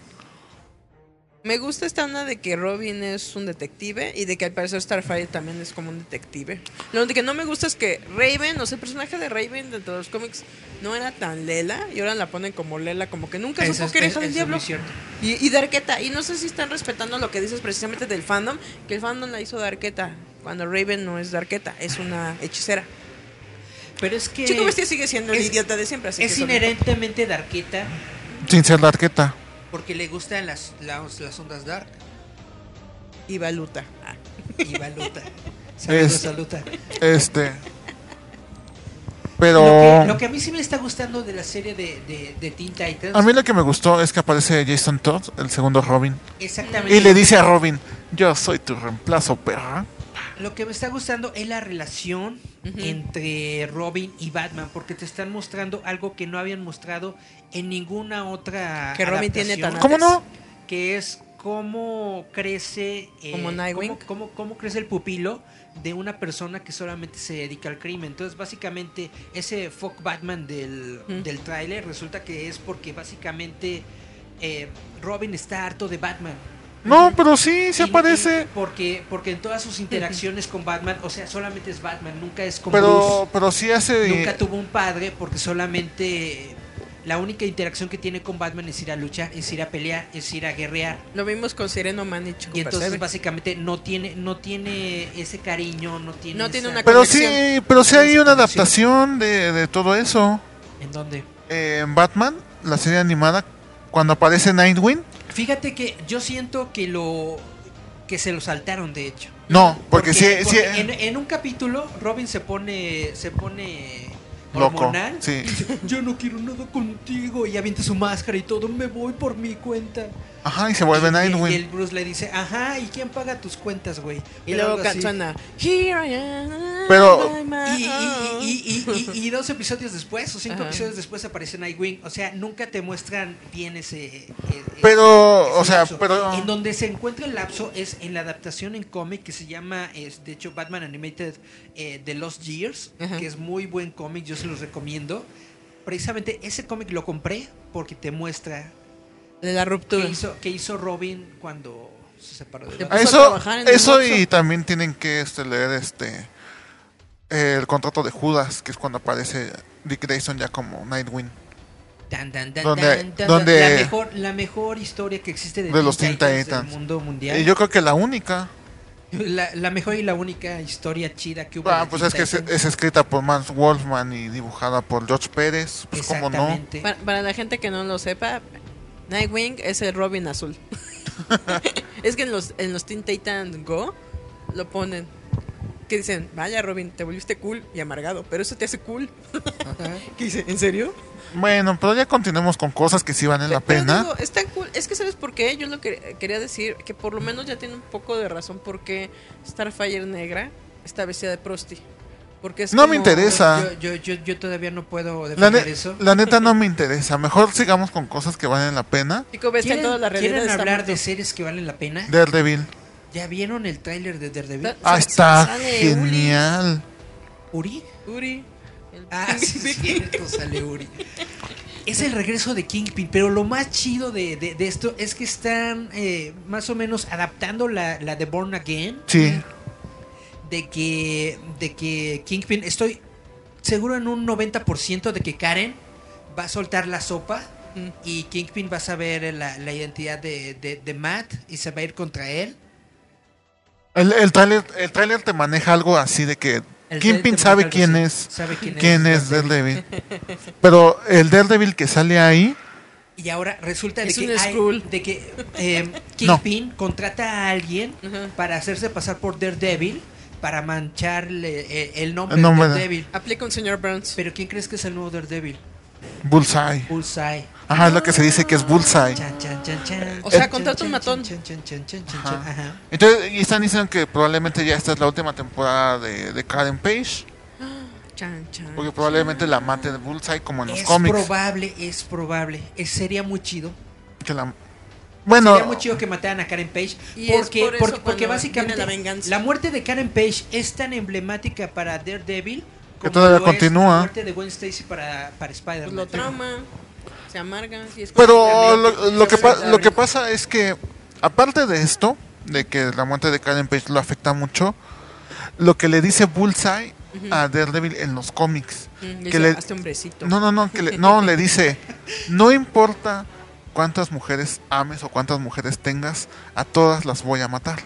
Speaker 3: Me gusta esta onda de que Robin es un detective y de que al parecer Starfire también es como un detective. Lo único que no me gusta es que Raven, o sea, el personaje de Raven dentro de los cómics no era tan Lela y ahora la ponen como Lela, como que nunca
Speaker 1: Eso
Speaker 3: supo
Speaker 1: es-
Speaker 3: que era hija
Speaker 1: eso
Speaker 3: del
Speaker 1: es
Speaker 3: diablo.
Speaker 1: muy cierto.
Speaker 3: Y, y de Arqueta, y no sé si están respetando lo que dices precisamente del fandom, que el fandom la hizo de Arqueta, cuando Raven no es de Arqueta, es una hechicera.
Speaker 1: Pero es que
Speaker 3: Chico Bestia sigue siendo el
Speaker 1: es-
Speaker 3: idiota de siempre, así que
Speaker 1: es
Speaker 3: eso-
Speaker 1: inherentemente darketa
Speaker 4: Sin ser la arqueta.
Speaker 1: porque le gustan las, las, las ondas dark
Speaker 3: Y Baluta. Ah.
Speaker 1: y Baluta. Saludos
Speaker 4: Es-
Speaker 1: a Luta.
Speaker 4: Este.
Speaker 1: Lo,
Speaker 4: Pero.
Speaker 1: que, lo que a mí sí me está gustando de la serie de, de, de Teen Titans.
Speaker 4: A mí lo que me gustó es que aparece Jason Todd, el segundo Robin.
Speaker 1: exactamente.
Speaker 4: Y le dice a Robin: Yo soy tu reemplazo, perra.
Speaker 1: Lo que me está gustando es la relación entre Robin y Batman, porque te están mostrando algo que no habían mostrado en ninguna otra.
Speaker 3: Que Robin tiene tan-
Speaker 1: adaptación,
Speaker 4: ¿Cómo no?
Speaker 1: Que es cómo crece. eh,
Speaker 3: Como Nightwing.
Speaker 1: Cómo, cómo- cómo crece el pupilo de una persona que solamente se dedica al crimen. Entonces, básicamente, ese fuck Batman del,
Speaker 3: Ujú.
Speaker 1: del tráiler resulta que es porque básicamente eh, Robin está harto de Batman.
Speaker 4: No, pero sí, se
Speaker 1: Y- y
Speaker 4: aparece.
Speaker 1: Porque, porque en todas sus interacciones con Batman, o sea, solamente es Batman, nunca es con
Speaker 4: Pero, pero sí hace.
Speaker 1: Bruce. Nunca tuvo un padre porque solamente la única interacción que tiene con Batman es ir a luchar, es ir a pelear, es ir a guerrear.
Speaker 3: Lo vimos con Sireno Man y Chico
Speaker 1: Y entonces
Speaker 3: Percebe.
Speaker 1: básicamente no tiene, no tiene ese cariño, no tiene.
Speaker 3: No tiene
Speaker 1: esa-
Speaker 3: una
Speaker 4: Pero
Speaker 3: conexión.
Speaker 4: sí, pero sí hay una
Speaker 1: Conexión.
Speaker 4: adaptación de, de todo eso.
Speaker 1: ¿En dónde?
Speaker 4: Eh, En Batman, la serie animada, cuando aparece Nightwing,
Speaker 1: Fíjate que yo siento que lo que se lo saltaron de hecho.
Speaker 4: no, porque, sí, eh. sí-
Speaker 1: porque en, en un capítulo Robin se pone se pone
Speaker 4: loco.
Speaker 1: hormonal.
Speaker 4: Sí.
Speaker 1: Yo no quiero nada contigo. Y avienta su máscara y todo. Me voy por mi cuenta.
Speaker 4: Ajá, y se vuelve
Speaker 1: y, y el
Speaker 4: Nightwing.
Speaker 1: Bruce le dice, ajá, ¿y quién paga tus cuentas, güey?
Speaker 3: Y
Speaker 1: Era
Speaker 3: luego
Speaker 1: algo así.
Speaker 3: cantan a Here I am.
Speaker 4: Pero-
Speaker 3: by
Speaker 1: Y,
Speaker 3: my own".
Speaker 1: y- y- y- y- y- y dos episodios después, o cinco
Speaker 3: Ajá.
Speaker 1: episodios después, aparece Nightwing. O sea, nunca te muestran bien ese. eh, eh,
Speaker 4: Pero,
Speaker 1: ese
Speaker 4: o sea,
Speaker 1: lapso.
Speaker 4: pero.
Speaker 1: En donde se encuentra el lapso es en la adaptación en cómic que se llama, es, de hecho, Batman Animated eh, The Lost Years,
Speaker 3: Ajá.
Speaker 1: que es muy buen cómic, yo se los recomiendo. Precisamente ese cómic lo compré porque te muestra
Speaker 3: de la ruptura.
Speaker 1: qué hizo, qué hizo Robin cuando se separó de
Speaker 3: Te
Speaker 4: Ah,
Speaker 1: Batman.
Speaker 3: puso a
Speaker 4: Eso,
Speaker 3: trabajar en
Speaker 4: eso
Speaker 3: el Oxxo.
Speaker 4: y también tienen que este, leer este el contrato de Judas, que es cuando aparece Dick Grayson ya como Nightwing.
Speaker 1: Tan, tan, tan,
Speaker 4: Donde-
Speaker 1: tan, tan,
Speaker 4: donde-
Speaker 1: la, mejor, la mejor historia que existe de,
Speaker 4: De los Teen Titans.
Speaker 1: del mundo mundial.
Speaker 4: Y yo creo que la única.
Speaker 1: La, la mejor y la única historia chida que hubo.
Speaker 4: Ah,
Speaker 1: de
Speaker 4: pues
Speaker 1: Teen
Speaker 4: es que es,
Speaker 1: Titans.
Speaker 4: es escrita por Mans Wolfman y dibujada por George Pérez. Pues cómo no.
Speaker 1: Exactamente.
Speaker 3: Para, para la gente que no lo sepa, Nightwing es el Robin azul. es que en los, en los Teen Titans Go lo ponen. que dicen, vaya Robin, te volviste cool y amargado, pero eso te hace cool. que dice, ¿en serio?
Speaker 4: Bueno, pero ya continuemos con cosas que sí valen la
Speaker 3: Pero
Speaker 4: pena.
Speaker 3: digo, es tan cool. Es que sabes por qué. Yo lo que quería decir, que por lo menos ya tiene un poco de razón porque Starfire Negra está vestida de prosti. Porque es
Speaker 4: No me
Speaker 3: como-
Speaker 4: interesa. Ah.
Speaker 1: Yo, yo, yo- yo todavía no puedo
Speaker 4: La,
Speaker 1: defender
Speaker 4: ne-
Speaker 1: eso.
Speaker 4: la neta no me interesa. Mejor sigamos con cosas que valen la pena.
Speaker 3: Chico, ves que en
Speaker 1: ¿Quieren,
Speaker 3: toda la realidad
Speaker 1: quieren
Speaker 3: está
Speaker 1: hablar
Speaker 3: muerto.
Speaker 1: de series que valen la pena?
Speaker 4: Daredevil.
Speaker 1: ¿Ya vieron el tráiler de Daredevil? ¿Ah,
Speaker 3: Ta-
Speaker 4: Ah, está
Speaker 3: Sale
Speaker 4: genial.
Speaker 1: ¿Uri?
Speaker 3: Uri, el
Speaker 1: Ah,
Speaker 3: Pinky
Speaker 1: sí,
Speaker 3: Pinky.
Speaker 1: cierto, sale Uri. Es el regreso de Kingpin, pero lo más chido de, de- de esto es que están eh, más o menos adaptando la, la de Born Again,
Speaker 4: Sí.
Speaker 1: de que, de que Kingpin, estoy seguro en un 90% de que Karen va a soltar la sopa
Speaker 3: Mm.
Speaker 1: y Kingpin va a saber la, la identidad de, de- de Matt y se va a ir contra él.
Speaker 4: El, el tráiler el tráiler te maneja algo así de que
Speaker 1: El
Speaker 4: Kingpin
Speaker 1: Daredevil
Speaker 4: sabe
Speaker 1: algo
Speaker 4: quién
Speaker 1: así,
Speaker 4: es,
Speaker 1: sabe quién es.
Speaker 4: quién es Daredevil. Pero el Daredevil que sale ahí,
Speaker 1: Y ahora resulta de
Speaker 3: Es
Speaker 1: que,
Speaker 3: un
Speaker 1: hay-
Speaker 3: Skrull.
Speaker 1: de que eh, Kingpin contrata a alguien para hacerse pasar por Daredevil para mancharle eh, el nombre
Speaker 4: El
Speaker 1: de
Speaker 4: nombre de-
Speaker 1: Daredevil.
Speaker 3: Aplica un señor Burns.
Speaker 1: Pero ¿quién crees que es el nuevo Daredevil?
Speaker 4: Bullseye.
Speaker 1: Bullseye.
Speaker 4: Ajá, es lo que se dice que es Bullseye.
Speaker 1: Chan, chan, chan, chan.
Speaker 3: O sea,
Speaker 1: Chan,
Speaker 3: contrata
Speaker 1: chan,
Speaker 3: un matón.
Speaker 1: chan, chan, chan, chan, chan,
Speaker 4: Ajá.
Speaker 1: chan. Ajá.
Speaker 4: Entonces, y están diciendo que probablemente ya esta es la última temporada de, de Karen Page,
Speaker 3: Chan, chan.
Speaker 4: porque probablemente la mate de Bullseye como en los
Speaker 1: Mm, Es
Speaker 4: cómics.
Speaker 1: probable, es probable. Es- sería muy chido.
Speaker 4: que la- Bueno,
Speaker 1: Sería muy chido que mataran a Karen Page.
Speaker 3: Y es
Speaker 1: Porque,
Speaker 3: por eso
Speaker 1: porque,
Speaker 3: cuando
Speaker 1: porque básicamente
Speaker 3: viene la venganza.
Speaker 1: muerte de Karen Page es tan emblemática para Daredevil como
Speaker 4: todavía
Speaker 1: lo es
Speaker 4: continúa.
Speaker 1: La muerte de Gwen Stacy para, para Spider-Man.
Speaker 3: Pues lo trauma, se amarga. y es
Speaker 4: pero
Speaker 3: como-
Speaker 4: lo, lo que pa- lo que pasa es que, aparte de esto, de que la muerte de Karen Page lo afecta mucho, lo que le dice Bullseye a Daredevil en los cómics.
Speaker 3: Mm,
Speaker 4: que
Speaker 3: dice,
Speaker 4: le-
Speaker 3: "Hazte hombrecito".
Speaker 4: No, no, no, que le, no, le dice, no importa cuántas mujeres ames o cuántas mujeres tengas, a todas las voy a matar.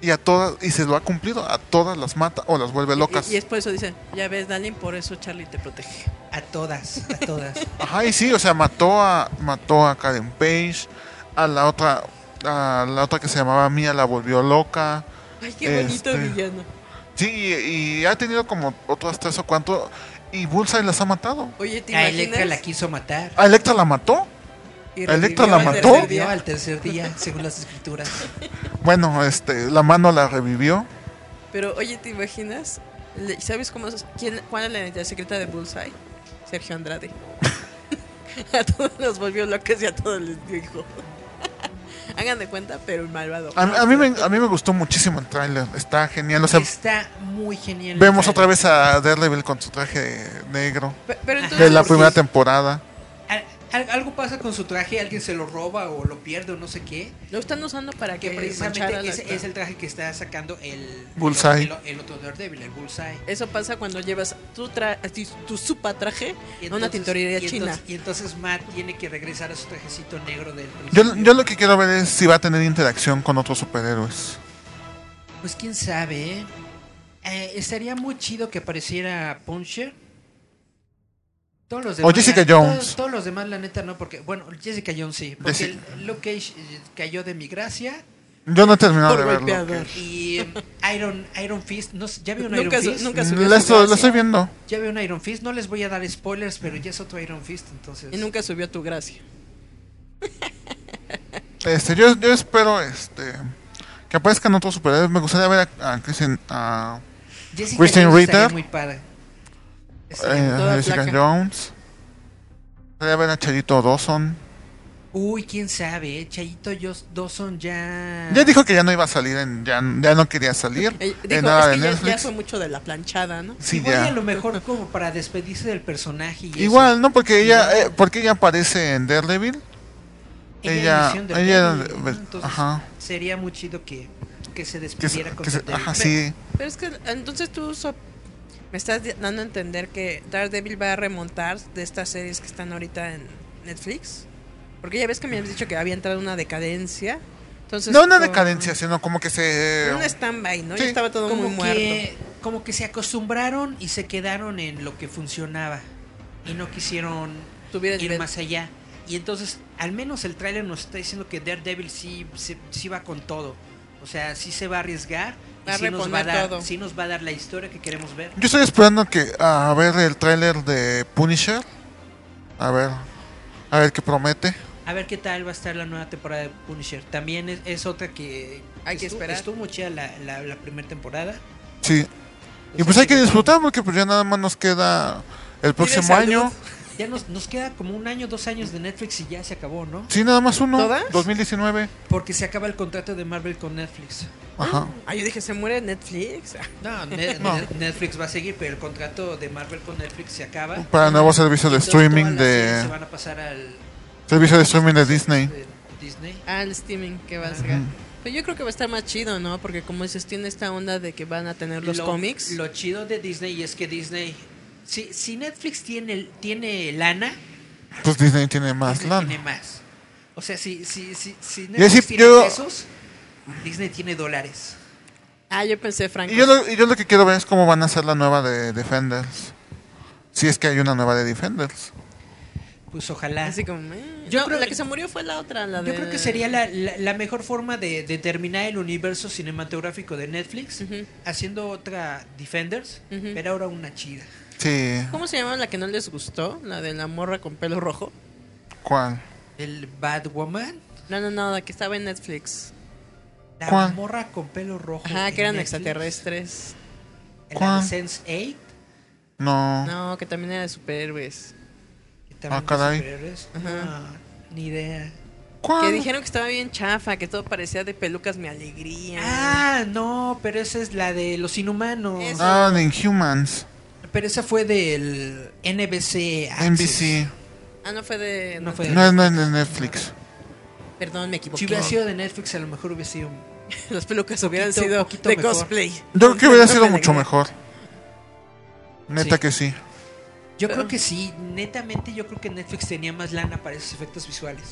Speaker 4: Y a todas, y se lo ha cumplido, a todas las mata o las vuelve locas.
Speaker 3: Y, y es por eso dicen, ya ves, Dalin, por eso Charlie te protege.
Speaker 1: A todas, a todas.
Speaker 4: Ajá, y sí, o sea, mató a, mató a Karen Page, a la otra, a la otra que se llamaba Mia la volvió loca.
Speaker 3: Ay, qué bonito
Speaker 4: Este.
Speaker 3: villano.
Speaker 4: Sí, y, y ha tenido como otras tres o cuatro, y Bullseye las ha matado.
Speaker 3: Oye, ¿te
Speaker 1: A Electra
Speaker 3: imaginas?
Speaker 1: la quiso matar.
Speaker 4: A Electra la mató.
Speaker 3: Y
Speaker 4: ¿A Electra
Speaker 3: revivió
Speaker 4: la
Speaker 3: al
Speaker 4: mató?
Speaker 3: tercer
Speaker 1: Dio
Speaker 3: día.
Speaker 1: al tercer día, según las escrituras.
Speaker 4: Bueno, este, la mano la revivió.
Speaker 3: Pero oye, ¿te imaginas? Le- ¿Sabes cómo es- quién, cuál es la identidad secreta de Bullseye? Sergio Andrade. a todos los volvió locos y a todos les dijo. Hagan de cuenta, pero el malvado.
Speaker 4: A, a mí me, a mí me gustó muchísimo el tráiler, está genial. O sea,
Speaker 1: Está muy genial. el
Speaker 4: vemos
Speaker 1: trailer.
Speaker 4: otra vez a Daredevil con su traje negro
Speaker 3: Pe- Pero entonces,
Speaker 4: de la
Speaker 3: ¿por qué?
Speaker 4: primera temporada.
Speaker 1: Al- al- algo pasa con su traje, alguien se lo roba o lo pierde o no sé qué.
Speaker 3: Lo están usando para
Speaker 1: Que
Speaker 3: que manchara
Speaker 1: precisamente
Speaker 3: Eh, la-
Speaker 1: ese es el traje que está sacando el.
Speaker 4: Bullseye.
Speaker 1: El, el otro Daredevil, el Bullseye.
Speaker 3: Eso pasa cuando llevas tu, tra- así, tu supa traje
Speaker 1: Y
Speaker 3: a una
Speaker 1: entonces-
Speaker 3: tintorería
Speaker 1: y entonces-
Speaker 3: china.
Speaker 1: y entonces Matt tiene que regresar a su trajecito negro del
Speaker 4: Yo,
Speaker 1: principio.
Speaker 4: yo lo que quiero ver es si va a tener interacción con otros superhéroes.
Speaker 1: Pues quién sabe, ¿eh? Eh, Estaría muy chido que apareciera Puncher. Todos los demás,
Speaker 4: Jessica
Speaker 1: la- todos-
Speaker 4: Jones.
Speaker 1: Todos, los demás, la neta, no, porque... Bueno, Jessica Jones sí. Porque
Speaker 4: Jessica-
Speaker 1: el- Luke Cage eh, cayó de mi gracia.
Speaker 4: Yo no he terminado
Speaker 3: Por
Speaker 4: de verlo.
Speaker 3: golpeador.
Speaker 1: Y eh, Iron, Iron Fist... No, sé, ¿Ya vieron Iron
Speaker 3: Nunca, su-
Speaker 1: Fist?
Speaker 3: nunca subió
Speaker 4: La
Speaker 3: a su
Speaker 4: estoy, la
Speaker 3: gracia.
Speaker 4: estoy viendo.
Speaker 1: Ya vieron Iron Fist. No les voy a dar spoilers, pero ya es otro Iron Fist, entonces...
Speaker 3: Y nunca subió a tu gracia.
Speaker 4: Este, yo, yo espero este que aparezcan otros superhéroes. Me gustaría ver a, a Kristen- a,
Speaker 1: Jessica
Speaker 4: Kristen
Speaker 1: Jones estaría
Speaker 4: Ritter.
Speaker 1: muy padre. Estaría
Speaker 4: eh,
Speaker 1: muy-
Speaker 4: a
Speaker 3: toda
Speaker 4: Jessica
Speaker 3: flaca.
Speaker 4: Jones. Me gustaría ver a Charito Dawson.
Speaker 3: Ah.
Speaker 1: Uy, quién sabe, eh, Chayito y Jos- Dawson ya...
Speaker 4: Ya dijo que ya no iba a salir, en, ya, ya no quería salir.
Speaker 3: Ey,
Speaker 4: en
Speaker 3: Eh, dijo,
Speaker 4: Eh,
Speaker 3: es que
Speaker 4: nada de
Speaker 3: ya- ya,
Speaker 4: Netflix.
Speaker 3: fue mucho de la planchada, ¿no?
Speaker 4: Sí,
Speaker 1: Igual y
Speaker 4: ya.
Speaker 1: a lo mejor como para despedirse del personaje y eso.
Speaker 4: Igual, ¿no? Porque ella, eh, porque ella aparece en Daredevil.
Speaker 1: Ella,
Speaker 4: Ella,
Speaker 1: nació en
Speaker 4: ella,
Speaker 1: Daredevil, ¿no?
Speaker 4: ve-
Speaker 1: Entonces,
Speaker 4: ajá.
Speaker 1: sería muy chido que, que se
Speaker 4: Que se-
Speaker 1: despidiera con
Speaker 4: que se-
Speaker 1: Daredevil.
Speaker 4: ajá, sí.
Speaker 3: Pero es que entonces tú so- me estás di- dando a entender que Daredevil va a remontar de estas series que están ahorita en Netflix. Porque ya ves que me habías dicho que había entrado una decadencia. Entonces,
Speaker 4: No una
Speaker 3: con-
Speaker 4: decadencia, sino como que se...
Speaker 3: Un stand-by, ¿no?
Speaker 4: Sí.
Speaker 3: Ya estaba todo muy
Speaker 1: Como
Speaker 3: muerto.
Speaker 1: que, como que se acostumbraron y se quedaron en lo que funcionaba y no quisieron
Speaker 3: Tuviera
Speaker 1: ir
Speaker 3: nivel.
Speaker 1: más allá. Y entonces, al menos el tráiler nos está diciendo que Daredevil sí, sí, sí va con todo. O sea, sí se va a arriesgar. y
Speaker 3: Va a
Speaker 1: sí nos va a
Speaker 3: reponer
Speaker 1: dar,
Speaker 3: todo.
Speaker 1: sí nos va a dar la historia que queremos ver.
Speaker 4: Yo estoy esperando que, a ver el tráiler de Punisher. A ver. A ver qué promete.
Speaker 1: A ver qué tal va a estar la nueva temporada de Punisher. También es, es otra que
Speaker 3: Hay que
Speaker 1: estuvo-
Speaker 3: esperar.
Speaker 1: Estuvo muy chida la, la, la primera temporada.
Speaker 4: Sí. Y
Speaker 1: O
Speaker 4: pues
Speaker 1: sea,
Speaker 4: hay que disfrutar porque pues ya nada más nos queda el próximo
Speaker 3: salud.
Speaker 4: año.
Speaker 1: Ya nos, nos queda como un año, dos años de Netflix y ya se acabó, ¿no?
Speaker 4: Sí, nada más uno.
Speaker 3: ¿Todas?
Speaker 4: 2019.
Speaker 1: Porque se acaba el contrato de Marvel con Netflix.
Speaker 4: Ajá.
Speaker 3: Ah, yo dije, ¿se muere Netflix?
Speaker 1: No, Ne-
Speaker 4: No.
Speaker 1: Ne- Netflix va a seguir, pero el contrato de Marvel con Netflix se acaba.
Speaker 4: Para nuevo servicio de
Speaker 1: Entonces,
Speaker 4: streaming
Speaker 1: todas las series Se
Speaker 4: de
Speaker 1: van a pasar al
Speaker 4: servicio de streaming de Disney.
Speaker 1: de Disney.
Speaker 3: Ah, el streaming que va a sacar. Pero yo creo que va a estar más chido, ¿no? Porque como dices, tiene esta onda de que van a tener los
Speaker 1: Lo-
Speaker 3: cómics.
Speaker 1: Lo chido de Disney es que Disney. Si, si Netflix tiene, tiene lana,
Speaker 4: Pues Disney tiene más
Speaker 1: Disney
Speaker 4: lana.
Speaker 1: tiene más. O sea, si, si, si, si
Speaker 4: Y así
Speaker 1: Netflix tiene
Speaker 4: yo-
Speaker 1: pesos, Disney tiene dólares.
Speaker 3: Ah, yo pensé, Franco.
Speaker 4: Y yo, lo, y yo lo que quiero ver es cómo van a hacer la nueva de Defenders. Si es que hay una nueva de Defenders.
Speaker 1: Pues ojalá.
Speaker 3: Así como, eh.
Speaker 1: Yo
Speaker 3: No,
Speaker 1: creo-
Speaker 3: la que se murió fue la otra, la
Speaker 1: Yo
Speaker 3: de-
Speaker 1: creo que sería la, la- la mejor forma de, de terminar el universo cinematográfico de Netflix
Speaker 3: Ujú.
Speaker 1: haciendo otra Defenders,
Speaker 3: Ujú.
Speaker 1: pero ahora una chida.
Speaker 4: Sí.
Speaker 3: ¿Cómo se llama la que no les gustó? La de la morra con pelo rojo.
Speaker 4: ¿Cuál?
Speaker 1: El Batwoman,
Speaker 3: No, no, no, la que estaba en Netflix.
Speaker 1: la
Speaker 4: ¿Cuál?
Speaker 1: morra con pelo rojo.
Speaker 3: Ajá, que
Speaker 1: en
Speaker 3: eran
Speaker 1: Netflix,
Speaker 3: extraterrestres.
Speaker 1: La
Speaker 4: ¿Cuál?
Speaker 1: de Sense 8.
Speaker 4: No.
Speaker 1: Ah.
Speaker 3: No, que también era de superhéroes.
Speaker 1: que también
Speaker 4: Ah, caray.
Speaker 1: de superhéroes. No, ni idea. Ah.
Speaker 4: ¿Cuál?
Speaker 3: Que dijeron que estaba bien chafa, que todo parecía de pelucas mi alegría.
Speaker 1: Ah, no, pero esa es la de los inhumanos.
Speaker 3: Esa.
Speaker 4: Ah, de Inhumans.
Speaker 1: Pero esa fue del NBC. Access.
Speaker 4: NBC.
Speaker 3: Ah, no fue de.
Speaker 1: No fue.
Speaker 4: No es no es de Netflix.
Speaker 3: Perdón, me equivoqué.
Speaker 1: Si hubiera sido de Netflix, a lo mejor hubiera sido
Speaker 3: Las pelucas hubieran
Speaker 1: Poquito-
Speaker 3: sido
Speaker 1: poquito
Speaker 3: de
Speaker 1: mejor.
Speaker 3: cosplay.
Speaker 4: Yo creo que hubiera sido
Speaker 3: Alegría.
Speaker 4: mucho mejor. Neta
Speaker 1: Sí.
Speaker 4: que sí.
Speaker 1: Yo creo que sí, netamente yo creo que Netflix tenía más lana para esos efectos visuales.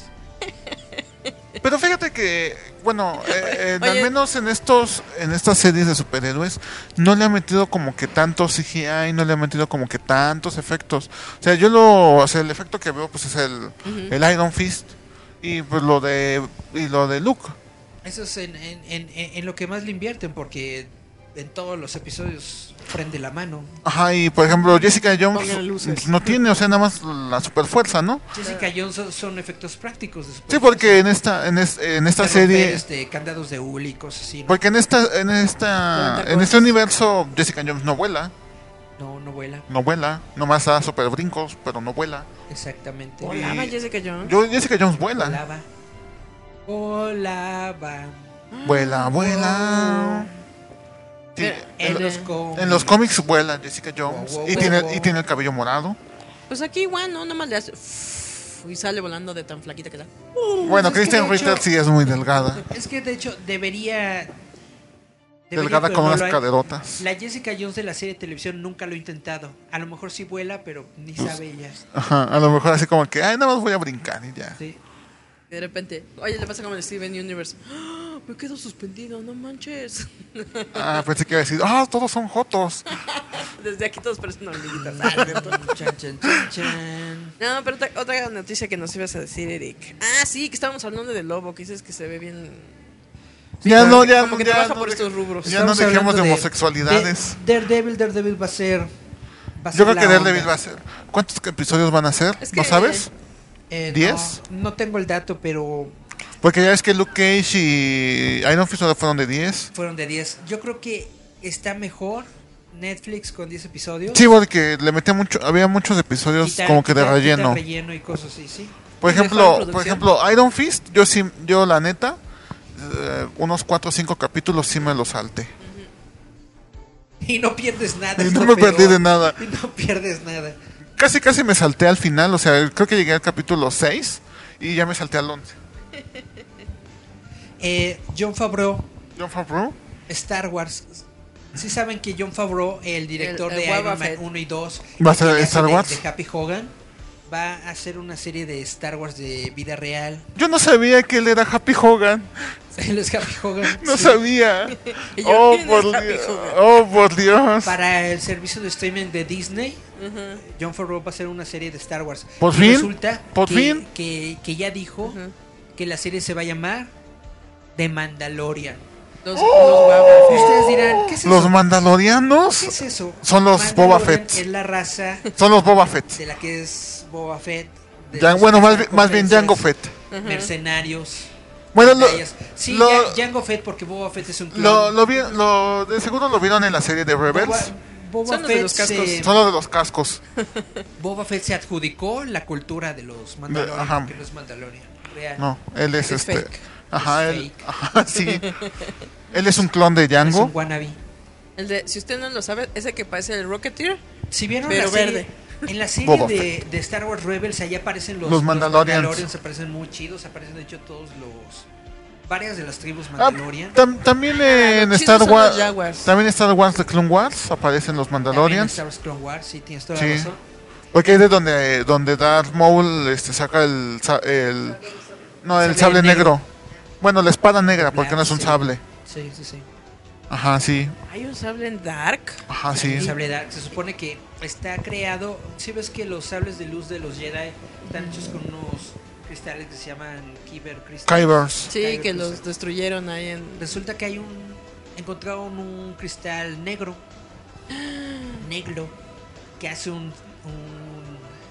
Speaker 4: Pero fíjate que, bueno, eh, en- al
Speaker 3: Oye.
Speaker 4: menos en estos, en estas series de superhéroes, no le ha metido como que tanto CGI, no le ha metido como que tantos efectos. O sea, yo lo, o sea, el efecto que veo pues es el, el Iron Fist y pues lo de, y lo de Luke.
Speaker 1: Eso es en, en- en- en lo que más le invierten porque en todos los episodios prende la mano.
Speaker 4: Ajá, y por ejemplo Jessica Jones
Speaker 3: Pongan luces.
Speaker 4: pues, no tiene, o sea, nada más la superfuerza, ¿no?
Speaker 1: Jessica Jones son, son efectos prácticos. de
Speaker 4: Sí,
Speaker 1: superhéroes.
Speaker 4: porque en esta, en, es- en esta
Speaker 1: De romper,
Speaker 4: serie, Pues-
Speaker 1: este, candados de hule y cosas así. ¿no?
Speaker 4: porque en esta, en esta,
Speaker 3: Levantar
Speaker 4: en este universo Jessica Jones no vuela,
Speaker 1: No, no vuela.
Speaker 4: no vuela, nomás da super brincos, pero no vuela.
Speaker 1: Exactamente.
Speaker 4: Hola.
Speaker 3: Volaba Jessica Jones.
Speaker 4: Yo, Jessica Jones vuela.
Speaker 1: Volaba. Volaba.
Speaker 4: Vuela, vuela. Sí,
Speaker 3: Pero
Speaker 4: en,
Speaker 1: En
Speaker 4: lo-
Speaker 1: los cómics.
Speaker 4: en los cómics vuela Jessica Jones
Speaker 1: Wow, wow,
Speaker 4: y,
Speaker 1: wow,
Speaker 4: tiene,
Speaker 1: wow.
Speaker 4: y tiene el cabello morado.
Speaker 3: Pues aquí igual, ¿no? Nomás le hace. uff, Y sale volando de tan flaquita que está.
Speaker 4: Bueno,
Speaker 1: es que
Speaker 4: Kristen
Speaker 1: de hecho-
Speaker 4: Ritter sí es muy delgada.
Speaker 1: Es que de hecho debería... debería,
Speaker 4: Delgada
Speaker 1: pero
Speaker 4: con
Speaker 1: no
Speaker 4: unas
Speaker 1: lo hay.
Speaker 4: caderotas.
Speaker 1: La Jessica Jones de la serie de televisión nunca lo ha intentado. A lo mejor sí vuela, pero ni
Speaker 4: Pues,
Speaker 1: sabe ella.
Speaker 4: Ajá, a lo mejor así como que, ay, nada más voy a brincar y ya.
Speaker 1: Sí.
Speaker 3: Y de repente, oye, le pasa como el Steven Universe. ¡Ah! Me quedo suspendido, no manches.
Speaker 4: Ah, pensé que iba a decir, ah, todos son jotos.
Speaker 3: Desde aquí todos parecen hormiguitas.
Speaker 1: Chan, chan, chan, chan.
Speaker 3: No, pero otra, otra noticia que nos ibas a decir, Eric. Ah, sí, que estábamos hablando del lobo, que dices que se ve bien.
Speaker 4: ya
Speaker 3: como
Speaker 4: no,
Speaker 3: que-
Speaker 4: ya
Speaker 3: como
Speaker 4: no,
Speaker 3: que
Speaker 4: ya
Speaker 3: trabaja
Speaker 4: no
Speaker 3: por
Speaker 4: de-
Speaker 3: estos rubros.
Speaker 4: Ya no
Speaker 1: Estamos
Speaker 4: dejemos de
Speaker 1: hablando
Speaker 4: homosexualidades.
Speaker 1: de- Daredevil, Daredevil va a ser. va a ser
Speaker 4: Yo creo
Speaker 1: la
Speaker 4: que Daredevil
Speaker 1: onda.
Speaker 4: va a ser. ¿Cuántos episodios van a ser?
Speaker 3: Es
Speaker 4: ¿No
Speaker 3: que-
Speaker 4: sabes?
Speaker 1: Eh,
Speaker 4: ¿Diez?
Speaker 1: No, no tengo el dato, pero
Speaker 4: Porque ya ves que Luke Cage y Iron Fist fueron de 10.
Speaker 1: fueron de 10. Yo creo que está mejor Netflix con 10 episodios.
Speaker 4: Sí, porque le metía mucho, había muchos episodios
Speaker 1: Quitar-
Speaker 4: como que de
Speaker 1: quitar- quitar
Speaker 4: relleno.
Speaker 1: relleno y cosas así, sí.
Speaker 4: Por
Speaker 3: Y mejor
Speaker 4: ejemplo,
Speaker 3: producción.
Speaker 4: por ejemplo, Iron Fist, yo sí, yo la neta, eh, unos 4 o 5 capítulos sí me los salté.
Speaker 1: Y no pierdes nada.
Speaker 4: Y
Speaker 1: es
Speaker 4: no
Speaker 1: lo
Speaker 4: me perdí de nada.
Speaker 1: Y no pierdes nada.
Speaker 4: Casi casi me salté al final, o sea, creo que llegué al capítulo 6 y ya me salté al 11.
Speaker 1: Eh, John Favreau,
Speaker 4: John Favreau,
Speaker 1: Star Wars. Sí saben que John Favreau, el director
Speaker 3: El- el
Speaker 1: de
Speaker 3: Boba
Speaker 1: Iron Man
Speaker 3: Fett.
Speaker 1: 1 y 2,
Speaker 4: ¿Va a ser
Speaker 1: el que hace
Speaker 4: Star
Speaker 1: de-
Speaker 4: Wars?
Speaker 1: de Happy Hogan, va a hacer una serie de Star Wars de vida real.
Speaker 4: yo no sabía que él era Happy Hogan.
Speaker 1: Él es Happy Hogan.
Speaker 4: No
Speaker 1: sí.
Speaker 4: sabía.
Speaker 3: Y yo,
Speaker 4: Oh
Speaker 3: ¿quién es
Speaker 4: por,
Speaker 3: Happy
Speaker 4: Dios.
Speaker 3: Hogan?
Speaker 4: oh, por Dios.
Speaker 1: Para el servicio de streaming de Disney, John Favreau va a hacer una serie de Star Wars.
Speaker 4: Por
Speaker 1: Y
Speaker 4: fin,
Speaker 1: Resulta
Speaker 4: por
Speaker 1: que,
Speaker 4: fin.
Speaker 1: Que, que ya dijo
Speaker 3: Ujú.
Speaker 1: que la serie se va a llamar The Mandalorian.
Speaker 3: Los,
Speaker 4: ¡Oh!
Speaker 3: los guapos.
Speaker 1: Y ustedes dirán, ¿qué es eso?
Speaker 4: Los
Speaker 1: ¿Qué es
Speaker 4: mandalorianos
Speaker 1: eso?
Speaker 4: son los
Speaker 1: Mandalorian
Speaker 4: Boba Fett.
Speaker 1: Es la raza
Speaker 4: son los Boba Fett.
Speaker 1: de la que es Boba Fett. de
Speaker 4: Ya-
Speaker 1: los
Speaker 4: bueno, más, bi-
Speaker 1: recompensas,
Speaker 4: más bien Django Fett.
Speaker 1: Mercenarios.
Speaker 4: Bueno, lo,
Speaker 1: batallas. sí,
Speaker 4: lo-
Speaker 1: Ya- Django Fett, porque Boba Fett es un clon.
Speaker 4: lo, lo vi- lo- de seguro lo vieron en la serie de
Speaker 1: Boba,
Speaker 4: Rebels.
Speaker 1: Boba
Speaker 3: Son los de
Speaker 1: Fett
Speaker 3: los cascos.
Speaker 1: se,
Speaker 4: Son los de los cascos.
Speaker 1: Boba Fett se adjudicó la cultura de los Mandalorian,
Speaker 4: ajá.
Speaker 1: que no es Mandalorian, real.
Speaker 4: No, él es,
Speaker 3: Es
Speaker 4: este.
Speaker 3: fake.
Speaker 4: Ajá,
Speaker 1: Es
Speaker 4: él,
Speaker 1: fake.
Speaker 4: ajá, sí. Él es un clon de
Speaker 1: Es
Speaker 4: Django.
Speaker 1: un wannabe.
Speaker 3: El de, si usted no lo sabe, ese que parece el Rocketeer.
Speaker 1: Si vieron
Speaker 3: Pero
Speaker 1: la serie-
Speaker 3: verde.
Speaker 1: en la serie
Speaker 4: Boba
Speaker 1: de, de Star Wars Rebels, allá aparecen los,
Speaker 4: Los Mandalorians.
Speaker 1: aparecen muy chidos, aparecen de hecho todos los... Varias de las tribus
Speaker 4: Ah,
Speaker 1: Mandalorian. Ah,
Speaker 4: tam- también en
Speaker 3: los chidos
Speaker 4: Star
Speaker 3: son
Speaker 4: Wars.
Speaker 3: los Jaguars.
Speaker 4: También en Star Wars The Clone Wars aparecen
Speaker 1: También
Speaker 4: los
Speaker 1: en
Speaker 4: Mandalorians.
Speaker 1: Star Wars Clone Wars, sí, tienes toda
Speaker 4: Sí.
Speaker 1: la razón.
Speaker 4: Porque es de donde, donde Darth Maul este, saca el, sa- el- no, el
Speaker 1: Sable
Speaker 4: sable
Speaker 1: negro.
Speaker 4: negro. Bueno, la espada negra, porque
Speaker 1: Claro,
Speaker 4: no es un
Speaker 1: sí.
Speaker 4: sable.
Speaker 1: Sí, sí, sí.
Speaker 4: Ajá, sí.
Speaker 3: Hay un sable en Dark.
Speaker 4: Ajá,
Speaker 1: El
Speaker 4: sí.
Speaker 1: sable dark, Se supone que está creado. Si ves que los sables de luz de los Jedi están hechos con unos cristales que se llaman Kyber crystals.
Speaker 4: Kybers.
Speaker 3: pues Sí,
Speaker 1: Kyber
Speaker 3: que
Speaker 1: crystals.
Speaker 3: los destruyeron ahí en.
Speaker 1: Resulta que hay un. Encontraron un cristal negro. Negro. Que hace un. un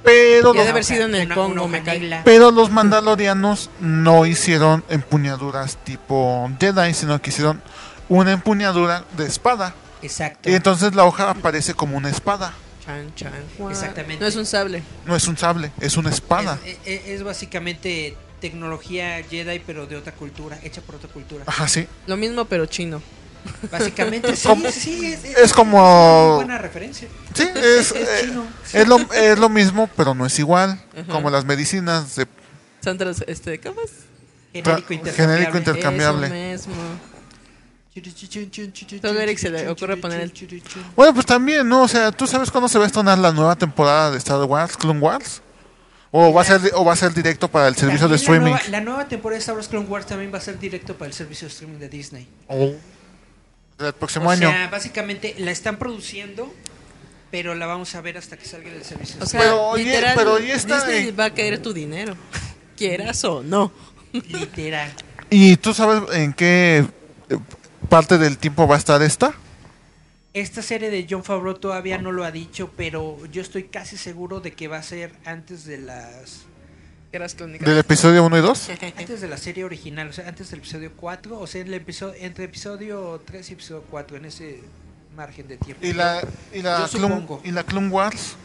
Speaker 4: Pero,
Speaker 3: Ya
Speaker 4: los,
Speaker 3: de haber sido en el
Speaker 1: una-
Speaker 3: Congo,
Speaker 1: una hoja
Speaker 3: me cae.
Speaker 1: negra.
Speaker 4: pero los mandalorianos no hicieron empuñaduras tipo Jedi, sino que hicieron una empuñadura de espada.
Speaker 1: Exacto.
Speaker 4: Y entonces la hoja aparece como una espada.
Speaker 3: Chan, chan. guau.
Speaker 1: Exactamente.
Speaker 3: No es un sable.
Speaker 4: No es un sable, es una espada.
Speaker 1: es, es- es básicamente tecnología Jedi, pero de otra cultura. Hecha por otra cultura.
Speaker 4: Ajá, sí.
Speaker 3: Lo mismo, pero chino.
Speaker 1: Básicamente, sí,
Speaker 4: Como-
Speaker 1: sí. Es, es-
Speaker 4: es como-
Speaker 1: muy buena referencia.
Speaker 4: Sí, es,
Speaker 1: Es
Speaker 4: eh,
Speaker 1: chino.
Speaker 4: es lo, es lo mismo, pero no es igual. Como las medicinas de
Speaker 3: Sandra, este, ¿cómo es?
Speaker 1: Genérico
Speaker 4: Tra-
Speaker 1: intercambiable.
Speaker 4: genérico inter- Intercambiable.
Speaker 3: Eso mismo. Solo a Eric se le ocurre poner el-
Speaker 4: Bueno, pues también, ¿no? O sea, ¿tú sabes cuándo se va a estrenar la nueva temporada de Star Wars, Clone Wars? ¿O va a ser, o va a ser directo para el servicio de
Speaker 1: También
Speaker 4: streaming?
Speaker 1: La nueva, la nueva temporada de Star Wars Clone Wars también va a ser directo para el servicio de streaming de Disney.
Speaker 4: El Oh. próximo
Speaker 1: O
Speaker 4: año.
Speaker 1: sea, básicamente la están produciendo, pero la vamos a ver hasta que salga del servicio.
Speaker 3: O sea,
Speaker 4: Pero, oye,
Speaker 3: literal,
Speaker 4: pero ahí está,
Speaker 3: Disney
Speaker 4: eh.
Speaker 3: va a caer tu dinero. Quieras o no.
Speaker 1: Literal.
Speaker 4: ¿Y tú sabes en qué eh, parte del tiempo va a estar esta?
Speaker 1: Esta serie de John Favreau todavía no lo ha dicho, pero yo estoy casi seguro de que va a ser antes de las
Speaker 3: Quieras crónicas.
Speaker 4: ¿Del episodio 1 y 2?
Speaker 1: antes de la serie original, o sea, antes del episodio 4, o sea, el episodio, entre episodio 3 y episodio 4, en ese margen de tiempo.
Speaker 4: ¿Y la, y la,
Speaker 1: Yo
Speaker 4: Clone,
Speaker 1: supongo.
Speaker 4: y la Clone Wars?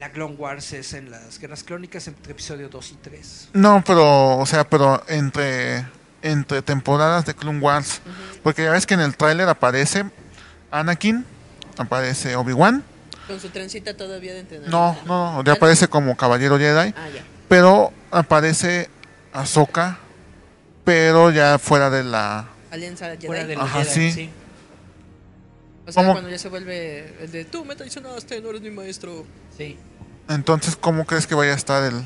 Speaker 1: La Clone Wars es en las Guerras Clónicas entre episodio 2 y 3.
Speaker 4: No, pero, o sea, pero entre, entre temporadas de Clone Wars. Porque ya ves que en el tráiler aparece Anakin, aparece Obi-Wan.
Speaker 3: Con su trencita todavía de entrenamiento.
Speaker 4: No, no, no, ya aparece como Caballero Jedi,
Speaker 3: Ah, ya.
Speaker 4: pero aparece Ahsoka, pero ya fuera de la...
Speaker 3: Alianza Jedi.
Speaker 1: Fuera de los
Speaker 4: Ajá,
Speaker 1: Jedi,
Speaker 4: sí.
Speaker 1: sí.
Speaker 3: O sea,
Speaker 4: ¿Cómo?
Speaker 3: cuando ya se vuelve el de tú me traicionaste, no eres mi maestro.
Speaker 1: sí.
Speaker 4: Entonces, ¿cómo crees que vaya a estar el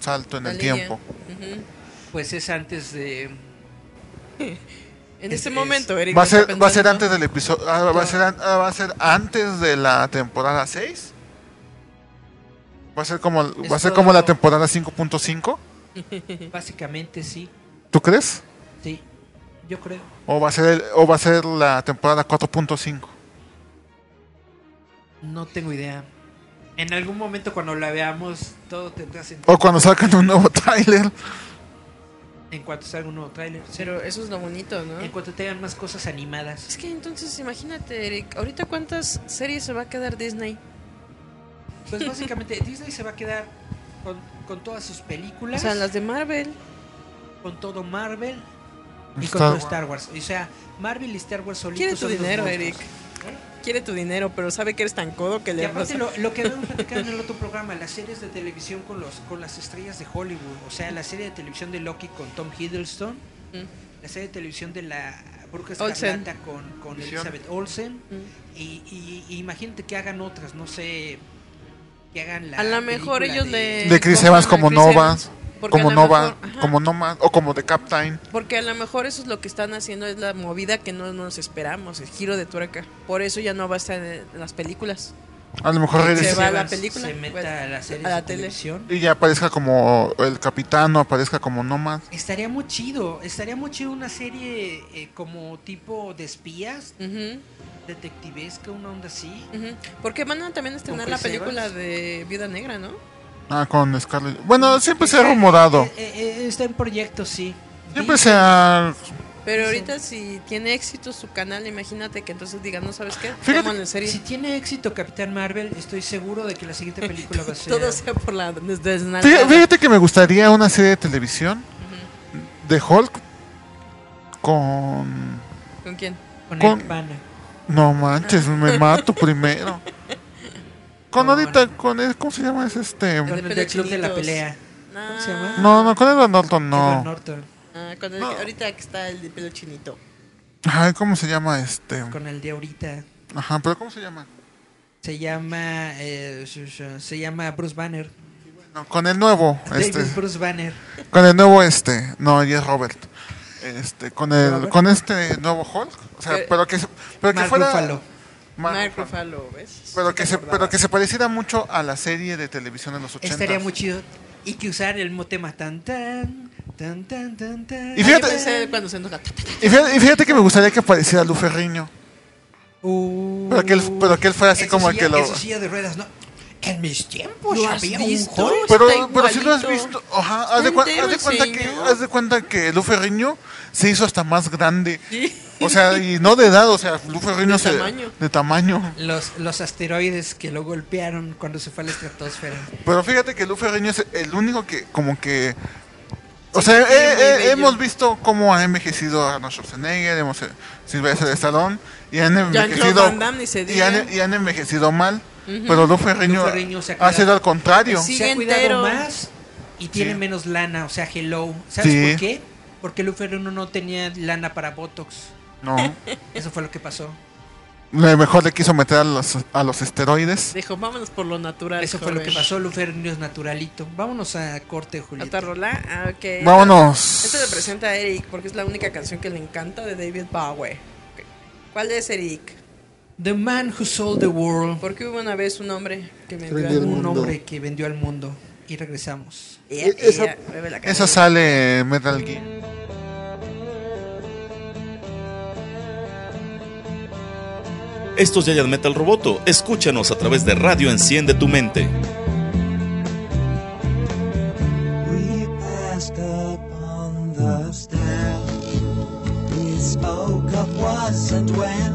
Speaker 4: salto en
Speaker 3: La
Speaker 4: el
Speaker 3: línea.
Speaker 4: tiempo?
Speaker 3: Ujú.
Speaker 1: Pues es antes de.
Speaker 3: En
Speaker 1: Es-
Speaker 3: este
Speaker 1: es-
Speaker 3: momento, Eric.
Speaker 4: Va a
Speaker 3: está
Speaker 4: ser, va a ser
Speaker 3: pensando,
Speaker 4: antes del episodio, va a ser, an- ah, va a ser antes de la temporada 6. Va a ser como, va a ser como la temporada 5.5,
Speaker 1: Básicamente sí.
Speaker 4: ¿tú crees?
Speaker 1: Sí. Yo creo.
Speaker 4: O va a ser, el- o va a ser la temporada 4.5.
Speaker 1: No tengo idea. En algún momento cuando la veamos, todo tendrá sentido.
Speaker 4: O cuando sacan un nuevo tráiler.
Speaker 1: En cuanto salga un nuevo tráiler. sí.
Speaker 3: Pero eso es lo bonito, ¿no?
Speaker 1: En cuanto tengan más cosas animadas.
Speaker 3: Es que entonces, imagínate, Eric, ahorita cuántas series se va a quedar Disney.
Speaker 1: Pues básicamente Disney se va a quedar con, con todas sus
Speaker 3: O
Speaker 1: películas,
Speaker 3: sea, las de Marvel.
Speaker 1: con todo Marvel y con
Speaker 4: Star
Speaker 1: todo
Speaker 4: Wars.
Speaker 1: Star Wars. O sea, Marvel y Star Wars solitos.
Speaker 3: Quiere tu
Speaker 1: son los
Speaker 3: dinero,
Speaker 1: monstruos.
Speaker 3: Eric. Quiere tu dinero, pero sabe que eres tan codo que
Speaker 1: Y
Speaker 3: le vas
Speaker 1: aparte
Speaker 3: a-
Speaker 1: lo, lo que habíamos platicado en el otro programa, las series de televisión con los con las estrellas de Hollywood, o sea, la serie de televisión de Loki con Tom Hiddleston,
Speaker 3: Mm.
Speaker 1: la serie de televisión de la Bruja
Speaker 3: Olsen.
Speaker 1: Escarlata con, con Elizabeth Olsen,
Speaker 3: Mm.
Speaker 1: y, y- y imagínate que hagan otras, no sé, que hagan la
Speaker 3: A lo mejor
Speaker 1: película
Speaker 3: ellos
Speaker 1: de-
Speaker 3: le.
Speaker 4: De Chris
Speaker 3: compran
Speaker 4: Evans
Speaker 3: a Eh,
Speaker 4: como
Speaker 3: Chris
Speaker 4: Nova,
Speaker 3: Evans, porque
Speaker 4: como
Speaker 3: a lo
Speaker 4: Nova,
Speaker 3: mejor- ajá,
Speaker 4: como Noma, o como The Captain.
Speaker 3: Porque a lo mejor eso es lo que están haciendo, es la movida que no nos esperamos, el giro de tuerca. Por eso ya no va a estar en las películas.
Speaker 4: A lo mejor
Speaker 3: Se
Speaker 4: regrese
Speaker 3: va a la
Speaker 1: Evans
Speaker 3: película,
Speaker 1: Se meta
Speaker 3: pues,
Speaker 1: a la serie
Speaker 3: a la
Speaker 1: de
Speaker 3: tele.
Speaker 1: televisión.
Speaker 4: y ya aparezca como el capitán o aparezca como nomás.
Speaker 1: Estaría muy chido. Estaría muy chido una serie eh, como tipo de espías,
Speaker 3: Ujú,
Speaker 1: detectivesca, una onda así.
Speaker 3: ujú. Porque van a también estrenar
Speaker 1: ¿Con
Speaker 3: la
Speaker 1: Chris
Speaker 3: película
Speaker 1: Evans?
Speaker 3: de Viuda Negra, ¿no?
Speaker 4: Ah, con Scarlett. Bueno, siempre se ha rumorado.
Speaker 1: Eh, eh, eh, está en proyecto, sí.
Speaker 4: Siempre se ha...
Speaker 3: Pero ahorita si tiene éxito su canal, imagínate que entonces digan, no sabes qué,
Speaker 4: Fíjate-
Speaker 3: toman en serie.
Speaker 1: Si tiene éxito Capitán Marvel, estoy seguro de que la siguiente película va a ser.
Speaker 3: Todo sea por la des-
Speaker 4: Fí-
Speaker 3: desnalgada.
Speaker 4: Fíjate que me gustaría una serie de televisión de Hulk con...
Speaker 3: ¿Con quién?
Speaker 1: Con
Speaker 4: Con-
Speaker 1: el pana.
Speaker 4: No manches, me mato primero. Con ahorita, con el- ¿cómo se llama? Es este...
Speaker 1: Con
Speaker 3: de
Speaker 1: el del
Speaker 3: pelo
Speaker 1: Club de la
Speaker 3: chinitos.
Speaker 1: Pelea. ¿Cómo se llama?
Speaker 4: No, no, con Edward Norton,
Speaker 1: Edward
Speaker 4: no.
Speaker 1: Norton.
Speaker 3: Ah, con el-
Speaker 4: No.
Speaker 3: Ahorita que está el de pelo chinito.
Speaker 4: Ay, ¿cómo se llama este?
Speaker 1: Con el de ahorita.
Speaker 4: Ajá, pero ¿cómo se llama?
Speaker 1: Se llama. eh, su- su- se llama Bruce Banner.
Speaker 4: No, con el nuevo, este.
Speaker 1: David Bruce Banner.
Speaker 4: Con el nuevo este. No, y es Robert. Este, con el,
Speaker 1: Robert.
Speaker 4: con este nuevo Hulk. O sea,
Speaker 3: Pero-
Speaker 4: pero que, se- pero que
Speaker 1: Mark
Speaker 4: fuera.
Speaker 1: Ruffalo.
Speaker 4: Mark
Speaker 3: Mark
Speaker 4: Ruffalo.
Speaker 3: Ruffalo, ¿ves?
Speaker 4: Pero que, se, pero que se pareciera mucho a la serie de televisión de los 80.
Speaker 1: Estaría muy chido. Y que usar el mismo tema tan tan. Tan tan tan tan.
Speaker 4: Y
Speaker 3: Ah, Yo
Speaker 4: fíjate-
Speaker 3: pensé cuando se enoja. ta, ta, ta.
Speaker 4: y, fíjate, y fíjate que me gustaría que apareciera Lu Ferriño.
Speaker 1: Uh,
Speaker 4: Pero que él- pero que él fuera así
Speaker 1: en su
Speaker 4: como el
Speaker 1: silla-
Speaker 4: que lo-
Speaker 1: En su silla de ruedas, no. En mis tiempos
Speaker 3: ¿Lo has
Speaker 1: había
Speaker 3: visto?
Speaker 1: un Hulk.
Speaker 4: Pero,
Speaker 3: Pues Está
Speaker 4: pero si lo has
Speaker 3: igualito.
Speaker 4: visto, ajá, haz de, cua-
Speaker 3: Entero
Speaker 4: haz de
Speaker 3: el
Speaker 4: cuenta que,
Speaker 3: señor.
Speaker 4: haz de cuenta que Lu Ferriño se hizo hasta más grande.
Speaker 3: Sí.
Speaker 4: O sea, y no de edad, o sea, Lu Ferriño
Speaker 3: De
Speaker 4: se-
Speaker 3: tamaño.
Speaker 4: de tamaño.
Speaker 1: Los, los asteroides que lo golpearon cuando se fue a la estratosfera.
Speaker 4: Pero fíjate que Luffy Reño es el único que, como que. O sea, eh,
Speaker 3: muy
Speaker 4: eh,
Speaker 3: bello.
Speaker 4: hemos visto cómo ha envejecido Arnold Schwarzenegger, hemos eh, Sylvester Stallone, y han
Speaker 3: Jean-Claude
Speaker 4: envejecido.
Speaker 3: Van Damme, ni se
Speaker 4: Y han,
Speaker 3: diga.
Speaker 4: y han envejecido mal. Pero Luffy Reño
Speaker 1: Luffy Reño se ha
Speaker 4: ha
Speaker 1: cuidado.
Speaker 4: sido al contrario.
Speaker 3: Sí.
Speaker 1: se
Speaker 3: Sigue
Speaker 1: ha cuidado
Speaker 3: entero.
Speaker 1: más y tiene
Speaker 4: Sí.
Speaker 1: menos lana, o sea, hello. ¿Sabes
Speaker 4: Sí.
Speaker 1: por qué? Porque Luferino no tenía lana para Botox.
Speaker 4: No.
Speaker 1: Eso fue lo que pasó.
Speaker 4: Lo mejor le quiso meter a los, a los esteroides.
Speaker 3: Dijo, vámonos por lo natural.
Speaker 1: Eso fue lo que
Speaker 3: joven.
Speaker 1: pasó. Luferino es naturalito. Vámonos a corte,
Speaker 3: ¿Otra
Speaker 1: Julieta.
Speaker 3: rola? Ah, ok.
Speaker 4: Vámonos.
Speaker 3: Esto le Este presenta a Eric porque es la única canción que le encanta de David Bowie. Ok. ¿Cuál es Eric?
Speaker 1: The man who sold the world.
Speaker 3: Porque hubo una vez un hombre que me
Speaker 7: Creo
Speaker 3: dio
Speaker 7: que
Speaker 3: algún-
Speaker 7: el
Speaker 1: Un
Speaker 7: mundo.
Speaker 1: hombre que vendió al mundo. Y regresamos.
Speaker 3: Ea,
Speaker 7: Esa-
Speaker 3: ea, mueve la
Speaker 4: Eso
Speaker 3: cadera.
Speaker 4: sale en
Speaker 3: Mm,
Speaker 4: Metal Gear.
Speaker 2: Estos ya Yayan Metal Roboto, escúchanos a través de Radio Enciende tu Mente.
Speaker 5: We passed up on the stair. We spoke of was and when.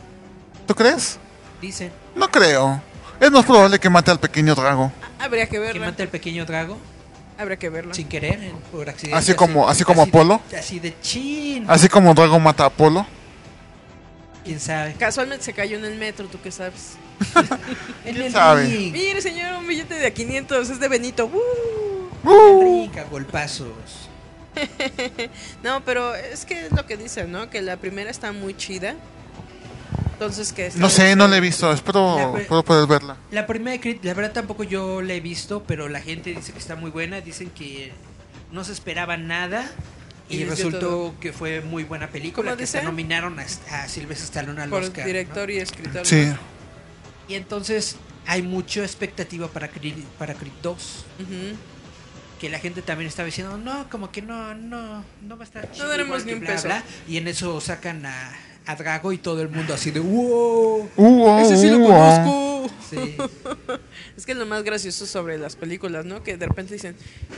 Speaker 4: ¿Tú crees?
Speaker 1: dicen.
Speaker 4: No creo. Es más probable que mate al pequeño drago.
Speaker 3: Habría que
Speaker 1: Que
Speaker 3: verla.
Speaker 1: mata al pequeño Drago
Speaker 3: Habrá que verla.
Speaker 1: sin querer, en- por accidente.
Speaker 4: Así como- así como
Speaker 1: así de-
Speaker 4: Apolo. Ah,
Speaker 1: así de chin.
Speaker 4: Así como Drago mata a Apolo.
Speaker 1: ¿Quién sabe?
Speaker 3: Casualmente se cayó en el metro, tú qué sabes.
Speaker 1: En el
Speaker 4: sabe?
Speaker 1: ring.
Speaker 3: Mire, señor, un billete de 500, es de Benito. ¡Uh!
Speaker 1: Rica, golpazos.
Speaker 3: No, pero es que es lo que dicen, ¿no? Que la primera está muy chida. Entonces, que
Speaker 4: No sé, no la he visto. Espero, espero poder verla.
Speaker 1: La primera de Creed, la verdad tampoco yo la he visto, pero la gente dice que está muy buena, dicen que no se esperaba nada
Speaker 3: Y
Speaker 1: y,
Speaker 3: les dio
Speaker 1: resultó
Speaker 3: todo.
Speaker 1: que fue muy buena película,
Speaker 3: ¿Cómo
Speaker 1: que hasta
Speaker 3: dice?
Speaker 1: nominaron a, a Sylvester Stallone al
Speaker 3: Por
Speaker 1: Oscar,
Speaker 3: director y escritor.
Speaker 4: Sí.
Speaker 1: ¿no? Y entonces hay mucha expectativa para Creed, para Creed 2,
Speaker 3: Ujú.
Speaker 1: que la gente también estaba diciendo, no, como que no, no, no va a estar chido,
Speaker 3: daremos
Speaker 1: igual
Speaker 3: ni
Speaker 1: que
Speaker 3: un
Speaker 1: bla,
Speaker 3: peso".
Speaker 1: bla". y en eso sacan a, a Drago y todo el mundo así de, wow.
Speaker 4: Uh, oh,
Speaker 3: Ese sí lo
Speaker 4: uh, oh.
Speaker 3: conozco.
Speaker 1: Sí.
Speaker 3: Es que es lo más gracioso sobre las películas, ¿no? Que de repente dicen,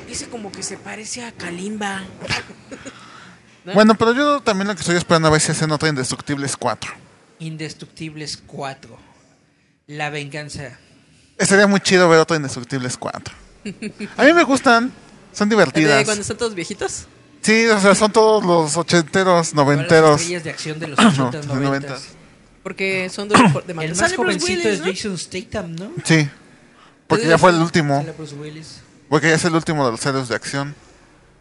Speaker 3: ese como que se parece a Kalimba. ¿no?
Speaker 4: Bueno, pero yo también lo que estoy esperando a ver si hacen otra Indestructibles 4.
Speaker 1: Indestructibles 4, La Venganza.
Speaker 4: Estaría Eh, muy chido ver otra Indestructibles 4. A mí me gustan. Son
Speaker 3: De
Speaker 4: divertidas.
Speaker 3: cuando están todos viejitos.
Speaker 4: Sí, o sea, son todos los ochenteros,
Speaker 1: Fueron Las
Speaker 4: noventeros.
Speaker 1: estrellas de acción de los 80s,
Speaker 4: No,
Speaker 1: 90s.
Speaker 3: Porque son de, de
Speaker 1: El
Speaker 3: Mandalorian.
Speaker 1: más
Speaker 3: Sale Bruce
Speaker 1: jovencito
Speaker 3: Willis, ¿no?
Speaker 1: es Jason Statham, ¿no?
Speaker 4: Sí. Porque ya fue el último.
Speaker 1: Sale Bruce Willis.
Speaker 4: Porque ya es el último de los héroes de acción.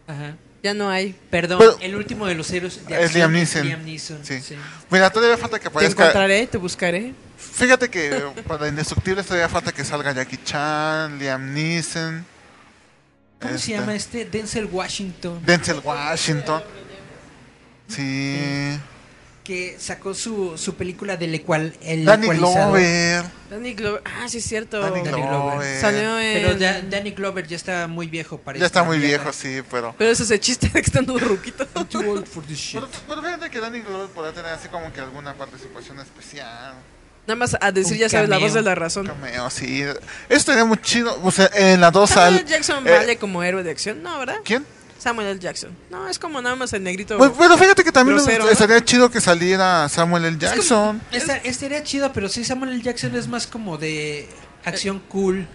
Speaker 1: Ajá.
Speaker 3: Ya no hay.
Speaker 1: Perdón,
Speaker 4: Pero-
Speaker 1: el último de los héroes de
Speaker 4: Es
Speaker 1: acción
Speaker 4: Liam Neeson.
Speaker 1: Liam Neeson,
Speaker 4: Sí.
Speaker 1: sí.
Speaker 4: Mira, todavía falta Pues
Speaker 3: Te
Speaker 4: que aparezca.
Speaker 3: encontraré, te buscaré.
Speaker 4: Fíjate que para Indestructibles todavía falta que salga Jackie Chan, Liam Neeson,
Speaker 1: ¿Cómo
Speaker 4: Este.
Speaker 1: se llama este? Denzel Washington,
Speaker 4: Denzel Washington. Sí.
Speaker 1: que sacó su, su película del ecual, el
Speaker 4: Danny
Speaker 1: eh, ecualizador.
Speaker 4: Glover.
Speaker 3: Danny Glover. Ah, sí, es cierto.
Speaker 4: Danny
Speaker 1: Danny Glover.
Speaker 4: Glover.
Speaker 3: Salió en.
Speaker 1: Pero Da- Danny Glover ya está muy viejo para este.
Speaker 4: Ya está
Speaker 1: esta
Speaker 4: muy
Speaker 1: mierda.
Speaker 4: viejo, sí, pero.
Speaker 3: Pero eso es el chiste de que están todos ruquitos.
Speaker 1: I'm too old for this shit.
Speaker 4: Pero, pero fíjate que Danny Glover podrá tener así como que alguna participación especial.
Speaker 3: Nada más a decir,
Speaker 1: Un
Speaker 3: ya sabes, la voz
Speaker 1: cameo.
Speaker 3: de la razón.
Speaker 4: Cameo, sí. Esto sería muy chido. O sea, en la 2
Speaker 3: Samuel
Speaker 4: al.
Speaker 3: L. Jackson
Speaker 4: eh,
Speaker 3: vale como héroe de acción, ¿no, verdad?
Speaker 4: ¿Quién?
Speaker 3: Samuel L. Jackson. No, es como nada más el negrito.
Speaker 4: Bueno, Pues, pero fíjate que también
Speaker 3: Grosero, ¿no?
Speaker 4: estaría chido que saliera Samuel L. Jackson.
Speaker 1: Esta, esta era chida, pero sí, Samuel L. Jackson es más como de acción cool.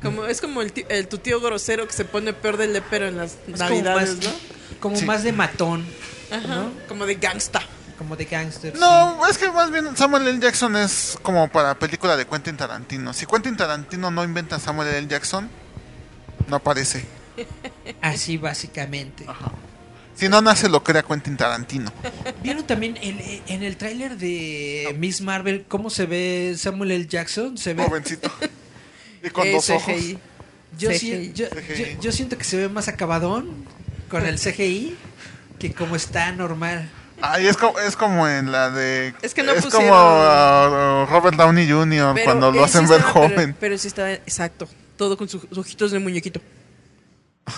Speaker 3: Como, es como el, ti- el tu tío grosero que se pone peor del lepero en las
Speaker 1: Es como
Speaker 3: navidades,
Speaker 1: más, como más de matón,
Speaker 3: ¿no? Ajá. Como de gangsta.
Speaker 1: como de gángster. sí.
Speaker 4: No, es que más bien Samuel L. Jackson es como para película de Quentin Tarantino. Si Quentin Tarantino no inventa a Samuel L. Jackson, no aparece.
Speaker 1: Así básicamente.
Speaker 4: Si no nace, lo crea Quentin Tarantino.
Speaker 1: ¿Vieron también el- en el tráiler de Miss Marvel cómo se ve Samuel L. Jackson? Se ve
Speaker 4: Jovencito. Y con dos ojos.
Speaker 3: CGI.
Speaker 1: Yo,
Speaker 3: CGI.
Speaker 1: si- yo-
Speaker 4: CGI.
Speaker 1: yo- yo siento que se ve más acabadón con el CGI que como está normal.
Speaker 4: Ay, es como, es como en la de.
Speaker 3: Es que no pusieron-
Speaker 4: como ah, Robert Downey Jr.
Speaker 3: Pero
Speaker 4: cuando
Speaker 3: él
Speaker 4: lo hacen
Speaker 3: sí
Speaker 4: ver
Speaker 3: estaba-
Speaker 4: joven.
Speaker 3: Pero, pero sí estaba, exacto, todo con sus ojitos de muñequito.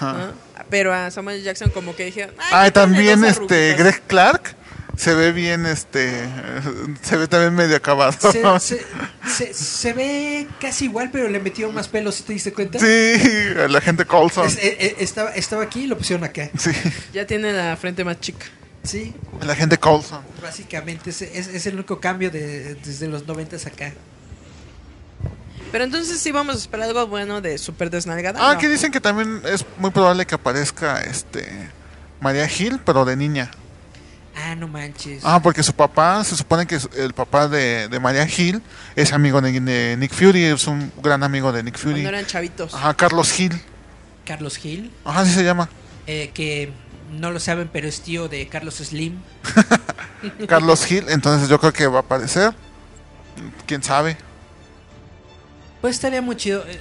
Speaker 3: Ah, Pero a Samuel Jackson como que dije... quítale
Speaker 4: Ay, también
Speaker 3: dos
Speaker 4: este
Speaker 3: arruguitas".
Speaker 4: Greg Clark se ve bien, este. Se ve también medio acabado.
Speaker 1: Se, se- se- se ve casi igual, pero le metió más pelo, si te diste cuenta?
Speaker 4: Sí, la gente Colson.
Speaker 1: Es- eh, eh, estaba, estaba aquí y lo pusieron acá.
Speaker 4: Sí,
Speaker 3: Ya tiene la frente más chica.
Speaker 1: Sí,
Speaker 4: la gente Colson.
Speaker 1: básicamente es, es- es el único cambio de- desde los 90 acá.
Speaker 3: Pero entonces sí vamos a esperar algo bueno de Super Desnalgada.
Speaker 4: Ah,
Speaker 3: No.
Speaker 4: que dicen que también es muy probable que aparezca este. María Gil, pero de niña.
Speaker 1: Ah, no manches.
Speaker 4: Ah, porque su papá, se supone que es el papá de, de María Gil es amigo de, de Nick Fury, es un gran amigo de Nick Fury.
Speaker 3: Cuando eran chavitos.
Speaker 4: Ajá, Carlos Gil.
Speaker 1: Carlos Gil,
Speaker 4: Ajá, así se llama.
Speaker 1: eh, que no lo saben, pero es tío de Carlos Slim.
Speaker 4: Carlos Gil, entonces yo creo que va a aparecer. ¿Quién sabe?
Speaker 1: Pues estaría muy chido. eh,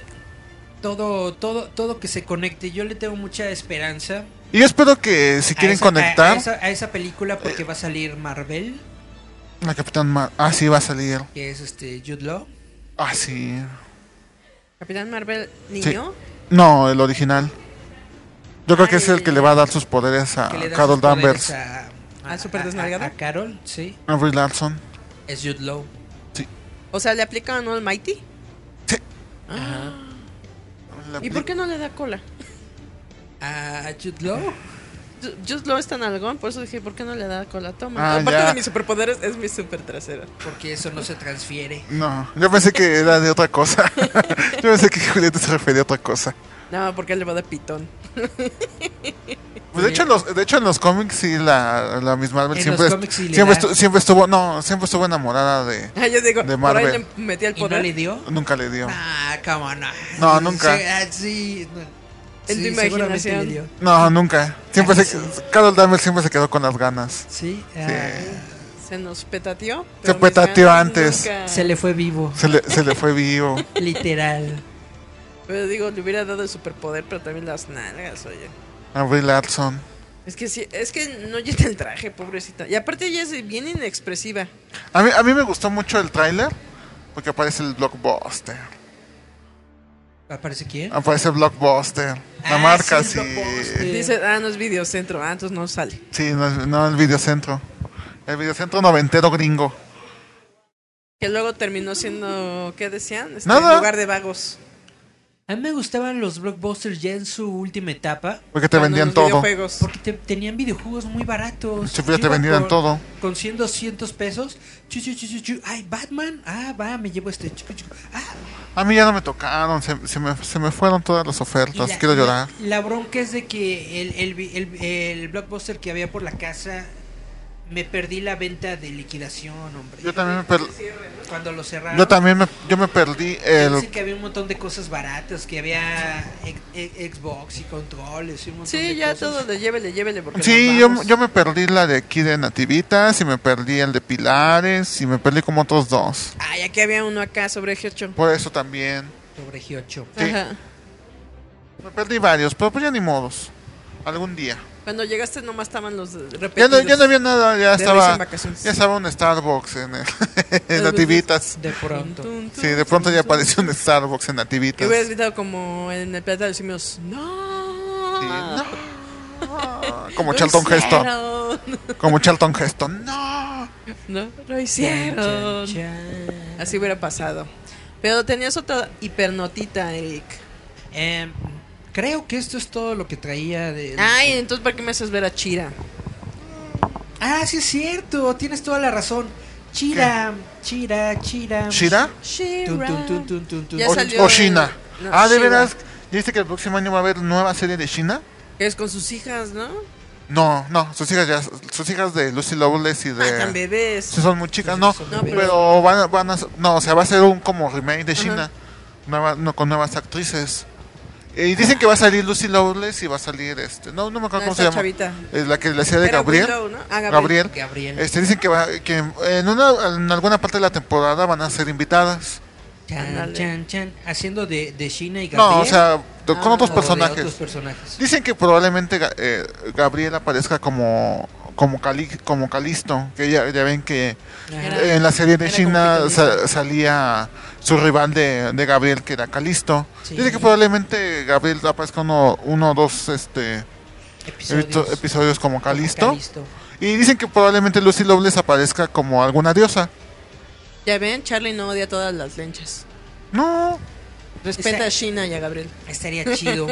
Speaker 1: Todo, todo, todo que se conecte. Yo le tengo mucha esperanza.
Speaker 4: Y yo espero que si
Speaker 1: a
Speaker 4: quieren
Speaker 1: esa- a-
Speaker 4: conectar,
Speaker 1: A, esa, a esa película porque va a salir Marvel,
Speaker 4: la Capitán Mar... Ah, sí, va a salir.
Speaker 1: que es este Jude Law.
Speaker 4: Ah, sí.
Speaker 3: Capitán Marvel, niño.
Speaker 4: No, el original. Yo creo que es
Speaker 3: Ay.
Speaker 4: el que le va a dar sus poderes a
Speaker 1: que le da
Speaker 4: Carol
Speaker 1: sus poderes
Speaker 4: Ah, Danvers. A...
Speaker 1: A,
Speaker 3: ¿Al super desnalgado?
Speaker 1: a Carol, sí.
Speaker 4: Brie Larson.
Speaker 1: Es Jude Law.
Speaker 3: O sea, le aplican All Mighty.
Speaker 1: Ajá.
Speaker 3: ¿Y por qué no le da cola?
Speaker 1: A Jude Law.
Speaker 3: Yo- Just lo es tan algón, por eso dije, ¿por qué no le da cola? Toma.
Speaker 4: Ah,
Speaker 3: Aparte
Speaker 4: ya.
Speaker 3: de mis superpoderes, es mi super trasero.
Speaker 1: Porque eso no se transfiere.
Speaker 4: No, yo pensé que era de otra cosa. yo pensé que Julieta se refería a otra cosa.
Speaker 3: No, porque él le va de pitón.
Speaker 4: Pues de, hecho, en los, de hecho, en los cómics sí, la, la Miss Marvel
Speaker 1: En
Speaker 4: siempre,
Speaker 1: los
Speaker 4: est-
Speaker 1: cómics sí le
Speaker 4: siempre,
Speaker 1: da.
Speaker 4: estu- siempre estuvo, no, siempre estuvo enamorada de...
Speaker 3: Ah, yo digo,
Speaker 4: De
Speaker 3: por ahí
Speaker 4: Marvel.
Speaker 3: le metí el
Speaker 1: ¿Y no
Speaker 3: poder.
Speaker 1: le dio?
Speaker 4: Nunca le dio.
Speaker 1: Ah, cómo no.
Speaker 4: No, nunca.
Speaker 1: Sí, ah, sí, no.
Speaker 3: En
Speaker 1: Sí,
Speaker 3: tu
Speaker 1: seguramente
Speaker 3: imaginación.
Speaker 1: le dio.
Speaker 4: No, nunca. Siempre
Speaker 1: Ay,
Speaker 4: se,
Speaker 1: Ah, sí.
Speaker 4: Carol Danvers siempre se quedó con las ganas.
Speaker 1: Sí, ah,
Speaker 3: Se nos petateó.
Speaker 4: Se
Speaker 3: pero mis
Speaker 4: petateó
Speaker 3: ganas
Speaker 4: antes.
Speaker 3: nunca-
Speaker 1: se le fue vivo,
Speaker 4: Se le, se le fue vivo.
Speaker 1: literal.
Speaker 3: Pero digo, le hubiera dado el superpoder, pero también las nalgas, oye.
Speaker 4: A Brie Larson.
Speaker 3: Es que sí, es que no llena el traje, pobrecita. Y aparte ella es bien inexpresiva.
Speaker 4: A mí, a mí me gustó mucho el tráiler porque aparece el blockbuster.
Speaker 1: ¿Aparece quién?
Speaker 4: Aparece el blockbuster. La
Speaker 1: Ah,
Speaker 4: marca,
Speaker 1: sí,
Speaker 4: sí.
Speaker 1: el Blockbuster. Sí.
Speaker 3: Dice, ah, no es videocentro, ah, entonces no sale.
Speaker 4: Sí, no, no, el videocentro. El videocentro noventero gringo.
Speaker 3: Que luego terminó siendo, ¿qué decían? Este,
Speaker 4: Nada.
Speaker 3: lugar de vagos.
Speaker 1: A mí me gustaban los blockbusters ya en su última etapa.
Speaker 4: Porque te
Speaker 3: Ah, no,
Speaker 4: vendían
Speaker 3: los
Speaker 4: todo.
Speaker 3: videojuegos.
Speaker 1: Porque te- tenían videojuegos muy baratos.
Speaker 4: Sí, pero ya
Speaker 1: Yo
Speaker 4: te
Speaker 1: iba
Speaker 4: vendían
Speaker 1: con-
Speaker 4: todo.
Speaker 1: Con 100, 200 pesos. Chu, chu, chu, chu, chu. Ay, Batman. Ah, va, me llevo este. Chu, chu. Ah,
Speaker 4: A mí ya no me tocaron. Se, se me, se me fueron todas las
Speaker 1: y
Speaker 4: ofertas.
Speaker 1: la-
Speaker 4: Quiero llorar.
Speaker 1: La, la bronca es de que el, el, vi- el- el blockbuster que había por la casa. Me perdí la venta de liquidación, hombre.
Speaker 4: Yo también me, per-
Speaker 1: Cuando lo cerraron.
Speaker 4: yo también me, yo me perdí el
Speaker 1: Dicen que había un montón de cosas baratas, que había ex- ex- Xbox y controles y un montón de
Speaker 3: Sí, ya
Speaker 1: cosas.
Speaker 3: todo le llévele, llévele. Porque
Speaker 4: Sí,
Speaker 3: nos
Speaker 4: yo,
Speaker 3: vamos.
Speaker 4: yo me perdí la de aquí de Nativitas y me perdí el de Pilares y me perdí como otros dos.
Speaker 3: Ay, aquí había uno acá sobre G8.
Speaker 4: Por eso también.
Speaker 1: Sobre G8.
Speaker 4: Sí.
Speaker 3: Ajá.
Speaker 4: Me perdí varios, pero pues ya ni modos. Algún día.
Speaker 3: Cuando llegaste nomás estaban los eh,
Speaker 4: Ya
Speaker 3: repetidos.
Speaker 4: no, ya no había nada, ya
Speaker 3: De
Speaker 4: estaba,
Speaker 3: risa en vacaciones.
Speaker 4: ya estaba un Starbucks en, el- en Nativitas.
Speaker 1: De pronto.
Speaker 3: Tun, tun,
Speaker 4: Sí, de pronto ya
Speaker 3: tun, tun.
Speaker 4: apareció un Starbucks en
Speaker 3: Y
Speaker 4: Nativitas.
Speaker 3: hubieras gritado como en el planeta de los simios. No.
Speaker 4: Sí, no.
Speaker 3: Lo Ah.
Speaker 4: Como Charlton Heston.
Speaker 3: hicieron.
Speaker 4: Como Charlton Heston. No.
Speaker 3: No, lo hicieron. Así hubiera pasado. Pero tenías otra hipernotita, Eric.
Speaker 1: Em, creo que esto es todo lo que traía de...
Speaker 3: Ay, entonces ¿para qué me haces ver a Chira?
Speaker 1: Ah, sí es cierto, tienes toda la razón. Chira, chira, chira.
Speaker 4: ¿Shira?
Speaker 1: Tun,
Speaker 3: Shira.
Speaker 1: tun, tun, tun, tun, tun.
Speaker 3: Ya
Speaker 4: O,
Speaker 3: salió
Speaker 4: o China.
Speaker 3: el- no,
Speaker 4: ah, de
Speaker 3: Shira.
Speaker 4: veras. ¿Dice que el próximo año va a haber nueva serie de China?
Speaker 3: Que es con sus hijas, ¿no?
Speaker 4: No, no, sus hijas ya, sus hijas de Lucy Lawless y
Speaker 3: Ah, tan
Speaker 4: de
Speaker 3: bebés.
Speaker 4: sí, son muy chicas, no,
Speaker 1: Son
Speaker 3: No,
Speaker 4: pero,
Speaker 3: bebés.
Speaker 4: van, a- van a, no, o sea, va a ser un como remake de China, nueva- no, con nuevas actrices. Y dicen que va a salir Lucy Lawless y va a salir este. No, no me
Speaker 3: No,
Speaker 4: acuerdo cómo
Speaker 3: esta
Speaker 4: se llama.
Speaker 3: chavita.
Speaker 4: Es la que le hacía de
Speaker 3: Era
Speaker 4: Gabriel.
Speaker 3: Willow, ¿no? Ah, Gabriel.
Speaker 4: Gabriel.
Speaker 1: Gabriel.
Speaker 4: Este, dicen que, va, que en, una, en alguna parte de la temporada van a ser invitadas.
Speaker 1: Chan,
Speaker 3: Ándale.
Speaker 1: chan, chan. Haciendo de, de Sheena y Gabriel.
Speaker 4: No, o sea, de- con
Speaker 3: Ah,
Speaker 4: otros
Speaker 1: o de
Speaker 4: personajes.
Speaker 1: otros personajes.
Speaker 4: Dicen que probablemente Ga- eh, Gabriel aparezca como como, Cali- como Calisto, que ya, ya ven que
Speaker 1: Ajá.
Speaker 3: Era-
Speaker 4: en la serie de
Speaker 3: era
Speaker 4: China
Speaker 3: como Calisto.
Speaker 4: salía su rival de, de Gabriel, que era Calisto.
Speaker 1: Sí.
Speaker 4: Dicen que probablemente Gabriel aparezca uno uno o dos este,
Speaker 1: Episodios.
Speaker 4: episodios, episodios como
Speaker 1: Como
Speaker 4: Calisto. Y dicen que probablemente Lucy Lawless aparezca como alguna diosa.
Speaker 3: Ya ven, Charlie no odia todas las lenchas.
Speaker 4: No,
Speaker 3: Respeta
Speaker 1: Esa-
Speaker 3: a Sheena y a Gabriel.
Speaker 1: Estaría chido.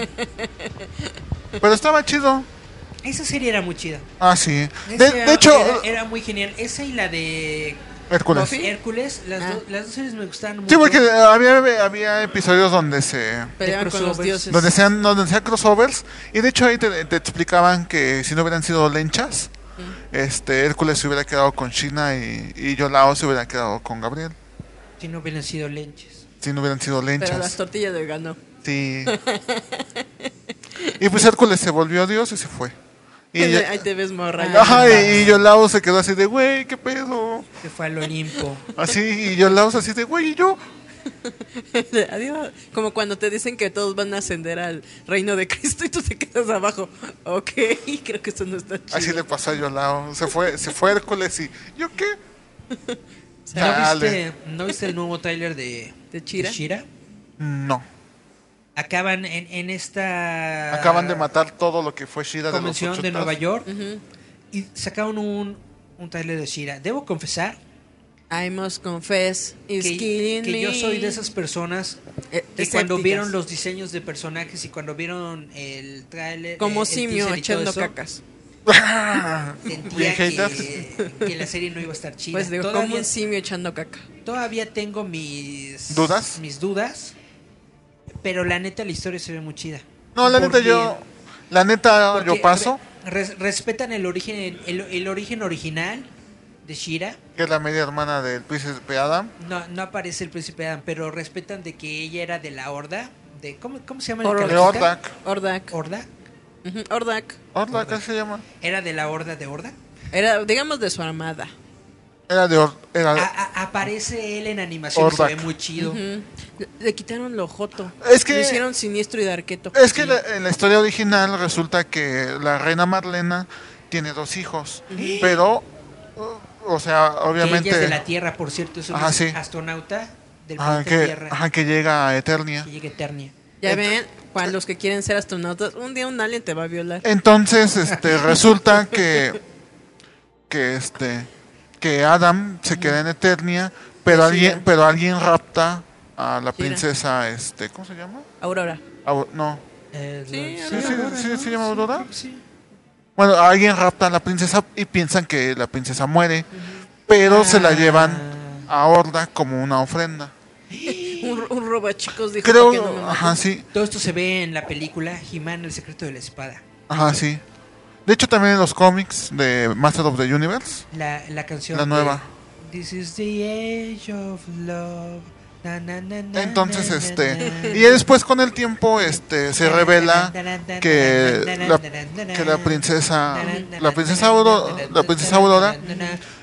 Speaker 4: pero estaba chido.
Speaker 1: Esa serie era muy chida.
Speaker 4: Ah, sí. De,
Speaker 3: Ese
Speaker 4: de
Speaker 3: era-
Speaker 4: hecho, eh,
Speaker 1: Era, era muy genial. Esa y la de
Speaker 4: Hércules.
Speaker 3: ¿Sí?
Speaker 1: Hércules, las,
Speaker 3: Ah.
Speaker 1: do- las dos series me gustaban mucho.
Speaker 4: Sí, porque había, había episodios donde se
Speaker 3: Peleaban con los
Speaker 1: crossovers.
Speaker 3: dioses.
Speaker 4: donde sean donde sean crossovers y de hecho ahí te, te explicaban que si no hubieran sido lenchas este Hércules se hubiera quedado con China y, y Yolao se hubiera quedado con Gabriel
Speaker 1: Si no hubieran sido lenches.
Speaker 4: si no hubieran sido
Speaker 3: Pero las
Speaker 4: lenchas
Speaker 3: tortillas de ganó.
Speaker 4: sí y pues Hércules se volvió Dios y se fue y,
Speaker 3: Ahí te ves morra.
Speaker 4: Ajá, y- y Yolao se quedó así de güey qué pedo
Speaker 1: Se fue al Olimpo.
Speaker 4: así y Yolao así de güey y yo
Speaker 3: Adiós. Como cuando te dicen que todos van a ascender al reino de Cristo y tú te quedas abajo. Ok, creo que eso no está chido.
Speaker 4: así le pasó a Yolao se fue se fue Hércules y yo qué
Speaker 1: ¿No
Speaker 4: Chale.
Speaker 1: viste, ¿No viste el nuevo trailer de,
Speaker 3: ¿De Chira?
Speaker 4: no
Speaker 1: Acaban en, en esta
Speaker 4: Acaban de matar todo lo que fue Shira de los
Speaker 1: convención Ah. de,
Speaker 4: 80.
Speaker 1: Nueva York y sacaron un, un trailer de Shira. Debo confesar
Speaker 3: I must confess,
Speaker 1: que,
Speaker 3: it's killing
Speaker 1: que yo
Speaker 3: me.
Speaker 1: soy de esas personas
Speaker 3: Eh,
Speaker 1: que cuando
Speaker 3: escépticas.
Speaker 1: vieron los diseños de personajes y cuando vieron el trailer
Speaker 3: Como
Speaker 1: eh, el
Speaker 3: simio
Speaker 1: teaser y todo
Speaker 3: echando
Speaker 1: eso,
Speaker 3: cacas.
Speaker 1: sentía
Speaker 4: Bien haters.
Speaker 1: que, que la serie no iba a estar chida.
Speaker 3: Pues digo, como
Speaker 1: todavía,
Speaker 3: un simio echando caca.
Speaker 1: todavía tengo mis
Speaker 4: ¿Dudas?
Speaker 1: mis dudas, pero la neta la historia se ve muy chida.
Speaker 4: No, la neta
Speaker 1: Porque-
Speaker 4: yo la neta
Speaker 1: porque
Speaker 4: yo paso
Speaker 1: re- res- respetan el origen el, el origen original de Shira.
Speaker 4: que es la media hermana del príncipe Adam.
Speaker 1: No, no aparece el príncipe Adam, pero respetan de que ella era de la horda. De, ¿cómo, cómo se llama el
Speaker 3: Horda.
Speaker 4: De
Speaker 1: cabecita?
Speaker 4: Ordak.
Speaker 3: Ordak.
Speaker 1: ¿Horda?
Speaker 3: Ujú, Ordak.
Speaker 4: Ordak, ¿qué se llama?
Speaker 1: Era de la horda de horda.
Speaker 3: Era, digamos, de su armada.
Speaker 4: Era de Or era
Speaker 1: A- a- aparece él en animación,
Speaker 4: Ordak.
Speaker 1: se ve muy chido.
Speaker 3: Ujú. Le, le quitaron lo joto.
Speaker 4: Es que-
Speaker 3: Lo hicieron siniestro y darqueto.
Speaker 4: Es que la- en la historia original resulta que la reina Marlena tiene dos hijos, pero o- o sea,
Speaker 1: Que ella
Speaker 4: obviamente
Speaker 1: es de la Tierra, por cierto, es una
Speaker 4: Ah, sí.
Speaker 1: astronauta del
Speaker 4: ajá,
Speaker 1: planeta
Speaker 4: que,
Speaker 1: Tierra.
Speaker 4: ajá, que llega a Eternia.
Speaker 1: Que llega Eternia.
Speaker 4: eh,
Speaker 3: Ya ven, para los que quieren ser astronautas, un día un alien te va a violar.
Speaker 4: eh, Entonces, este, resulta que que este que Adam se queda en Eternia, pero alguien, pero alguien rapta a
Speaker 3: Gira.
Speaker 4: la princesa, este, ¿cómo se llama?
Speaker 3: Aurora.
Speaker 4: Au- no.
Speaker 1: Eh,
Speaker 3: Sí,
Speaker 1: lo-
Speaker 4: Sí, sí,
Speaker 3: Aurora,
Speaker 4: sí,
Speaker 3: ¿no?
Speaker 4: se llama Aurora.
Speaker 1: sí.
Speaker 4: Bueno, alguien rapta a la princesa y piensan que la princesa muere, pero se
Speaker 3: Ah.
Speaker 4: la llevan a Horda como una ofrenda.
Speaker 3: Un, un roba chicos dijo "¿Por qué no me
Speaker 4: Creo,
Speaker 3: matas?"
Speaker 4: ajá, sí,
Speaker 1: Todo esto se ve en la película He-Man, el secreto de la espada.
Speaker 4: ajá, sí. De hecho, también en los cómics de Master of the Universe.
Speaker 1: La, la canción.
Speaker 4: La
Speaker 1: de
Speaker 4: nueva.
Speaker 1: This is the age of love. Na, na, na, na,
Speaker 4: Entonces,
Speaker 1: na,
Speaker 4: este,
Speaker 1: na, na.
Speaker 4: y después con el tiempo, este, se revela que la, que la princesa, ah, la princesa Aurora, la princesa Aurora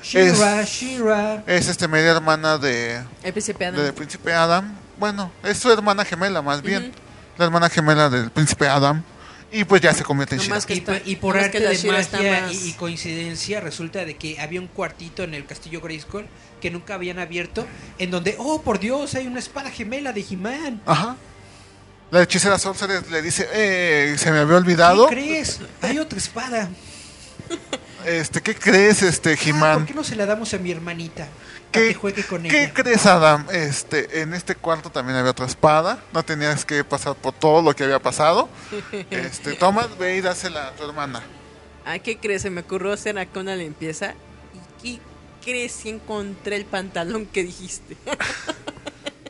Speaker 1: Shira, Shira.
Speaker 4: es este media hermana de,
Speaker 3: El príncipe Adam.
Speaker 4: del príncipe Adam. Bueno, es su hermana gemela, más bien, la hermana gemela del príncipe Adam. Y pues ya se convierte en
Speaker 3: No
Speaker 4: Shira.
Speaker 3: más que
Speaker 1: Y,
Speaker 3: está-
Speaker 1: y por
Speaker 3: no más
Speaker 1: arte
Speaker 3: que la
Speaker 1: de
Speaker 3: Shira está
Speaker 1: magia
Speaker 3: más-
Speaker 1: y, y coincidencia resulta de que había un cuartito en el castillo Grayskull que nunca habían abierto en donde oh por Dios hay una espada gemela de He-Man
Speaker 4: Ajá. La hechicera Sorcerer le dice, eh, se me había
Speaker 1: ¿Qué
Speaker 4: olvidado.
Speaker 1: crees? Hay otra espada.
Speaker 4: Este, ¿qué crees, este,
Speaker 1: Ah, ¿Por
Speaker 4: Jimán?
Speaker 1: qué no se la damos a mi hermanita? Para
Speaker 4: ¿Qué,
Speaker 1: que juegue con
Speaker 4: qué
Speaker 1: ella.
Speaker 4: crees, Adam? Este, en este cuarto también había otra espada. No tenías que pasar por todo lo que había pasado. Este, toma, ve y dásela a tu hermana.
Speaker 3: ¿A qué crees? Se me ocurrió hacer acá una limpieza. ¿Y qué crees si encontré el pantalón que dijiste?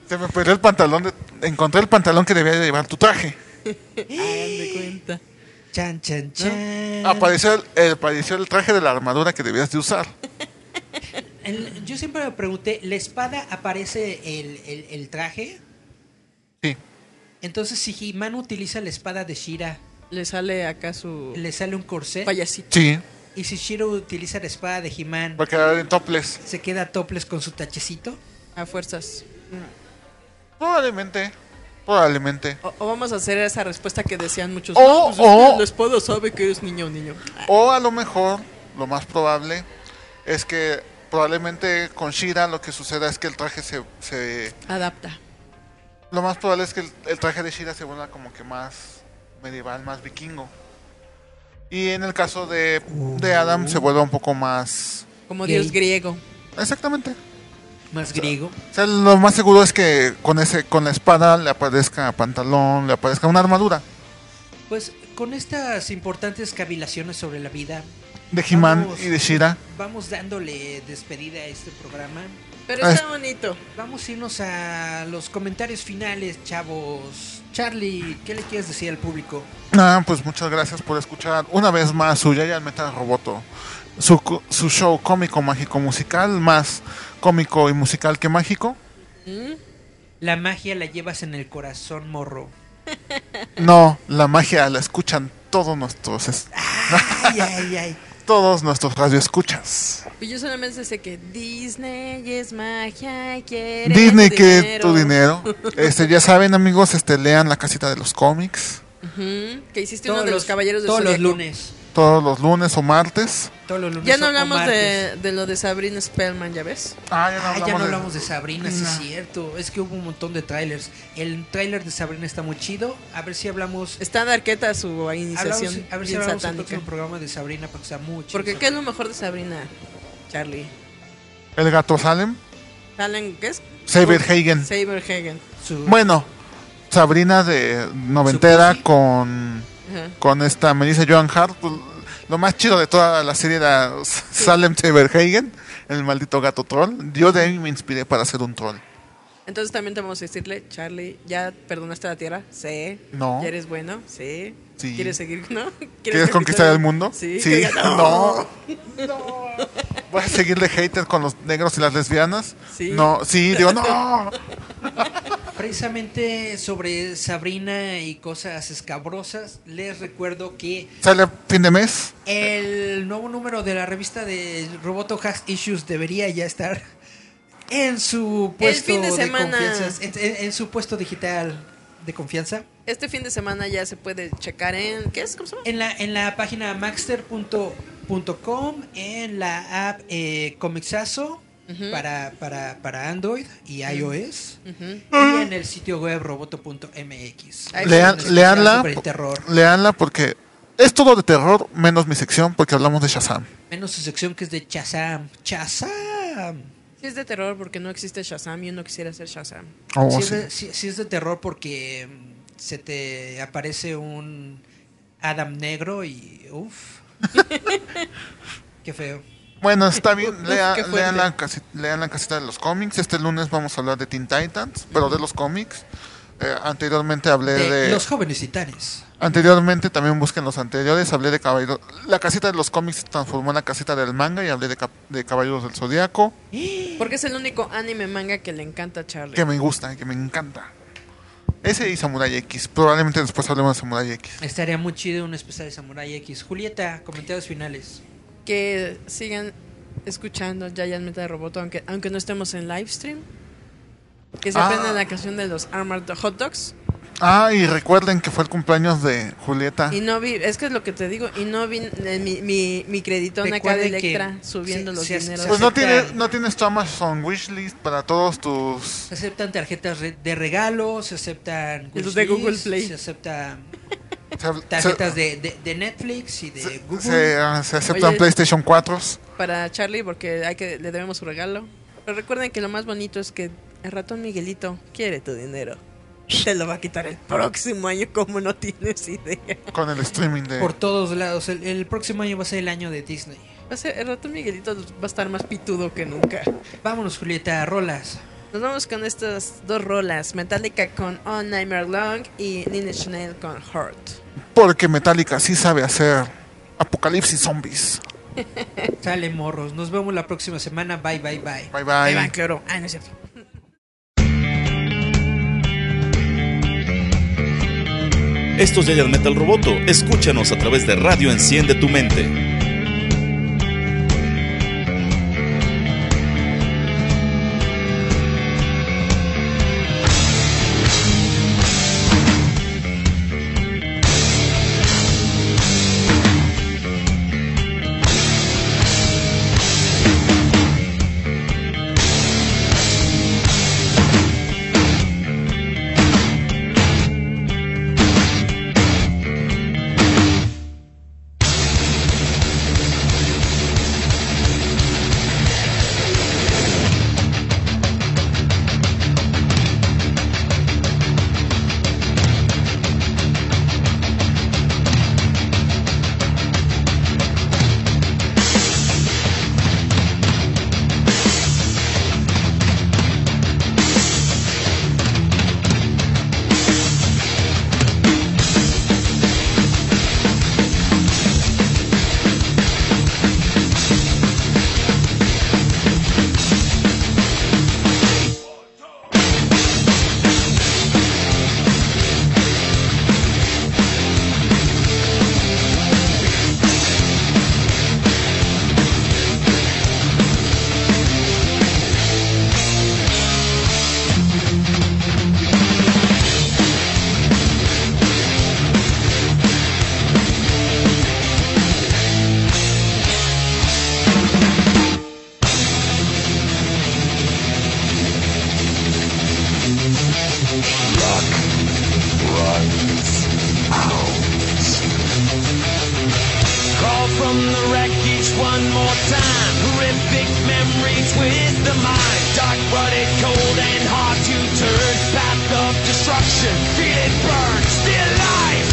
Speaker 4: Se me perdió el pantalón. de- encontré el pantalón que debía llevar tu traje.
Speaker 3: Hagan de cuenta.
Speaker 1: Chan, chan, chan.
Speaker 4: Apareció el, eh, apareció el traje de la armadura que debías de usar.
Speaker 1: El- yo siempre me pregunté, ¿la espada aparece el, el- el traje?
Speaker 4: Sí.
Speaker 1: Entonces, si He-Man utiliza la espada de Shira,
Speaker 3: Le sale acá su
Speaker 1: le sale un corsé.
Speaker 3: payasito.
Speaker 4: Sí,
Speaker 1: Y si Shiro utiliza la espada de He-Man,
Speaker 4: va a quedar en topless.
Speaker 1: se queda topless con su tachecito.
Speaker 3: A fuerzas.
Speaker 4: Probablemente, probablemente.
Speaker 3: O, o vamos a hacer esa respuesta que decían muchos.
Speaker 4: O-
Speaker 3: no, pues es
Speaker 4: o-
Speaker 3: que el esposo sabe que es niño o niño.
Speaker 4: O a lo mejor, lo más probable, es que probablemente con Shira lo que suceda es que el traje se... se
Speaker 3: Adapta.
Speaker 4: lo más probable es que el, el traje de Shira se vuelva como que más medieval, más vikingo. Y en el caso de, de Adam se vuelva un poco más...
Speaker 3: Como
Speaker 1: Gay.
Speaker 3: dios griego.
Speaker 4: Exactamente.
Speaker 1: Más griego.
Speaker 4: O sea, lo más seguro es que con ese con la espada le aparezca pantalón, le aparezca una armadura
Speaker 1: Pues con estas importantes cavilaciones sobre la vida,
Speaker 4: de He-Man
Speaker 1: Vamos.
Speaker 4: y de Shira.
Speaker 1: vamos dándole despedida a este programa.
Speaker 3: Pero
Speaker 4: Ah,
Speaker 3: está
Speaker 4: es-
Speaker 3: bonito.
Speaker 1: Vamos a irnos a los comentarios finales, chavos. Charlie, ¿qué le quieres decir al público?
Speaker 4: Ah, pues muchas gracias por escuchar una vez más su Yaya el Metal Roboto. Su, cu- su show cómico, mágico, musical, más cómico y musical que mágico.
Speaker 1: La magia la llevas en el corazón, morro.
Speaker 4: No, la magia la escuchan todos nuestros, es-
Speaker 1: Ay, ay, ay.
Speaker 4: todos nuestros radioescuchas.
Speaker 3: Y yo solamente sé que Disney es magia y quiere
Speaker 4: Disney
Speaker 3: tu
Speaker 4: que
Speaker 3: dinero.
Speaker 4: tu dinero. Este, ya saben amigos, este, lean la casita de los cómics
Speaker 3: Ujú, Que hiciste
Speaker 1: Todos
Speaker 3: uno de los,
Speaker 1: los-
Speaker 3: caballeros de
Speaker 1: Todos los
Speaker 3: Zodiaco.
Speaker 1: lunes.
Speaker 4: todos los lunes o martes.
Speaker 1: Todos los lunes.
Speaker 3: Ya no
Speaker 1: o- o
Speaker 3: hablamos
Speaker 1: martes.
Speaker 3: de, de lo de Sabrina Spellman, ¿ya ves?
Speaker 4: Ah,
Speaker 1: Ah, ya no hablamos de Sabrina, sí es
Speaker 4: No.
Speaker 1: cierto. Es que hubo un montón de trailers. El trailer de Sabrina está muy chido. A ver si hablamos.
Speaker 3: Está en arqueta su iniciación
Speaker 1: hablamos- a ver si
Speaker 3: bien
Speaker 1: hablamos el
Speaker 3: satánica.
Speaker 1: próximo programa de Sabrina porque está muy chido.
Speaker 3: Porque ¿qué es lo mejor de Sabrina, Charlie?
Speaker 4: El gato Salem,
Speaker 3: ¿Salen qué es?
Speaker 4: Saber Hagen.
Speaker 3: Saberhagen.
Speaker 1: Su-
Speaker 4: Bueno, Sabrina de noventera
Speaker 1: Su-
Speaker 4: con,
Speaker 3: Ajá.
Speaker 4: con esta Melissa Joan Hart. pues, Lo más chido de toda la serie era Salem Saberhagen, el maldito gato troll. Yo de ahí me inspiré para ser un troll.
Speaker 3: Entonces también te vamos a decirle, Charlie, ¿ya perdonaste a la Tierra? Sí.
Speaker 4: No.
Speaker 3: ¿Ya eres bueno? Sí.
Speaker 4: Sí.
Speaker 3: ¿Quieres seguir, no? ¿Quieres,
Speaker 4: ¿Quieres conquistar el mundo?
Speaker 3: Sí.
Speaker 4: No. ¿Vas a seguir de hater con los negros y las lesbianas?
Speaker 3: Sí.
Speaker 4: No, sí, digo, no.
Speaker 1: Precisamente sobre Sabrina y cosas escabrosas, les recuerdo que
Speaker 4: Sale a fin de mes.
Speaker 1: el nuevo número de la revista de Roboto Hacks Issues debería ya estar en su puesto
Speaker 3: fin de semana.
Speaker 1: confianza, en, en- en su puesto digital de confianza.
Speaker 3: Este fin de semana ya se puede checar en... ¿Qué es? ¿Cómo se llama?
Speaker 1: En la, en la página maxter.com, en la app eh, Comixazo para, para, para Android y iOS, y en el sitio web roboto.mx.
Speaker 3: Ahí
Speaker 4: Lean-
Speaker 1: Especial
Speaker 4: leanla,
Speaker 1: sobre el terror.
Speaker 4: leanla porque es todo de terror menos mi sección porque hablamos de Shazam.
Speaker 1: Menos su sección que es de Chazam. ¡Chazam!
Speaker 3: Sí es de terror porque no existe Shazam y uno quisiera ser Shazam.
Speaker 4: Oh,
Speaker 1: Si
Speaker 4: sí.
Speaker 1: es, de, sí- sí es de terror porque mm, se te aparece un Adam negro y. uff. Qué feo.
Speaker 4: Bueno, está bien, lea-
Speaker 3: qué fuerte.
Speaker 4: lean, la casi- lean la casita de los cómics. Este lunes vamos a hablar de Teen Titans, pero de los cómics. Eh, anteriormente hablé
Speaker 1: De
Speaker 4: de,
Speaker 1: los jóvenes titanes.
Speaker 4: Anteriormente, también busquen los anteriores, hablé de Caballeros... La casita de los cómics se transformó en la casita del manga y hablé de, cap- de Caballeros del Zodíaco,
Speaker 3: Porque es el único anime manga que le encanta a Charlie.
Speaker 4: que me gusta, que me encanta. Ese y Samurai X. Probablemente después hablemos de Samurai X.
Speaker 1: Estaría muy chido un especial de Samurai X. Julieta, comentarios finales.
Speaker 3: que sigan escuchando Giant Meta de Roboto, aunque, aunque no estemos en live stream. Que se
Speaker 4: Ah.
Speaker 3: aprendan la canción de los Armored Hot Dogs.
Speaker 4: Ah, y recuerden que fue el cumpleaños de Julieta.
Speaker 3: Y no vi, es que es lo que te digo, y no vi eh, mi, mi, mi creditón acá de
Speaker 1: Recuerden que
Speaker 3: Electra subiendo
Speaker 1: se-
Speaker 3: los
Speaker 1: se as-
Speaker 3: dineros.
Speaker 1: se
Speaker 4: Pues no,
Speaker 1: aceptan-
Speaker 4: tiene, no tienes tu Amazon Wishlist para todos tus...
Speaker 1: Se aceptan tarjetas re- de regalo, se aceptan.
Speaker 3: Y los de
Speaker 1: wishlist,
Speaker 3: Google Play.
Speaker 1: Se aceptan
Speaker 4: se-
Speaker 1: tarjetas
Speaker 4: se-
Speaker 1: de, de- de Netflix y de
Speaker 4: se-
Speaker 1: Google.
Speaker 4: se- ah, se aceptan
Speaker 3: Oye.
Speaker 4: PlayStation 4.
Speaker 3: para Charlie porque hay que le debemos su regalo. Pero recuerden que lo más bonito es que el ratón Miguelito quiere tu dinero. Te lo va a quitar el próximo año como no tienes idea.
Speaker 4: Con el streaming de...
Speaker 1: Por todos lados. El, el próximo año va a ser el año de Disney.
Speaker 3: Va a ser- el ratón Miguelito va a estar más pitudo que nunca.
Speaker 1: Vámonos, Julieta, rolas.
Speaker 3: Nos vamos con estas dos rolas, Metallica con All Nightmare Long y Nina Chanel con Hurt.
Speaker 4: Porque Metallica sí sabe hacer Apocalipsis Zombies.
Speaker 1: Sale, morros. Nos vemos la próxima semana. Bye, bye, bye.
Speaker 4: Bye
Speaker 3: Ahí
Speaker 4: bye.
Speaker 3: van, claro. Ah, no es cierto.
Speaker 8: Esto es Giant Metal Roboto. Escúchanos a través de Radio Enciende tu Mente.
Speaker 5: Call from the wreck each one more time. Horrific memories with the mind. Dark blooded, cold and hard to turn. Path of destruction. Feel it burn. Still life.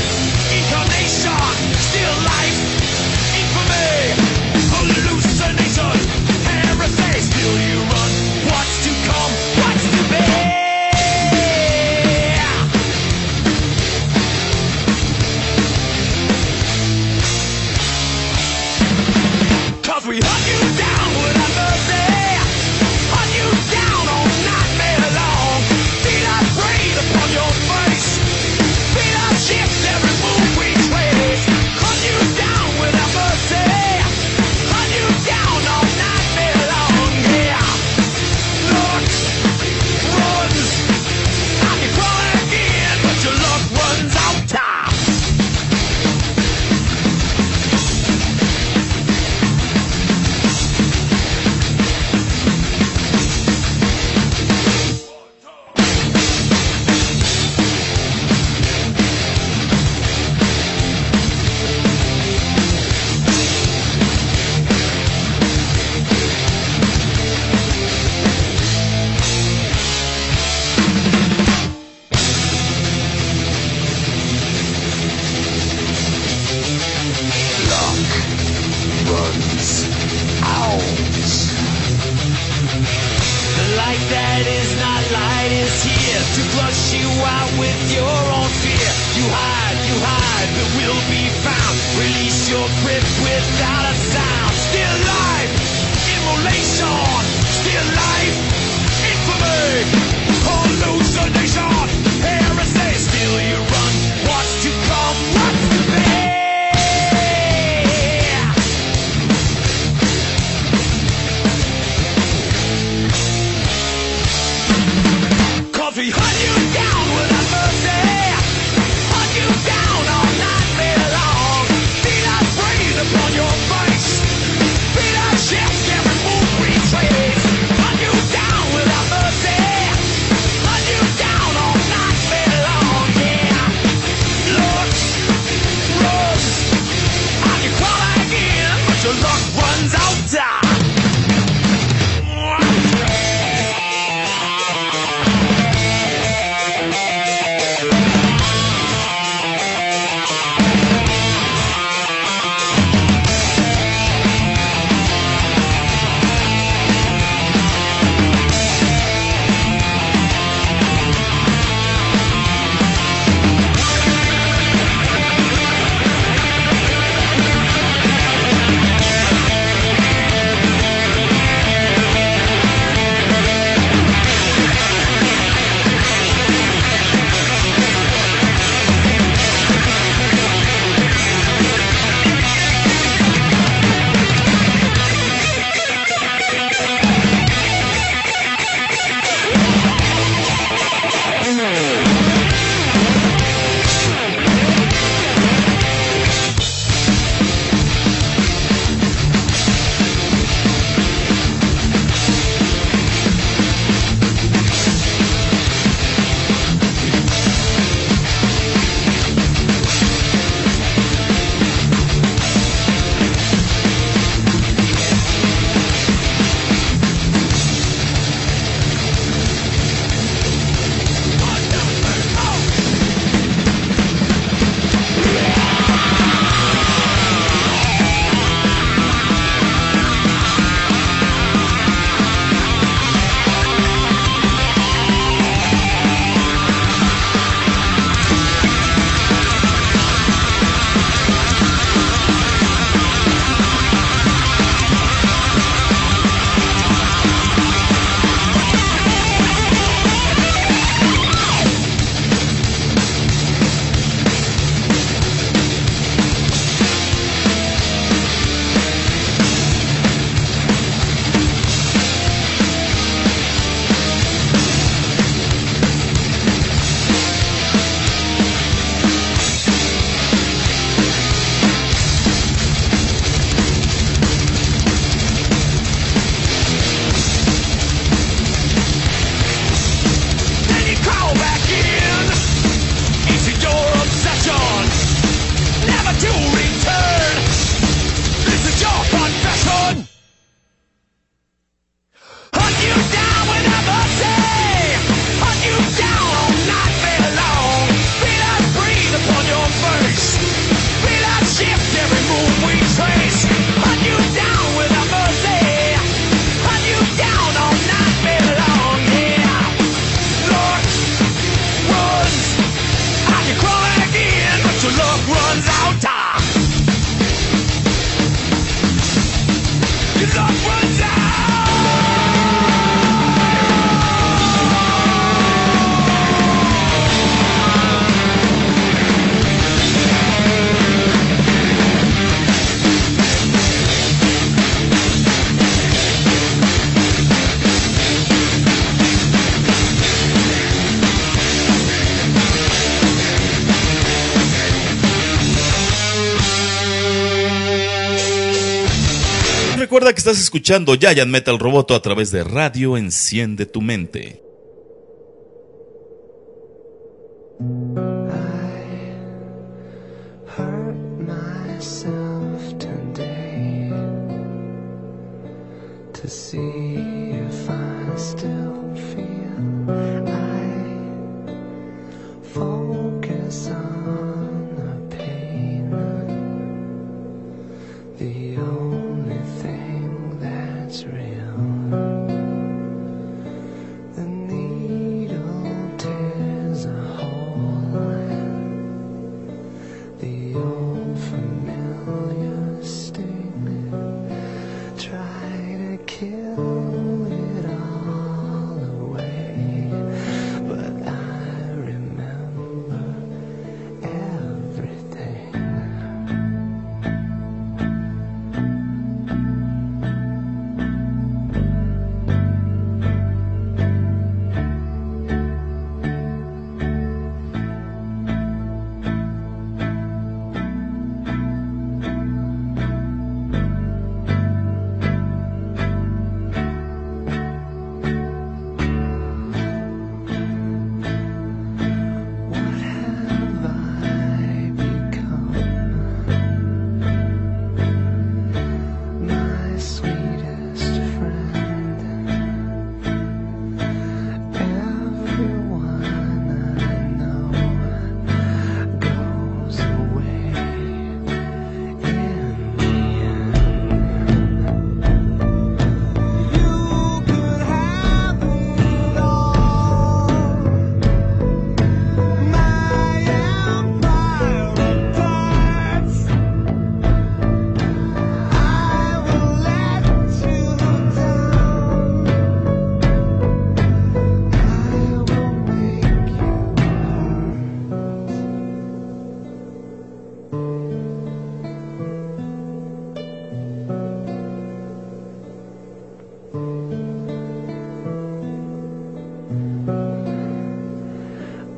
Speaker 5: Incarnation. Still life. Infamy. Hallucination. Heresy. Still you run. What's to come? What's to be? Cause we hunt you down without mercy. Hunt you down all nightmare long. Feet are preyed upon your face. Feet are shift every move we trace. Hunt you down without mercy. Hunt you down all nightmare long. Yeah. Look, run. I can crawl again, but your luck runs out time. runs out. The light that is not light is here to flush you out with your own fear. You hide, you hide, but will be found. Release your grip without a sound. Still life, immolation. Still life, infamy, hallucination, heresy. Still you run. What's to come? What's to be? Cause we hunt you down without mercy. Hunt you down all night long. Feet are sprayed upon your face. Feet are shit
Speaker 8: Recuerda que estás escuchando Giant Metal Roboto a través de Radio Enciende tu Mente.
Speaker 9: hurt myself today to see if I still feel. I focus on the pain. The only thing that's real. The needle tears a hole. The old familiar sting. Try to kill it all away. But I remember everything. My sweetest friend, everyone I know goes away in the end. You could have it all, my empire parts. I will let you down. I will make you hurt.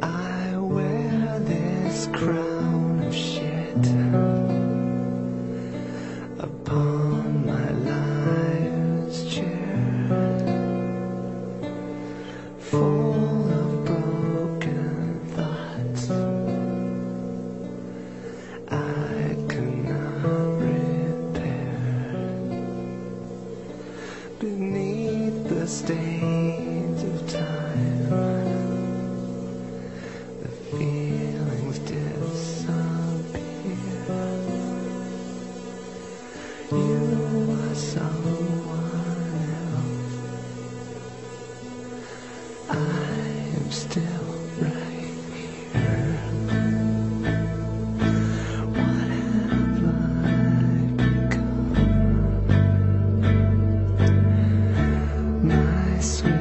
Speaker 9: I wear this crown of shit upon my liar's chair, full of broken thoughts. I cannot repair beneath the stains of time. The feelings disappear. You are someone else. I am still right here. What have I become? My sweet.